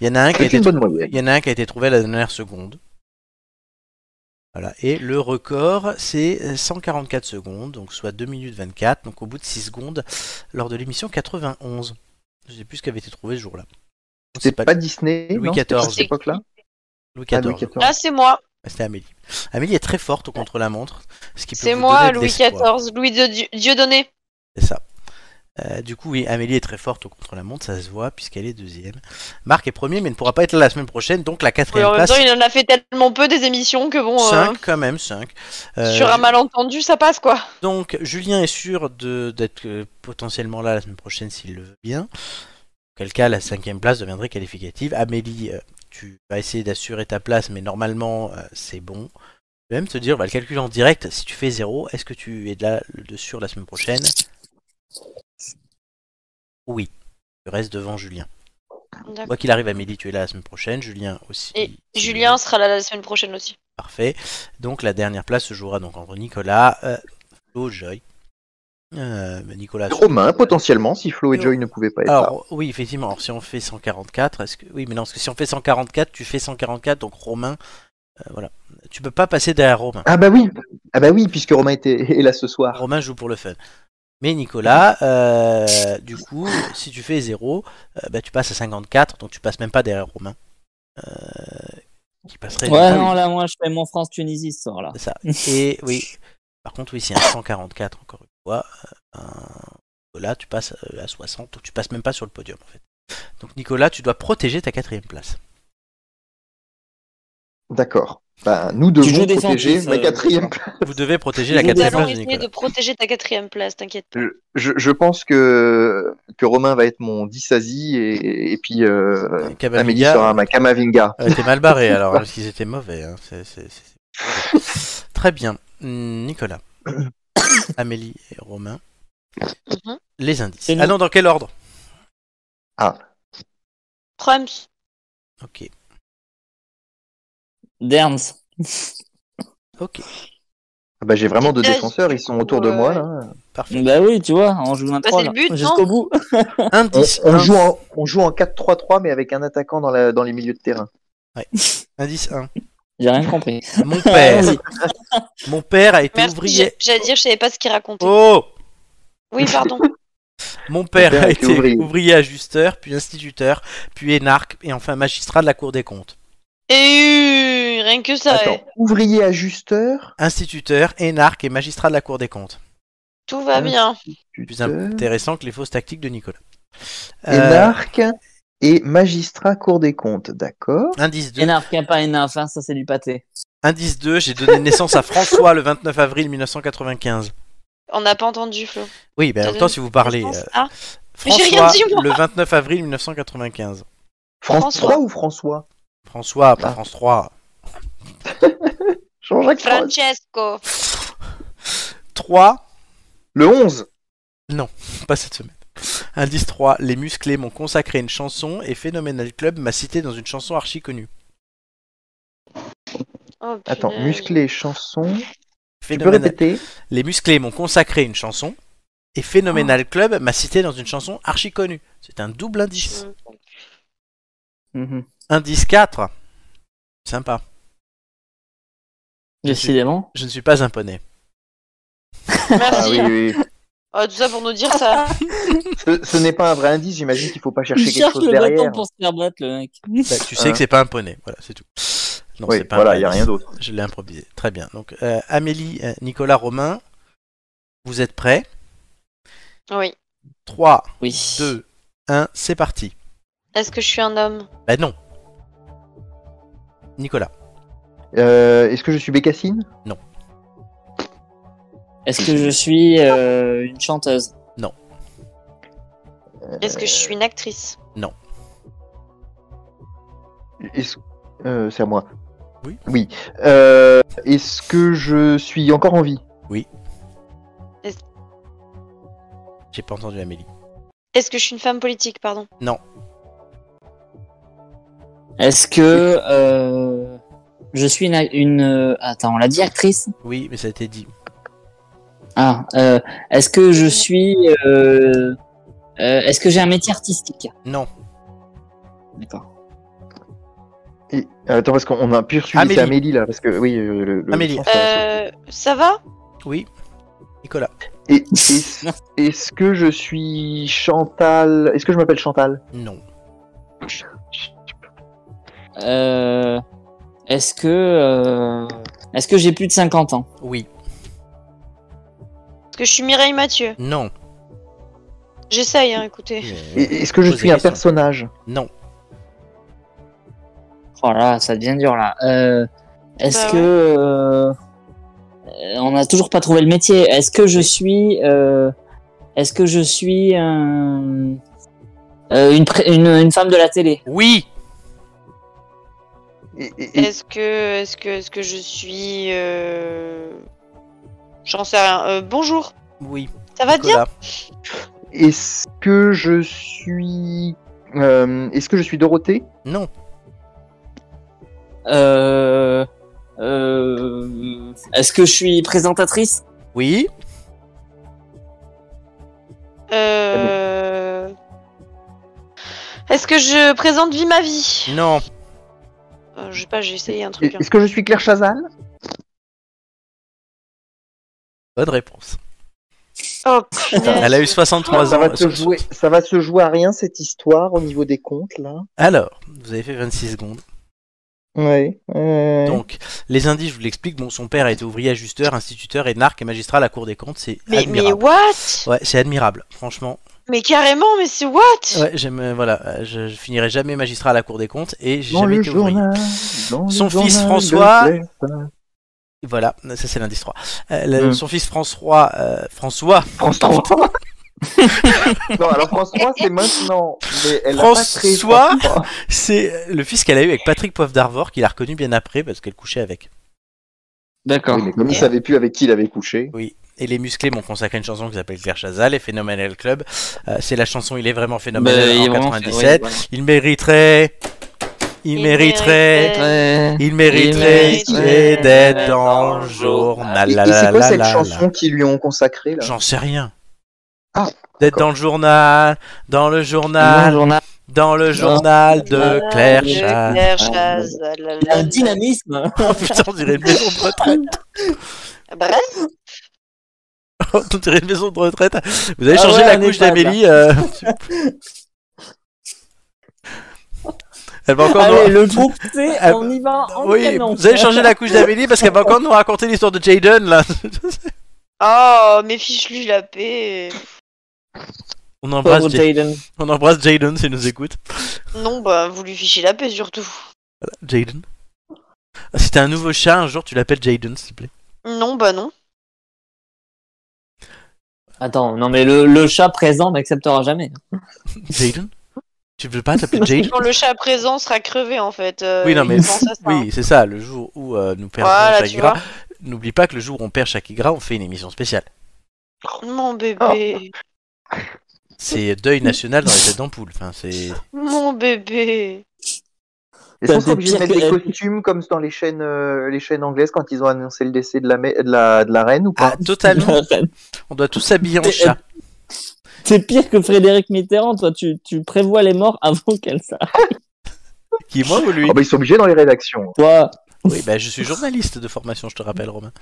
Il y en a un qui a C'est été une bonne il moyenne. y en a un qui a été trouvé à la dernière seconde. Voilà. Et le record, c'est 144 secondes, donc soit 2 minutes 24, donc au bout de 6 secondes, lors de l'émission 91. Je sais plus ce qui avait été trouvé ce jour-là. C'est pas, Disney, Louis non C'était pas XIV. cette époque-là Louis Ah, XIV. Louis Là, XIV. c'est moi. Ah, C'était Amélie. Amélie est très forte au contre-la-montre. ce qui peut C'est vous moi, donner de Louis l'espoir. XIV, Louis de Dieu- Dieudonné. C'est ça. Euh, du coup, oui, Amélie est très forte au contre-la-montre, ça se voit, puisqu'elle est deuxième. Marc est premier, mais ne pourra pas être là la semaine prochaine, donc la Oui, quatrième en même temps, place. il en a fait tellement peu des émissions que bon, euh, 5 quand même, Euh, 5. sur un malentendu, ça passe quoi. Donc, Julien est sûr de- d'être euh, potentiellement là la semaine prochaine s'il le veut bien. Auquel cas, la cinquième place deviendrait qualificative. Amélie, euh, tu vas essayer d'assurer ta place, mais normalement, euh, c'est bon. Je vais même te dire, on va le calculer en direct. Si tu fais zéro, est-ce que tu es là de sûr la semaine prochaine Oui. Tu restes devant Julien. Quoi qu'il arrive, Amélie, tu es là la semaine prochaine. Julien aussi. Et Julien sera là la semaine prochaine aussi. Parfait. Donc la dernière place se jouera donc entre Nicolas, euh, Flo, Joy. Euh, mais Nicolas. Romain, potentiellement, si Flo et Euh, Joy ne pouvaient pas être là. Alors oui, effectivement. Alors si on fait 144, est-ce que oui, mais non, parce que si on fait 144, tu fais 144, donc Romain, euh, voilà, tu peux pas passer derrière Romain. Ah bah oui, ah bah oui, puisque Romain était est là ce soir. Romain joue pour le fun. Mais Nicolas, euh, du coup, si tu fais 0, euh, bah, tu passes à 54, donc tu passes même pas derrière Romain. Euh, qui passerait Ouais, oui. Ah non, là, moi, je fais mon France-Tunisie ce soir-là. C'est ça. <laughs> Et oui. Par contre, oui, c'est un 144, encore une fois. Euh, un- Là, tu passes euh, à 60, donc tu passes même pas sur le podium, en fait. Donc, Nicolas, tu dois protéger ta quatrième place. D'accord. Bah, nous Tu joues devons des protéger fantasmes, ma euh, quatrième place. Vous devez protéger la Nous Nous quatrième allons place de essayer Nicolas. de protéger ta quatrième place, t'inquiète pas. Je, je- je pense que, que Romain va être mon Dissasi et, et puis euh, Et Amélie Camavinga, sera ma Kamavinga. euh, t'es mal barré alors, parce qu'ils étaient mauvais. hein. C'est- c'est- c'est- Très bien. Hmm, <coughs> Nicolas, Amélie et Romain. Mhm. Les indices. C'est nous. Ah non, dans quel ordre Crumbs. Ok. Derns. Ok. Bah, J'ai vraiment deux Euh, défenseurs, ils sont autour de ouais. moi. Là. Parfait. Bah oui, tu vois, on joue un Bah, 3 c'est le but, non jusqu'au bout. <laughs> On, Indice, on un. joue en, on joue en 4-3-3 mais avec un attaquant dans, la, dans les milieux de terrain. Indice 1. J'ai rien compris. Mon <laughs> père. Mon père a été Merci, ouvrier. j'ai- j'allais dire, je savais pas ce qu'il racontait. Oh Oui, <laughs> pardon. Mon père père a était été ouvrier. ouvrier. ajusteur, puis instituteur, puis énarque, et enfin magistrat de la Cour des comptes. Et euh, rien que ça, Attends, ouais. ouvrier ajusteur Instituteur, énarque et magistrat de la Cour des comptes. tout va Mmh. Ah. bien. Plus intéressant que les fausses tactiques de Nicolas. Euh, Énarque et magistrat Cour des comptes, d'accord indice 2. Enaf, pas Enaf, hein, ça c'est du pâté. Indice 2, j'ai donné naissance à François le 29 avril 1995. On n'a pas entendu Flo. Oui, ben, en T'as même temps, donné si vous parlez. naissance euh, à Mais j'ai rien François dit, moi. le 29 avril 1995. France François. 3 ou François François, pas Ah. France 3. Jean-Jacques François. Francesco. 3, Le 11 pas cette semaine. Indice 3, les musclés m'ont consacré une chanson et Phénoménal Club m'a cité dans une chanson archi connue. Oh, Attends, punaise. musclé, chanson. Tu peux Phénoménal- répéter Les musclés m'ont consacré une chanson et Ah. Phénoménal Club m'a cité dans une chanson archi connue. C'est un double indice. Mm. Mhm. Indice 4. Sympa. Décidément. Je ne suis pas un poney. Merci. Ah oui, oui. Oh, tout ça pour nous dire ça. <laughs> Ce, ce n'est pas un vrai indice, j'imagine qu'il faut pas chercher Il quelque cherche chose le derrière. bâton pour se faire battre, le mec. Bah, tu sais Hein. que c'est pas un poney. Voilà, c'est tout. Non, Oui, c'est pas un voilà, vrai il n'y a indice. rien d'autre. Je l'ai improvisé. Très bien. Donc, euh, Amélie, euh, Nicolas, Romain, vous êtes prêts Oui. 3, Oui. 2, 1, c'est parti. Est-ce que je suis un homme Bah non. Nicolas, Euh, Est-ce que je suis Bécassine Est-ce que je suis euh, une chanteuse Euh, Est-ce que je suis Euh. une actrice Est-ce- euh, C'est à moi. Oui. Oui. Euh, Est-ce que je suis encore en vie j'ai pas entendu Amélie. Est-ce que je suis une femme politique, pardon Est-ce que euh, je suis une, une euh, attends, on l'a dit actrice Oui, mais ça a été dit. Ah, euh, est-ce que je suis euh, euh, est-ce que j'ai un métier artistique Non. D'accord. Et- euh, Attends, parce qu'on a pu suivi, Amélie. c'est Amélie là, parce que oui. euh, le- le- Amélie. je pense que ça- Euh, ça va Nicolas, Et- <laughs> Est-ce est-ce que je suis Chantal Est-ce que je m'appelle Chantal non. Euh, est-ce que euh, est-ce que j'ai plus de 50 ans Oui, Est-ce que je suis Mireille Mathieu non. J'essaye, hein, écoutez. Et- Euh, Est-ce que je Posez suis un question. personnage Non, Oh là, ça devient dur là. Euh, est-ce Bah que euh, euh, on n'a toujours pas trouvé le métier Est-ce que je suis euh, est-ce que je suis un- euh, une, pré- une une femme de la télé oui, Et- et- et- Est-ce que, est-ce que, est-ce que je suis euh... J'en sais rien. Euh, bonjour. oui. Ça va bien Nicolas, Est-ce que je suis euh, Est-ce que je suis Dorothée non. Euh, euh, est-ce que je suis présentatrice Oui, Euh... Est-ce que je présente Vie ma vie non. Euh, Je sais pas, j'ai essayé un truc. hein. Est-ce que je suis Claire Chazal Bonne réponse. Oh, punaise. Elle a eu 63 Ah, Ça ans. va se jouer, ça va se jouer à rien cette histoire au niveau des comptes là. Alors, vous avez fait 26 secondes. Ouais. ouais. Donc, les indices, je vous l'explique. Bon, son père a été ouvrier ajusteur, instituteur, énarque et magistrat à la Cour des comptes. C'est Mais, mais admirable. what Ouais, c'est admirable, franchement. Mais carrément, mais c'est what Ouais, j'aime, euh, voilà, euh, je, je finirai jamais magistrat à la Cour des comptes et j'ai jamais été ouvrier. dans Son le fils journal, François- le Flash. Voilà, ça c'est l'indice 3. Euh, la- Mm. Son fils François, euh, François, <laughs> France 3 <laughs> Non, alors France 3, c'est maintenant. Mais elle a pas créé François France 3. c'est euh, le fils qu'elle a eu avec Patrick Poivre d'Arvor, qu'il a reconnu bien après parce qu'elle couchait avec. D'accord. Ah, Oui, mais Eh, comme il savait plus avec qui il avait couché. Et les musclés m'ont consacré une chanson qui s'appelle Claire Chazal et Phenomenal Club. Euh, c'est la chanson Il est vraiment Bah, phénoménal il est en vraiment- 97. ouais, Il mériterait, il, Il mériterait, mériterait. ouais. il mériterait, Il d'être mériterait d'être dans dans le le journal. Et, La, et c'est la, quoi la, cette la, chanson qu'ils lui ont consacrée la. là J'en sais rien. Ah, D'être dans le journal, dans le Dans journal, le journal. dans le journal de Claire Chazal. Ah, Claire Chazal, la, la, Il y a un la. dynamisme. <laughs> Oh putain, on dirait une maison de retraite. <laughs> Bref, On dirait une maison de retraite. Vous avez Ah changé ouais, la un couche EHPAD, d'Amélie. euh, <laughs> Elle va encore Allez, nous... <laughs> le groupe C, Ah, on y va en Oui, canon. vous avez changé la couche d'Amélie parce qu'elle va encore nous raconter l'histoire de Jaden là. <laughs> oh, mais fiche-lui la paix. On Pauvre embrasse, Ja- Jaden. on embrasse Jaden s'il nous écoute. Non, bah, vous lui fichez la paix surtout. Jaden. Ah, Si t'as un nouveau chat, un jour tu l'appelles Jaden s'il te plaît. Non, bah non. Attends, non mais le, le chat présent n'acceptera jamais. Jaden Tu veux pas t'appeler <laughs> Jaden Quand le chat présent sera crevé en fait. euh, Oui, non, il mais- pense à ça, hein. Oui, c'est ça, le jour où euh, nous perdons Voilà, tu Shakira. vois. N'oublie pas que le jour où on perd Shakira, on fait une émission spéciale. Mon bébé. C'est deuil national dans les têtes d'ampoule. Enfin, c'est. Mon bébé. Est-ce qu'on Ça, c'est est obligé de pire mettre que des elle. costumes comme dans les chaînes, euh, les chaînes anglaises quand ils ont annoncé le décès de la, ma- de la, de la reine ou pas Ah, totalement. On doit tous s'habiller en C'est- chat. <laughs> C'est pire que Frédéric Mitterrand, toi tu, tu prévois les morts avant <laughs> qu'elle ça. Qui, moi ou lui Ah bah, Ils sont obligés dans les rédactions. Toi, Oui, bah, je suis journaliste de formation, je te rappelle, Romain.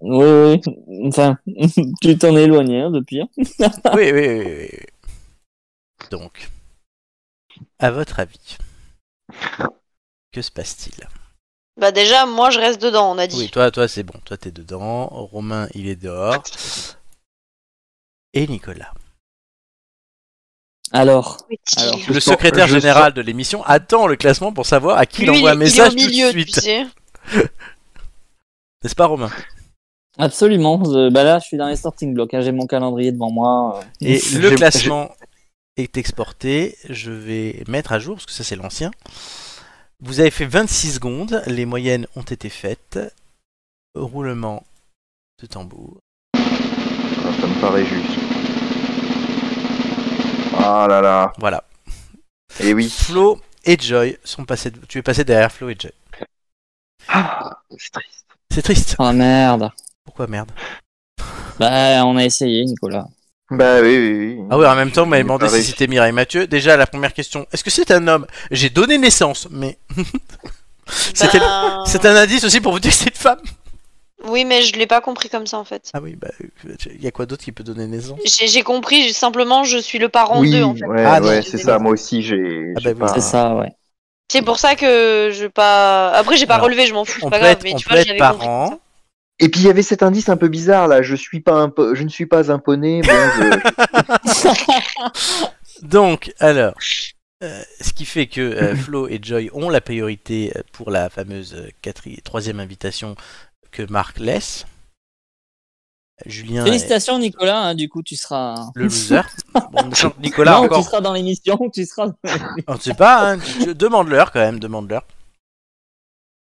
oui, oui, enfin, <laughs> tu t'en es éloigné hein, depuis. hein. Oui, oui, oui. oui, oui. Donc, à votre avis, que se passe-t-il Bah déjà, moi je reste dedans, on a dit. Oui, toi, toi, c'est bon. Toi, t'es dedans. Romain, il est dehors. Et Nicolas. Alors, Alors, Alors, Le sens- secrétaire je général de l'émission attend le classement pour savoir à qui il envoie un message il est tout au de milieu, tu suite. sais. N'est-ce pas, Romain absolument, euh, bah là je suis dans les starting blocks, hein, j'ai mon calendrier devant moi. euh. Et Je- le je- classement est exporté. Je vais mettre à jour, parce que ça c'est l'ancien. Vous avez fait 26 secondes, les moyennes ont été faites. Roulement de tambour. Ah, ça me paraît juste. Ah là là. Voilà. Et oui. Flo et Joy sont passés. de- Tu es passé derrière Flo et Joy. Ah, c'est triste. C'est triste. Oh merde. Pourquoi merde Bah on a essayé Nicolas. Bah oui, oui, oui. Ah oui, en même temps, vous m'avez Il est demandé pas si riche. c'était Mireille Mathieu. Déjà, la première question est-ce que c'est un homme J'ai donné naissance, mais <laughs> C'était- Ben, c'est un indice aussi pour vous dire que c'est une femme. Oui, mais je l'ai pas compris comme ça en fait. Ah oui, bah, il y a quoi d'autre qui peut donner naissance J'ai j'ai compris, j'ai- simplement je suis le parent Oui, d'eux en fait. ouais, Ah, ouais, non, c'est c'est ça. bon. Moi aussi, j'ai. Ah j'ai bah oui, pas- C'est <laughs> ça, ouais. C'est pour ça que je pas. Après, j'ai pas Alors, relevé, je m'en fous, On c'est peut pas grave, être, mais on tu peut vois, être j'avais compris. parent. Et puis il y avait cet indice un peu bizarre là. Je suis pas un, po- je ne suis pas un poney. Bon, <laughs> je- Donc, alors, euh, ce qui fait que euh, <laughs> Flo et Joy ont la priorité euh, pour la fameuse euh, quatri- troisième invitation que Marc laisse. Euh, Julien est Félicitations Nicolas, hein, du coup tu seras... le <laughs> loser. Bon, Jean- Nicolas non, tu encore. seras dans l'émission, <laughs> tu seras... On ne sait pas. hein, tu- tu- Demande-leur quand même. Demande-leur.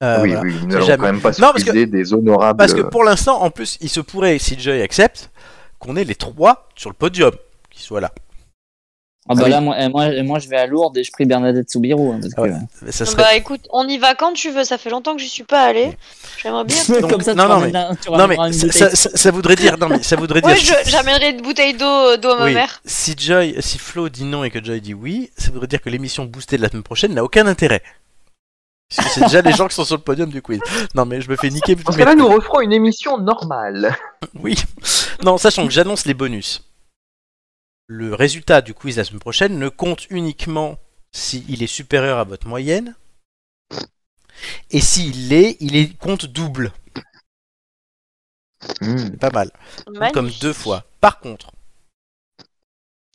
Euh, Ah, oui, voilà. oui, nous C'est allons jamais- quand même pas Non, parce que- s'occuper des honorables. euh, Parce que pour l'instant, en plus, il se pourrait, si Joy accepte, qu'on ait les trois sur le podium qui soient là. Ah bah Ah oui. là, moi, euh, moi, euh, moi, je vais à Lourdes et je prie Bernadette Soubirou. hein, parce Ah ouais. que- Ça serait Bah écoute, on y va quand tu veux, ça fait longtemps que j'y suis pas allée. <laughs> J'aimerais bien. Donc, Comme ça, tu non, non, ramènes mais- la- tu Non mais ramèneras une ça, bouteille. ça- ça- ça voudrait dire non mais ça voudrait dire Ouais, je- j'amènerai une bouteille d'eau euh, d'eau à ma Oui, mère. si Joy si Flo dit non et que Joy dit oui ça voudrait dire que l'émission boostée de la semaine prochaine n'a aucun intérêt parce que c'est déjà les gens qui sont sur le podium du quiz non mais je me fais niquer Parce que mais- là, nous referons une émission normale. oui non sachant que j'annonce les bonus le résultat du quiz la semaine prochaine ne compte uniquement s'il est supérieur à votre moyenne et s'il l'est il est compte double pas mal comme Hmm. <laughs> Magnifique. deux fois par contre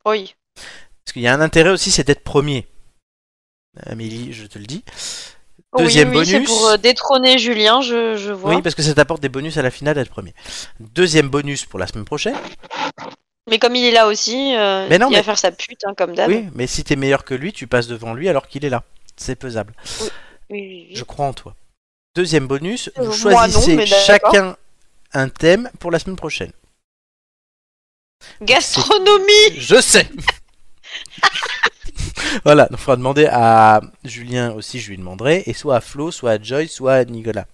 Oui. Parce qu'il y a un intérêt aussi, c'est d'être premier. Amélie, je te le dis. Deuxième oui, oui, c'est bonus. pour euh, détrôner Julien, je, je vois. Oui, parce que ça t'apporte des bonus à la finale d'être premier. Deuxième bonus pour la semaine prochaine. Mais comme il est là aussi, euh, Mais non, il mais- va faire sa pute, hein, comme d'hab. Oui, mais si t'es meilleur que lui, tu passes devant lui alors qu'il est là. C'est pesable. Oui, oui, oui. Je crois en toi. Deuxième bonus, Euh, vous moi non, choisissez mais d'accord. chacun un thème pour la semaine prochaine. Gastronomie Je <laughs> sais Voilà, donc faudra demander à Julien aussi, je lui demanderai, et soit à Flo, soit à Joy, soit à Nicolas.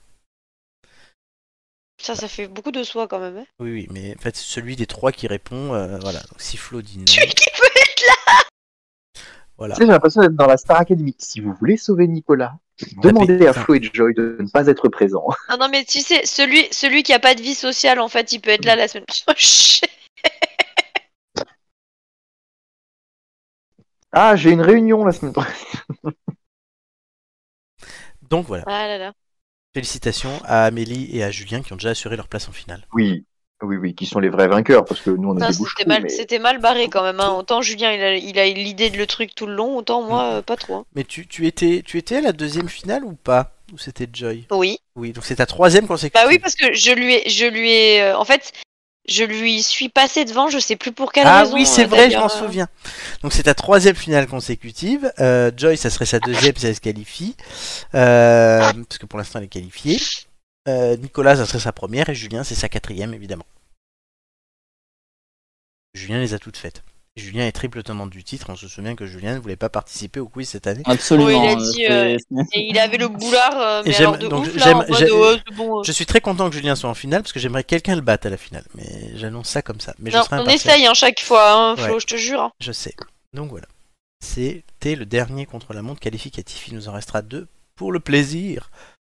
Ça, ça fait beaucoup de soi quand même. hein. Oui, oui, mais en fait, c'est celui des trois qui répond, euh, voilà. Donc si Flo dit non, Celui qui peut être là voilà. Tu sais, j'ai l'impression d'être dans la Star Academy. Si vous voulez sauver Nicolas, demandez à Flo et Joy de ne pas être présents. <laughs> Ah <laughs> non, mais tu sais, celui, celui qui a pas de vie sociale, en fait, il peut être là la semaine prochaine. <laughs> Ah, j'ai une réunion la semaine prochaine. Donc voilà, Ah là là. félicitations à Amélie et à Julien qui ont déjà assuré leur place en finale. Oui, oui, oui, qui sont les vrais vainqueurs, parce que nous on a Ça, des bouches C'était mal, mais... c'était mal barré quand même. hein. Autant Julien, il a il a eu l'idée de le truc tout le long, autant moi, euh, pas trop. hein. Mais tu, tu étais tu étais à la deuxième finale ou pas Ou c'était Joy Oui. Oui, donc c'est ta troisième consécutive. Bah oui, parce que je lui ai, je lui ai, euh, en fait, je lui suis passé devant, je sais plus pour quelle Ah raison. oui, c'est euh, vrai, je d'ailleurs, m'en euh, souviens. Donc c'est ta troisième finale consécutive. Euh, Joy, ça serait sa deuxième si elle se qualifie. Euh, parce que pour l'instant, elle est qualifiée. Euh, Nicolas, ça serait sa première. Et Julien, c'est sa quatrième, évidemment. Julien les a toutes faites. Julien est triple tenant du titre. On se souvient que Julien ne voulait pas participer au quiz cette année. Absolument. Oh, il a euh, dit, c'est- Et il avait le boulard, euh, Et mais j'aime- alors de donc, ouf, là, j'aime- en mode, j'ai- ouais, c'est bon, euh. Je suis très content que Julien soit en finale parce que j'aimerais que quelqu'un le batte à la finale. Mais j'annonce ça comme ça. Mais Non, je serai on impartial. essaye hein, chaque fois, hein, Ouais. Flo, je te jure. hein. Je sais. Donc voilà. C'était le dernier contre la montre qualificatif. Il nous en restera deux pour le plaisir,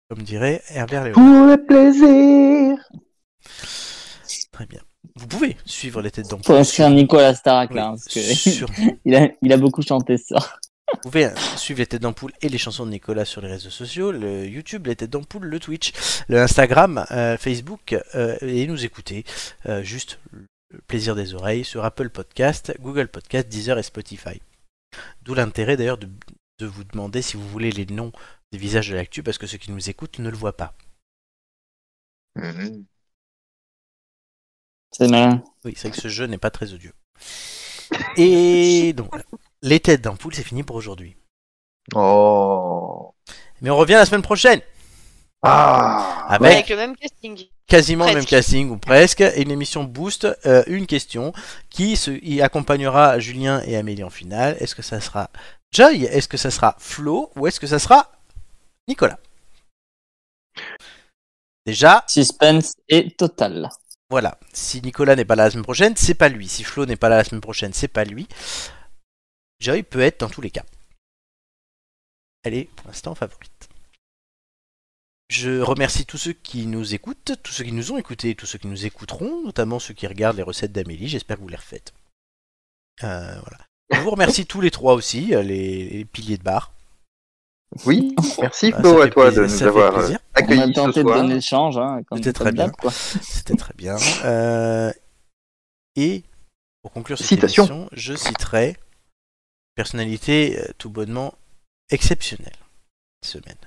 comme dirait Herbert Léo. Pour le plaisir Très bien. Vous pouvez suivre les têtes Faut d'ampoule. <laughs> inscrire Nicolas Starak Oui, là, hein, parce que <laughs> sur- il, a, il a beaucoup chanté ça. Vous pouvez euh, suivre les têtes d'ampoule et les chansons de Nicolas sur les réseaux sociaux, le YouTube, les têtes d'ampoule, le Twitch, le Instagram, euh, Facebook, euh, et nous écouter euh, juste le plaisir des oreilles sur Apple Podcast, Google Podcast, Deezer et Spotify. D'où l'intérêt d'ailleurs de, de vous demander si vous voulez les noms des visages de l'actu, parce que ceux qui nous écoutent ne le voient pas. <laughs> Mhm. C'est malin. Oui, c'est vrai que ce jeu n'est pas très odieux. Et donc, voilà. les têtes d'ampoule, c'est fini pour aujourd'hui. Oh Mais on revient la semaine prochaine Ah avec Avec le même casting. quasiment le même Presque. casting ou presque, et une émission boost, euh, une question qui se, y accompagnera Julien et Amélie en finale. Est-ce que ça sera Joy Est-ce que ça sera Flo Ou est-ce que ça sera Nicolas Déjà, Suspense est total. voilà. Si Nicolas n'est pas là la semaine prochaine, c'est pas lui. Si Flo n'est pas là la semaine prochaine, c'est pas lui. Joy peut être dans tous les cas. Elle est pour l'instant favorite. Je remercie tous ceux qui nous écoutent, tous ceux qui nous ont écoutés, tous ceux qui nous écouteront, notamment ceux qui regardent les recettes d'Amélie. J'espère que vous les refaites. Euh, voilà. Je vous remercie tous les trois aussi, euh, les, les piliers de bar. Oui, merci Ah, Flo ça à fait toi plaisir, de nous ça fait avoir euh, plaisir. On a accueillis ce tenté de soir. donner le change, hein, comme, C'était comme très bien. d'hab, quoi. C'était très bien. Euh, et pour conclure cette Citation. émission, je citerai personnalité euh, tout bonnement exceptionnelle cette semaine.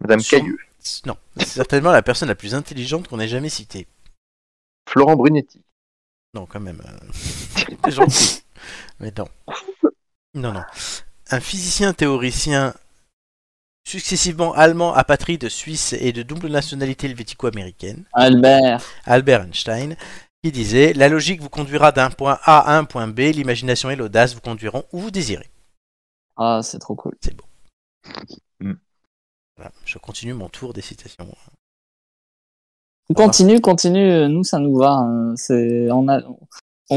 Madame Sur- Cailleux, Non, c'est certainement la personne la plus intelligente qu'on ait jamais citée. Florent Brunetti. Non, quand même. euh, <laughs> c'est gentil. Mais non. Non, non. Un physicien théoricien successivement allemand, apatride, suisse et de double nationalité helvético-américaine. Albert, Albert Einstein, qui disait La logique vous conduira d'un point A à un point B, l'imagination et l'audace vous conduiront où vous désirez. ah c'est trop cool. Voilà, je continue mon tour des citations. Continue, continue, euh, nous ça nous va. hein, C'est, on a, on,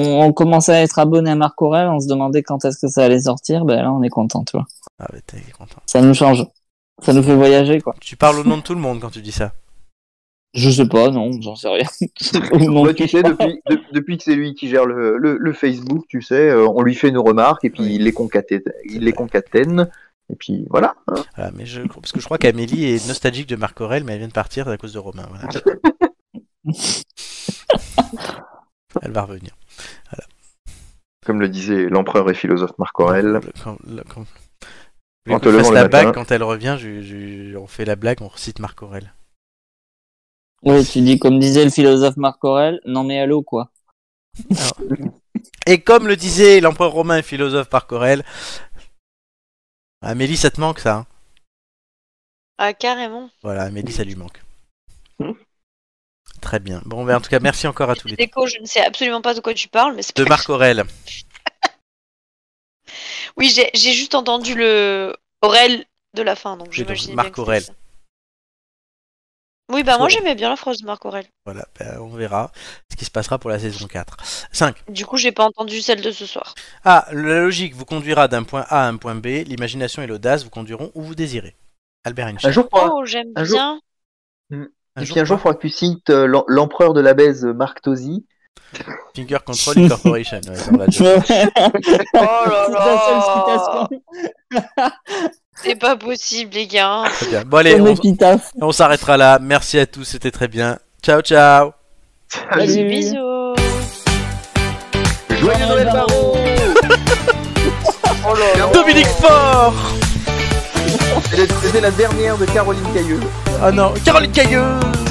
on commençait à être abonné à Marc Aurel, on se demandait quand est-ce que ça allait sortir. Ben là on est content, tu vois. Ah, bah, t'es content. Ça nous change, ça nous fait voyager, quoi. Tu parles au nom de tout le monde quand tu dis ça. Je sais pas, non, j'en sais rien. Non, Moi, tu sais, depuis, de- depuis que c'est lui qui gère le, le- le Facebook, tu sais, euh, on lui fait nos remarques et puis Oui. il les concatène. C'est Il les vrai. concatène. Et puis voilà. hein. Voilà, mais je, parce que je crois qu'Amélie est nostalgique de Marc Aurel, mais elle vient de partir à cause de Romain. <laughs> voilà. elle va revenir. Voilà. comme le disait l'empereur et philosophe Marc Aurèle. Quand, le- quand- Quand Quand te on levant fasse le la matin. blague, quand elle revient, je- je- on fait la blague, on recite Marc Aurèle. Oui, tu dis comme disait le philosophe Marc Aurèle, non mais allô quoi. Et comme le disait l'empereur romain et philosophe Marc Aurèle, Amélie, ça te manque ça. hein Ah, carrément. voilà, Amélie, ça lui manque. Très bien. Bon, ben, en tout cas, merci encore à tous les Déco, je ne sais absolument pas de quoi tu parles, mais c'est de pas- Marc Aurèle. Oui, j'ai j'ai juste entendu le Aurel de la fin, donc Oui, donc j'imagine. Marc Aurèle. Oui, bah moi Aurèle. j'aimais bien la phrase de Marc Aurel. Voilà, ben, on verra ce qui se passera pour la saison 4. 5. Du coup, j'ai pas entendu celle de ce soir. Ah, la logique vous conduira d'un point A à un point B, l'imagination et l'audace vous conduiront où vous désirez. Albert Einstein. Un jour, faudra- Oh, j'aime un jour- bien. Un et jour, puis un jour, il faudra que tu cites euh, l'em- l'empereur de la baise, euh, Marc Tosi. Finger Control Corporation. ouais, ça, on <laughs> l'a oh déjà. là là. là C'est pas possible, les <laughs> gars. Très bien. Bon, allez, Comme on, épitaphe. on s'arrêtera là. Merci à tous, c'était très bien. Ciao, ciao. Salut. Bisous. Joyeux Noël, Barreau Oh là là. Dominique Fort C'était la dernière de Caroline Cailleux. Ah non, Caroline Cailleux